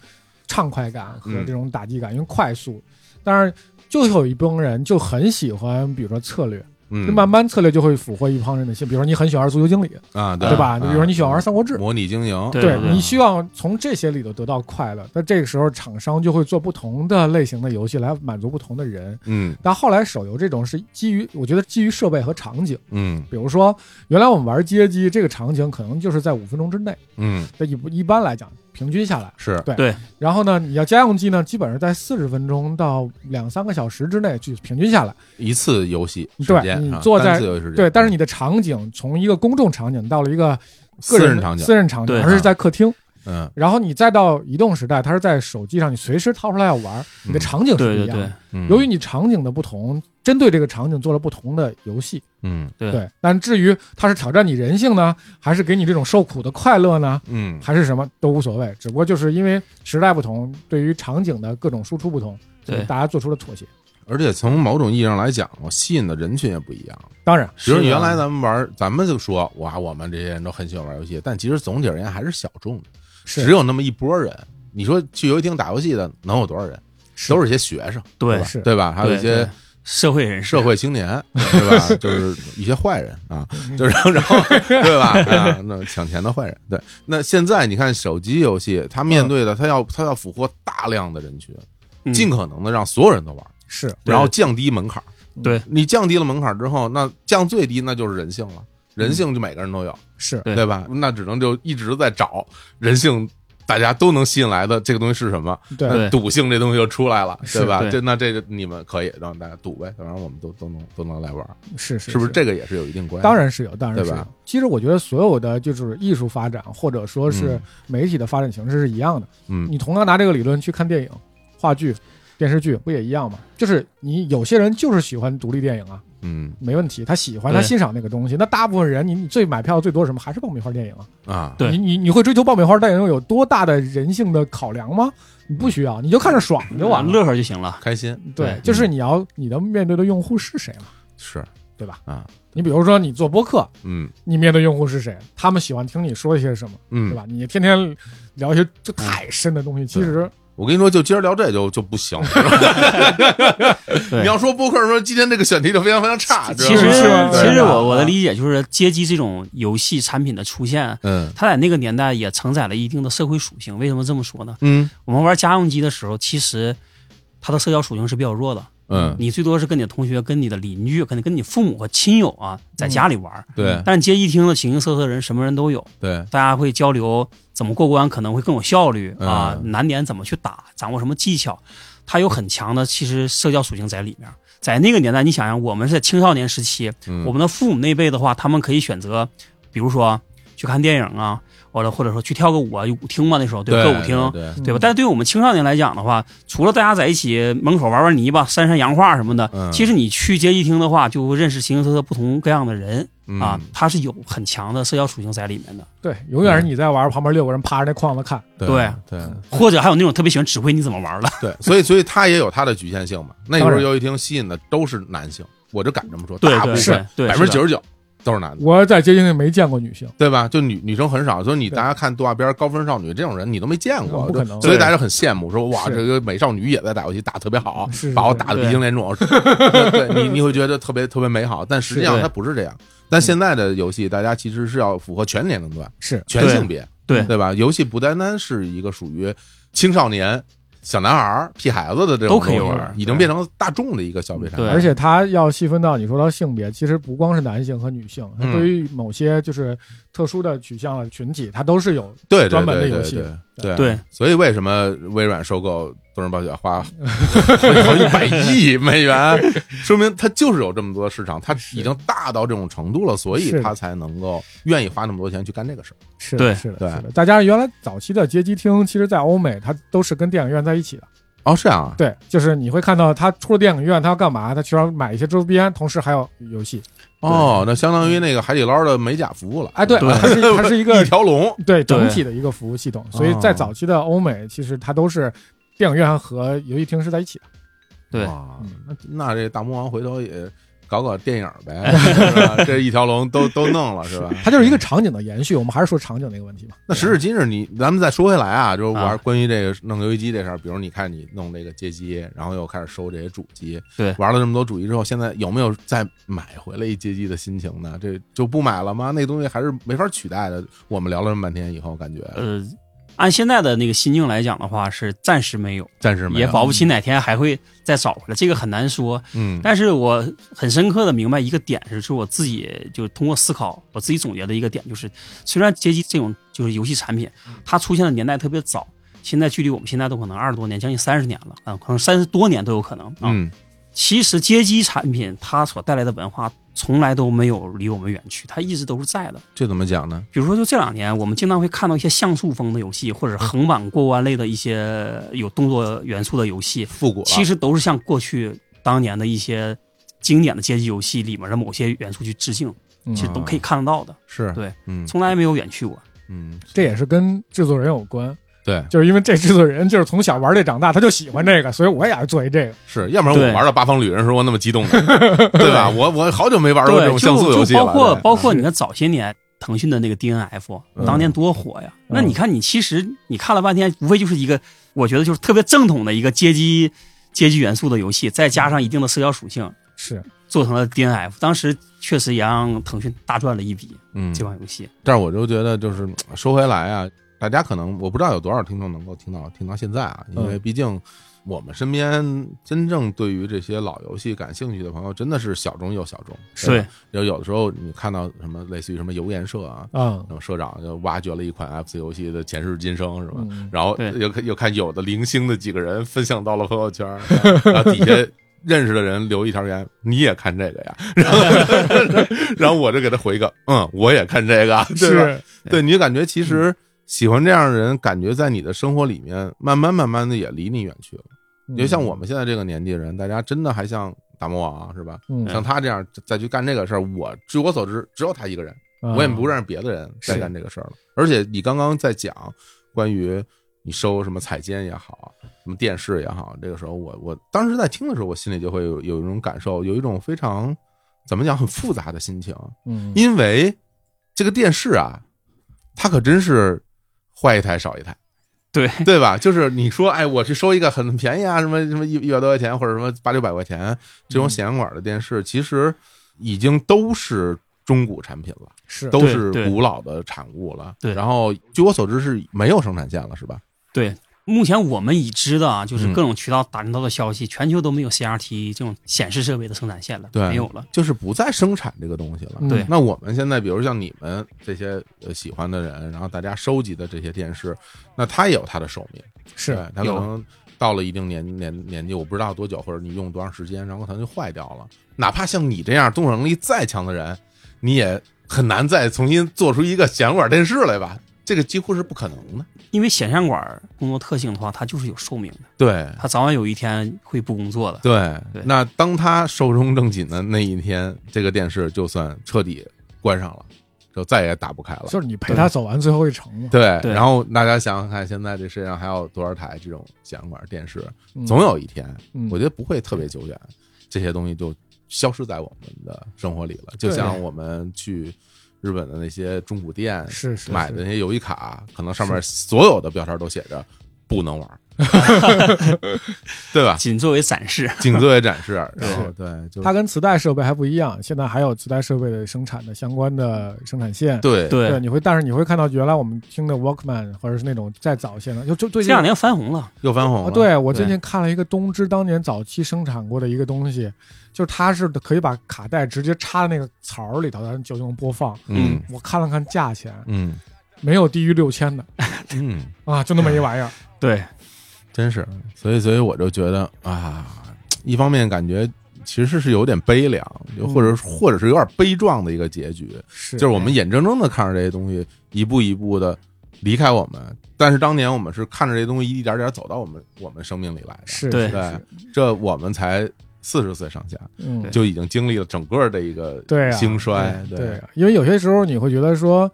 Speaker 2: 畅快感和这种打击感，因为快速，但是就有一帮人就很喜欢，比如说策略，
Speaker 1: 嗯，
Speaker 2: 那慢慢策略就会俘获一帮人的心。比如说你很喜欢玩足球经理，
Speaker 1: 啊，
Speaker 2: 对吧？就比如说你喜欢玩
Speaker 1: 啊
Speaker 2: 三国志，
Speaker 1: 模拟经营，
Speaker 3: 对
Speaker 2: 对
Speaker 3: 对
Speaker 2: 你希望从这些里头得到快乐，那这个时候厂商就会做不同的类型的游戏来满足不同的人。
Speaker 1: 嗯
Speaker 2: 但后来手游这种是基于，我觉得基于设备和场景，
Speaker 1: 嗯
Speaker 2: 比如说原来我们玩街机，这个场景可能就是在五分钟之内，
Speaker 1: 嗯，
Speaker 2: 但一一般来讲平均下来。
Speaker 1: 是，
Speaker 2: 然后呢，你要家用机呢，基本上在四十分钟到两三个小时之内去平均下来。
Speaker 1: 一次游戏时
Speaker 2: 对
Speaker 1: 间，
Speaker 2: 你
Speaker 1: 啊
Speaker 2: 坐
Speaker 1: 单
Speaker 2: 在
Speaker 1: 次游戏时间
Speaker 2: 对，但是你的场景从一个公众场景到了一个个
Speaker 1: 私
Speaker 2: 人
Speaker 1: 人
Speaker 2: 的
Speaker 1: 场景，啊
Speaker 2: 私人场景，
Speaker 3: 对
Speaker 2: 而是在客厅。
Speaker 1: 嗯，
Speaker 2: 然后你再到移动时代，它是在手机上，你随时掏出来要玩，你的场景是
Speaker 3: 对
Speaker 2: 不
Speaker 3: 对
Speaker 2: 一样的。
Speaker 3: 对，
Speaker 1: 嗯
Speaker 2: 由于你场景的不同，针对这个场景做了不同的游戏。
Speaker 1: 嗯
Speaker 3: 对
Speaker 2: 对，但至于它是挑战你人性呢，还是给你这种受苦的快乐呢，
Speaker 1: 嗯
Speaker 2: 还是什么都无所谓，只不过就是因为时代不同，对于场景的各种输出不同，
Speaker 3: 对
Speaker 2: 所以大家做出了妥协。
Speaker 1: 而且从某种意义上来讲，我吸引的人群也不一样。
Speaker 2: 当然，
Speaker 1: 比如
Speaker 3: 是啊
Speaker 1: 原来咱们玩，咱们就说哇，我们这些人都很喜欢玩游戏，但其实总体而言还是小众的，
Speaker 2: 是
Speaker 1: 只有那么一波人。你说去游戏厅打游戏的能有多少人？都是些学生，
Speaker 3: 对
Speaker 1: 吧
Speaker 2: 是
Speaker 1: 对吧？还有一
Speaker 3: 对
Speaker 1: 些
Speaker 3: 对社会人士
Speaker 1: 社会 青年，对吧？就是一些坏人啊，
Speaker 3: 嗯
Speaker 1: 就是然后然后 对吧？啊，那抢钱的坏人。对，那现在你看手机游戏，它面对的它要它要俘获大量的人群，
Speaker 3: 嗯
Speaker 1: 尽可能的让所有人都玩，
Speaker 2: 是
Speaker 3: 对
Speaker 1: 然后降低门槛。
Speaker 3: 对
Speaker 1: 你降低了门槛之后，那降最低那就是人性了，人性就每个人
Speaker 2: 嗯
Speaker 1: 都有，
Speaker 2: 是，
Speaker 3: 对
Speaker 1: 对吧？那只能就一直在找人性，大家都能吸引来的这个东西是什么？
Speaker 2: 对
Speaker 3: 对
Speaker 1: 那赌性这东西就出来了，
Speaker 2: 是
Speaker 1: 对吧？
Speaker 3: 对
Speaker 1: 这那这个你们可以让大家赌呗，反正我们都都能都能来玩，
Speaker 2: 是是
Speaker 1: 是不是？？这个也是有一定关系？
Speaker 2: 当，然是有，当然是
Speaker 1: 对吧
Speaker 2: 有。其实我觉得所有的就是艺术发展，或者说是
Speaker 1: 嗯
Speaker 2: 媒体的发展形式是一样的。
Speaker 1: 嗯
Speaker 2: 你同样拿这个理论去看电影、话剧、电视剧，不也一样吗？就是你有些人就是喜欢独立电影啊，
Speaker 1: 嗯
Speaker 2: 没问题，他喜欢
Speaker 3: 对
Speaker 2: 他欣赏那个东西。那大部分人，你你最买票最多什么？还是爆米花电影啊？
Speaker 1: 啊，
Speaker 3: 对
Speaker 2: 你你你会追求爆米花电影有多大的人性的考量吗？你不需要，你就看着爽就完了。
Speaker 3: 乐呵就行了。
Speaker 1: 开心
Speaker 2: 对
Speaker 3: 对，
Speaker 2: 就是你要你的面对的用户是谁嘛，
Speaker 1: 是
Speaker 2: 对吧？
Speaker 1: 啊，
Speaker 2: 你比如说你做播客，
Speaker 1: 嗯
Speaker 2: 你面对用户是谁，他们喜欢听你说一些什么，对
Speaker 1: 嗯，
Speaker 2: 吧？你天天聊一些就太深的东西，其实
Speaker 1: 我跟你说，就今儿聊这就就不 行。
Speaker 3: 对
Speaker 1: 你要说播客说今天这个选题就非常非常差，
Speaker 3: 其
Speaker 1: 知
Speaker 3: 实
Speaker 1: 道吗
Speaker 2: 是吧
Speaker 3: 其
Speaker 1: 对
Speaker 3: 实
Speaker 1: 吧
Speaker 3: 我我的理解就是，街机这种游戏产品的出现，
Speaker 1: 嗯
Speaker 3: 它在那个年代也承载了一定的社会属性。为什么这么说呢？
Speaker 1: 嗯
Speaker 3: 我们玩家用机的时候，其实它的社交属性是比较弱的，
Speaker 1: 嗯，
Speaker 3: 你最多是跟你的同学、跟你的邻居、可能跟你父母和亲友啊，在家里玩。
Speaker 1: 嗯对
Speaker 3: 但是街机厅的形形色色的人，什么人都有，
Speaker 1: 对，
Speaker 3: 大家会交流怎么过关可能会更有效率
Speaker 1: 嗯
Speaker 3: 啊，难点怎么去打，掌握什么技巧，它有很强的其实社交属性在里面。在那个年代，你想想，我们是在青少年时期，
Speaker 1: 嗯
Speaker 3: 我们的父母那一辈的话，他们可以选择，比如说去看电影啊，或者或者说去跳个舞啊，有舞厅嘛，那时候对吧？歌舞厅，
Speaker 1: 对对
Speaker 3: 对吧？但是对于我们青少年来讲的话，除了大家在一起门口玩玩泥巴、扇扇洋画什么的，
Speaker 1: 嗯
Speaker 3: 其实你去街机厅的话，就会认识形形色色不同各样的人、
Speaker 1: 嗯
Speaker 3: 啊，它是有很强的社交属性在里面的。
Speaker 2: 对，永远是你在玩，旁边六个人趴着那框子看，
Speaker 1: 对
Speaker 3: 对
Speaker 1: 对
Speaker 3: 或者还有那种特别喜欢指挥你怎么玩的，
Speaker 1: 对，所以所以它也有它的局限性嘛。那时
Speaker 2: 当
Speaker 1: 候
Speaker 2: 然
Speaker 1: 游戏厅吸引的都是男性，我就敢这么说，
Speaker 3: 对
Speaker 1: 大部
Speaker 3: 对
Speaker 1: 分
Speaker 3: 是对
Speaker 1: 百分之九十九都是男的，
Speaker 2: 我在街机里没见过女性，
Speaker 1: 对吧？就女女生很少，所以你
Speaker 2: 对
Speaker 1: 大家看动画片《高分少女》这种人，你都没见过，
Speaker 2: 嗯不可能
Speaker 1: 就所以大家就很羡慕，说哇，
Speaker 2: 是
Speaker 1: 这个美少女也在打游戏，打得特别好
Speaker 2: 是是，
Speaker 1: 把我打的鼻青 脸肿，对对你你会觉得特别特别美好，但实际上
Speaker 3: 是嗯
Speaker 1: 它不是这样。但现在的游戏，大家其实是要符合全年龄段、
Speaker 2: 是
Speaker 1: 全性别，
Speaker 3: 对
Speaker 1: 对吧？游戏不单单是一个属于青少年、小男孩儿、屁孩子的这种
Speaker 3: 都可以
Speaker 1: 东西
Speaker 3: 玩
Speaker 1: 已经变成大众的一个消费产品。
Speaker 3: 对
Speaker 2: 而且它要细分到你说到性别，其实不光是男性和女性，它
Speaker 1: 嗯
Speaker 2: 对于某些就是特殊的取向的群体，它都是有
Speaker 1: 对对
Speaker 2: 专门的
Speaker 1: 对对
Speaker 2: 游戏
Speaker 1: 对
Speaker 3: 对，
Speaker 1: 所以为什么微软收购《多人暴雪》花 好几百亿美元，说明它就是有这么多市场，它已经大到这种程度了，所以
Speaker 2: 是的
Speaker 1: 它才能够愿意花那么多钱去干这个事儿。
Speaker 2: 是的
Speaker 3: 对
Speaker 2: 是的，
Speaker 1: 对
Speaker 2: 是的。再加上原来早期的街机厅，其实在欧美它都是跟电影院在一起的。
Speaker 1: 哦，是啊，
Speaker 2: 对，就是你会看到它出了电影院，它要干嘛？它去那儿买一些周边，同时还有游戏。
Speaker 1: 哦，那相当于那个海底捞的美甲服务了。
Speaker 2: 哎，对，
Speaker 3: 对
Speaker 2: 它是它是一
Speaker 1: 一
Speaker 2: 个
Speaker 1: 条龙，
Speaker 2: 对哦整
Speaker 3: 对
Speaker 2: 体的一个服务系统，所以在早期的欧美，其实它都是电影院和游戏厅是在一起的。
Speaker 3: 对
Speaker 1: 哇
Speaker 2: 嗯
Speaker 1: 那这大魔王回头也搞搞电影呗， 是吧？这一条龙都都弄了，是吧？
Speaker 2: 它就是一个场景的延续。我们还是说场景那个问题吧。
Speaker 1: 那时至今日你，咱们再说回来啊，就是玩
Speaker 3: 啊
Speaker 1: 关于这个弄游戏机这事儿，比如你看你弄这个街机，然后又开始收这些主机，
Speaker 3: 对
Speaker 1: 玩了这么多主机之后，现在有没有再买回来一街机的心情呢？这就不买了吗？那东西还是没法取代的。我们聊了这么半天以后，感觉
Speaker 3: 呃，按现在的那个心境来讲的话，是暂时没有，
Speaker 1: 暂时没
Speaker 3: 也
Speaker 1: 有，
Speaker 3: 保不齐哪天还会再找回来，这个很难说。
Speaker 1: 嗯
Speaker 3: 但是我很深刻的明白一个点是，是我自己就通过思考，我自己总结的一个点就是，虽然街机这种就是游戏产品，
Speaker 1: 嗯
Speaker 3: 它出现的年代特别早，现在距离我们现在都可能二十多年，将近三十年了，啊、可能三十多年都有可能啊。
Speaker 1: 嗯，
Speaker 3: 其实街机产品它所带来的文化，从来都没有离我们远去，它一直都是在的。
Speaker 1: 这怎么讲呢？
Speaker 3: 比如说，就这两年，我们经常会看到一些像素风的游戏，或者是横版过弯类的一些有动作元素的游戏，
Speaker 1: 复古了，
Speaker 3: 其实都是向过去当年的一些经典的街机游戏里面的某些元素去致敬，
Speaker 2: 嗯
Speaker 3: 其实都可以看得到的，
Speaker 1: 是
Speaker 3: 对，
Speaker 1: 嗯
Speaker 3: 从来没有远去过。
Speaker 1: 嗯，
Speaker 2: 这也是跟制作人有关，
Speaker 1: 对，
Speaker 2: 就是因为这制作人就是从小玩这长大，他就喜欢这个，所以我也要做一这个。
Speaker 1: 是，要不然我
Speaker 3: 对
Speaker 1: 玩到八方旅人时候我那么 激动呢，对吧？我我好久没玩过这种
Speaker 3: 对，
Speaker 1: 像素游
Speaker 3: 就
Speaker 1: 戏
Speaker 3: 就
Speaker 1: 了，
Speaker 3: 包括
Speaker 1: 对
Speaker 3: 包括你看早些年腾讯的那个 DNF，
Speaker 1: 嗯
Speaker 3: 当年多火呀！
Speaker 2: 嗯
Speaker 3: 那你看，你其实你看了半天，无非就是一个我觉得就是特别正统的一个街机街机元素的游戏，再加上一定的社交属性，
Speaker 2: 是，
Speaker 3: 做成了 DNF。当时确实也让腾讯大赚了一笔
Speaker 1: 嗯
Speaker 3: 这款游戏。
Speaker 1: 但是我就觉得，就是嗯说回来啊，大家可能我不知道有多少听众能够听到听到现在啊，因为
Speaker 2: 嗯
Speaker 1: 毕竟我们身边真正对于这些老游戏感兴趣的朋友，真的是小众又小众。对吧，就有的时候你看到什么类似于什么游研社啊，
Speaker 2: 嗯
Speaker 1: 然后社长就挖掘了一款 FC 游戏的前世今生，是吧？
Speaker 2: 嗯
Speaker 1: 然后
Speaker 3: 对
Speaker 1: 又看又看有的零星的几个人分享到了朋友圈，然后底下认识的人留一条言：“你也看这个呀？”然后 然后我就给他回一个：“嗯，我也看这个。”对吧？
Speaker 2: 是，
Speaker 1: 对你就感觉其实喜欢这样的人，感觉在你的生活里面慢慢慢慢的也离你远去了。你就
Speaker 2: 嗯
Speaker 1: 像我们现在这个年纪的人，大家真的还像打魔王啊是吧？
Speaker 2: 嗯，
Speaker 1: 像他这样再去干这个事儿，我据我所知只有他一个人。
Speaker 2: 嗯，
Speaker 1: 我也不认识别的人在
Speaker 2: 是
Speaker 1: 干这个事儿了。而且你刚刚在讲关于你收什么彩监也好，什么电视也好，这个时候我我当时在听的时候，我心里就会有有一种感受，有一种非常怎么讲很复杂的心情，
Speaker 2: 嗯，
Speaker 1: 因为这个电视啊，它可真是坏一台少一台。
Speaker 3: 对
Speaker 1: 对吧？就是你说，哎，我去收一个很便宜啊，什么什么一一百多块钱，或者什么八九百块钱这种显像管的电视，其实已经都是中古产品了。
Speaker 2: 是
Speaker 1: 都
Speaker 3: 对
Speaker 1: 是
Speaker 3: 对
Speaker 1: 古老的产物了。
Speaker 3: 对
Speaker 1: 然后据我所知是没有生产线了，是吧？
Speaker 3: 对，目前我们已知的啊，就是
Speaker 1: 嗯
Speaker 3: 各种渠道打听到的消息，全球都没有 CRT 这种显示设备的生产线了，
Speaker 1: 对，
Speaker 3: 没有了。，
Speaker 1: 就是不再生产这个东西了。
Speaker 2: 嗯
Speaker 3: 对
Speaker 1: 那我们现在，比如像你们这些呃喜欢的人，然后大家收集的这些电视，那它也有它的寿命，
Speaker 2: 是
Speaker 1: 对它可
Speaker 3: 有
Speaker 1: 能到了一定年年年纪，我不知道多久，或者你用多长时间，然后它就坏掉了。哪怕像你这样动手能力再强的人，你也很难再重新做出一个显管电视来吧？这个几乎是不可能的。
Speaker 3: 因为显像管工作特性的话，它就是有寿命的，
Speaker 1: 对，
Speaker 3: 它早晚有一天会不工作的。
Speaker 1: 对，
Speaker 3: 对
Speaker 1: 那当他寿终正寝的那一天，这个电视就算彻底关上了，就再也打不开了。
Speaker 2: 就是你陪他走完最后一程嘛，
Speaker 1: 对，
Speaker 3: 对
Speaker 1: 然后大家想想看，现在这世界上还有多少台这种显像管电视？
Speaker 2: 嗯
Speaker 1: 总有一天，
Speaker 2: 嗯
Speaker 1: 我觉得不会特别久远，这些东西就消失在我们的生活里了。就
Speaker 2: 对
Speaker 1: 像我们去日本的那些中古店
Speaker 2: 是是
Speaker 1: 买
Speaker 2: 是
Speaker 1: 的那些游戏卡，可能上面所有的标签都写着不能玩 儿，对吧？
Speaker 3: 仅作为展示，
Speaker 1: 仅作为展示，然后
Speaker 2: 是
Speaker 1: 对，就是
Speaker 2: 它跟磁带设备还不一样，现在还有磁带设备的生产的相关的生产线。
Speaker 1: 对
Speaker 3: 对，
Speaker 2: 你会，但是你会看到原来我们听的 Walkman 或者是那种再早些的，就就最
Speaker 3: 这
Speaker 2: 近
Speaker 3: 两年翻红了，
Speaker 1: 又翻红
Speaker 2: 啊，
Speaker 1: 了。
Speaker 2: 对我最
Speaker 1: 对
Speaker 2: 近看了一个东芝当年早期生产过的一个东西，就是它是可以把卡带直接插在那个槽儿里头，然后就能播放。
Speaker 1: 嗯
Speaker 2: 我看了看价钱，
Speaker 1: 嗯
Speaker 2: 没有低于六千的
Speaker 1: 嗯，
Speaker 2: 啊，就那么一玩意儿。
Speaker 3: 对，
Speaker 1: 真是，所以所以我就觉得啊，一方面感觉其实是有点悲凉，就或
Speaker 2: 嗯
Speaker 1: 者或者是有点悲壮的一个结局，
Speaker 2: 是，
Speaker 1: 就是我们眼睁睁的看着这些东西一步一步的离开我们，但是当年我们是看着这些东西一点点走到我们我们生命里来的，
Speaker 2: 是，
Speaker 3: 对
Speaker 2: 是
Speaker 1: 对
Speaker 2: 是，
Speaker 1: 这我们才。四十岁上下
Speaker 2: 嗯，
Speaker 1: 就已经经历了整个的一个
Speaker 2: 对啊
Speaker 1: 兴衰，
Speaker 2: 对，啊因为有些时候你会觉得说，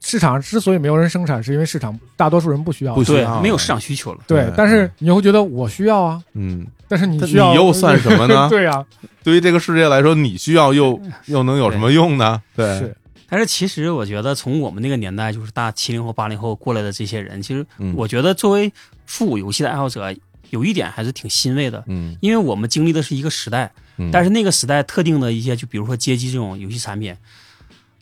Speaker 2: 市场之所以没有人生产，是因为市场大多数人不需要。
Speaker 1: 不需
Speaker 3: 对
Speaker 1: 要啊，
Speaker 3: 没有市场需求了。
Speaker 2: 对
Speaker 1: 对，
Speaker 2: 但是你又会觉得我需要啊，
Speaker 1: 嗯，
Speaker 2: 但是你
Speaker 1: 但
Speaker 2: 需要
Speaker 1: 你又算什么呢
Speaker 2: 对啊呀，
Speaker 1: 对于这个世界来说，你需要又又能有什么用呢？对
Speaker 2: 是，
Speaker 3: 但是其实我觉得，从我们那个年代，就是大七零后、八零后过来的这些人，其实
Speaker 1: 嗯
Speaker 3: 我觉得作为复古游戏的爱好者，有一点还是挺欣慰的，
Speaker 1: 嗯，
Speaker 3: 因为我们经历的是一个时代，
Speaker 1: 嗯
Speaker 3: 但是那个时代特定的一些，就比如说街机这种游戏产品，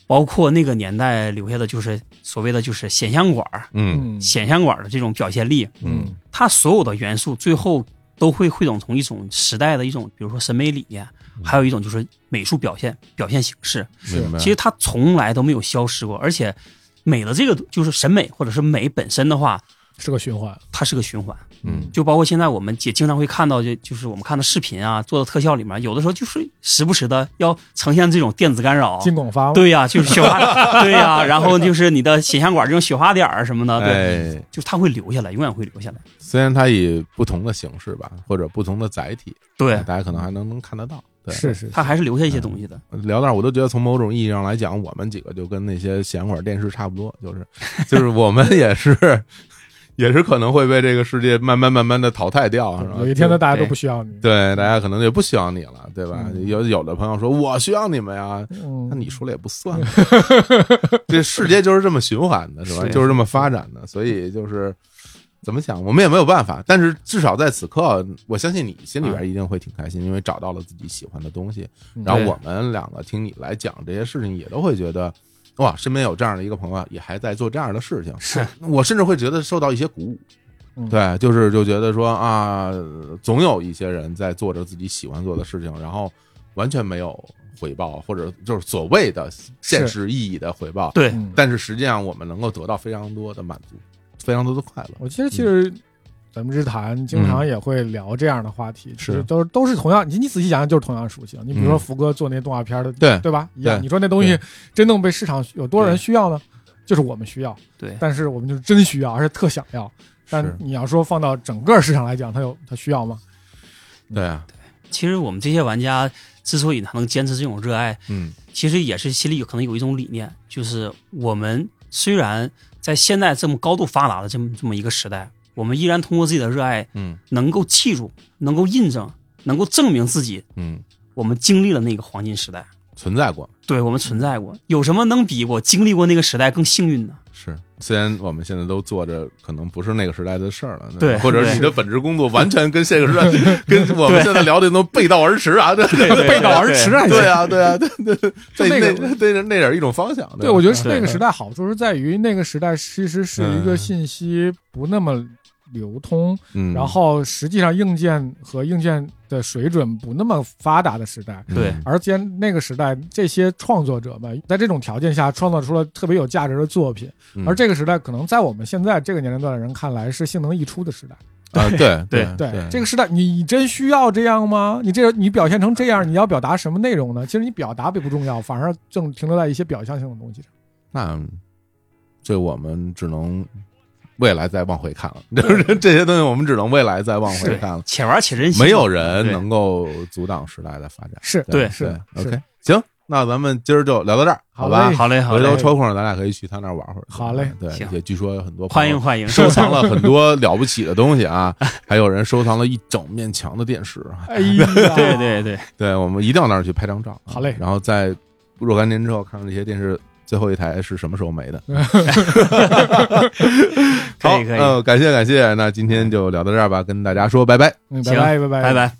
Speaker 3: 包括那个年代留下的就是所谓的就是显像管儿、
Speaker 1: 嗯
Speaker 2: 嗯
Speaker 3: 显像管儿的这种表现力，
Speaker 1: 嗯
Speaker 3: 它所有的元素最后都会汇总成一种时代的一种，比如说审美理念，还有一种就是美术表现表现形式。
Speaker 2: 是
Speaker 1: 嗯明白。
Speaker 3: 其实它从来都没有消失过，而且美的这个就是审美或者是美本身的话，
Speaker 2: 是个循环。
Speaker 3: 它是个循环。
Speaker 1: 嗯
Speaker 3: 就包括现在我们也经常会看到，就就是我们看的视频啊，做的特效里面，有的时候就是时不时的要呈现这种电子干扰。
Speaker 2: 金广发
Speaker 3: 对呀、就是雪花，对呀、然后就是你的显像管这种雪花点儿什么的，对，
Speaker 1: 哎，
Speaker 3: 就它会留下来，永远会留下来。
Speaker 1: 虽然它以不同的形式吧，或者不同的载体，
Speaker 3: 对
Speaker 1: 大，家可能还能能看得到。对，
Speaker 2: 是是
Speaker 3: 它还是留下一些东西的。
Speaker 1: 聊到这儿，我都觉得从某种意义上来讲，我们几个就跟那些显管电视差不多，就是就是我们也是 也是可能会被这个世界慢慢慢慢的淘汰掉，是吧？
Speaker 2: 有一天呢，大家都不需要你。
Speaker 1: 对，大家可能就不需要你了，对吧？
Speaker 2: 嗯
Speaker 1: 有有的朋友说，我需要你们呀，
Speaker 2: 嗯
Speaker 1: 那你说了也不 算，这世界就是这么循环的，是吧？
Speaker 3: 是
Speaker 1: 就是这么发展的，所以就是怎么讲，我们也没有办法。但是至少在此刻，我相信你心里边一定会挺开心，因为找到了自己喜欢的东西。
Speaker 2: 啊嗯
Speaker 1: 然后
Speaker 3: 对
Speaker 1: 我们两个听你来讲这些事情，也都会觉得。哇，身边有这样的一个朋友，也还在做这样的事情，
Speaker 3: 是
Speaker 1: 我甚至会觉得受到一些鼓舞。
Speaker 2: 嗯
Speaker 1: 对，就是就觉得说啊，总有一些人在做着自己喜欢做的事情，然后完全没有回报，或者就是所谓的现实意义的回报。，
Speaker 3: 对，
Speaker 2: 嗯
Speaker 1: 但是实际上我们能够得到非常多的满足，非常多的快
Speaker 3: 哦
Speaker 1: 乐。
Speaker 2: 我其实其实咱们日坛经常
Speaker 1: 嗯
Speaker 2: 也会聊这样的话题，其实都都是同样，你你仔细想想就是同样属性。你比如说
Speaker 1: 嗯
Speaker 2: 福哥做那动画片的，
Speaker 1: 对
Speaker 2: 对吧？一样，
Speaker 1: 对
Speaker 2: 你说那东西真正被市场有多少人
Speaker 3: 对
Speaker 2: 需要呢？就是我们需要，
Speaker 3: 对，
Speaker 2: 但是我们就是真需要，而且特想要。但
Speaker 1: 是
Speaker 2: 你要说放到整个市场来讲，它有它需要吗？
Speaker 1: 对啊，
Speaker 3: 其实我们这些玩家之所以他能坚持这种热爱，
Speaker 1: 嗯
Speaker 3: 其实也是心里有可能有一种理念，就是我们虽然在现在这么高度发达的这么这么一个时代，我们依然通过自己的热爱，
Speaker 1: 嗯
Speaker 3: 能够记住，能够印证，能够证明自己，
Speaker 1: 嗯，
Speaker 3: 我们经历了那个黄金时代，
Speaker 1: 存在过
Speaker 3: 对我们存在过。有什么能比我经历过那个时代更幸运呢？
Speaker 1: 是。虽然我们现在都做着可能不是那个时代的事儿了，
Speaker 3: 对
Speaker 1: 或者
Speaker 3: 对
Speaker 1: 你的本职工作完全跟这个 时代跟我们现在聊的都背道而驰啊，对对
Speaker 3: 对
Speaker 2: 背道而驰啊！
Speaker 1: 对啊，对啊，对对对，
Speaker 2: 就
Speaker 1: 那
Speaker 2: 那个
Speaker 1: 那那那点儿一种方向。
Speaker 2: 对，
Speaker 1: 吧
Speaker 2: 我觉得是
Speaker 3: 对
Speaker 2: 那个时代好处是在于那个时代其实是一个
Speaker 1: 嗯
Speaker 2: 信息不那么流通，
Speaker 1: 嗯，
Speaker 2: 然后实际上硬件和硬件的水准不那么发达的时代，
Speaker 3: 对
Speaker 1: 嗯
Speaker 2: 而且那个时代这些创作者们在这种条件下创造出了特别有价值的作品，
Speaker 1: 嗯
Speaker 2: 而这个时代可能在我们现在这个年龄段的人看来是性能溢出的时代。
Speaker 1: 啊， 对
Speaker 3: 嗯
Speaker 2: 对这
Speaker 1: 个
Speaker 2: 个时代，你你真需要这样吗？你这你表现成这样，你要表达什么内容呢？其实你表达并不重要，反而正停留在一些表象性的东西上。
Speaker 1: 那这我们只能未来再往回看了， 就是这些东西我们只能未来再往回看了，
Speaker 3: 且玩且珍惜，
Speaker 1: 没有人
Speaker 3: 对
Speaker 1: 能够阻挡时代的发展。
Speaker 2: 是
Speaker 3: 对
Speaker 2: 是
Speaker 1: 对
Speaker 2: 是
Speaker 1: ，OK，行，那咱们今儿就聊到这儿，
Speaker 2: 好
Speaker 1: 吧
Speaker 2: 嘞？
Speaker 3: 嗯好嘞，好
Speaker 1: 回
Speaker 3: 嘞
Speaker 1: 头，抽空咱俩可以去他那儿玩会儿。
Speaker 2: 好嘞
Speaker 1: 对，
Speaker 3: 行
Speaker 1: 也据说有很多朋
Speaker 3: 欢
Speaker 1: 友
Speaker 3: 迎欢迎，
Speaker 1: 收藏了很多了不起的东西啊，还有人收藏了一整面墙的电视啊。
Speaker 2: 哎呀，
Speaker 3: 对对对，
Speaker 1: 对，我们一定要那儿去拍张照啊。
Speaker 2: 好嘞
Speaker 1: 然后在若干年之后，看看这些电视最后一台是什么时候没的。好，
Speaker 3: 可以可以
Speaker 1: 呃嗯、感谢感谢，那今天就聊到这儿吧，跟大家说拜拜。
Speaker 2: 嗯，拜
Speaker 3: 行
Speaker 2: 拜拜拜
Speaker 3: 拜拜。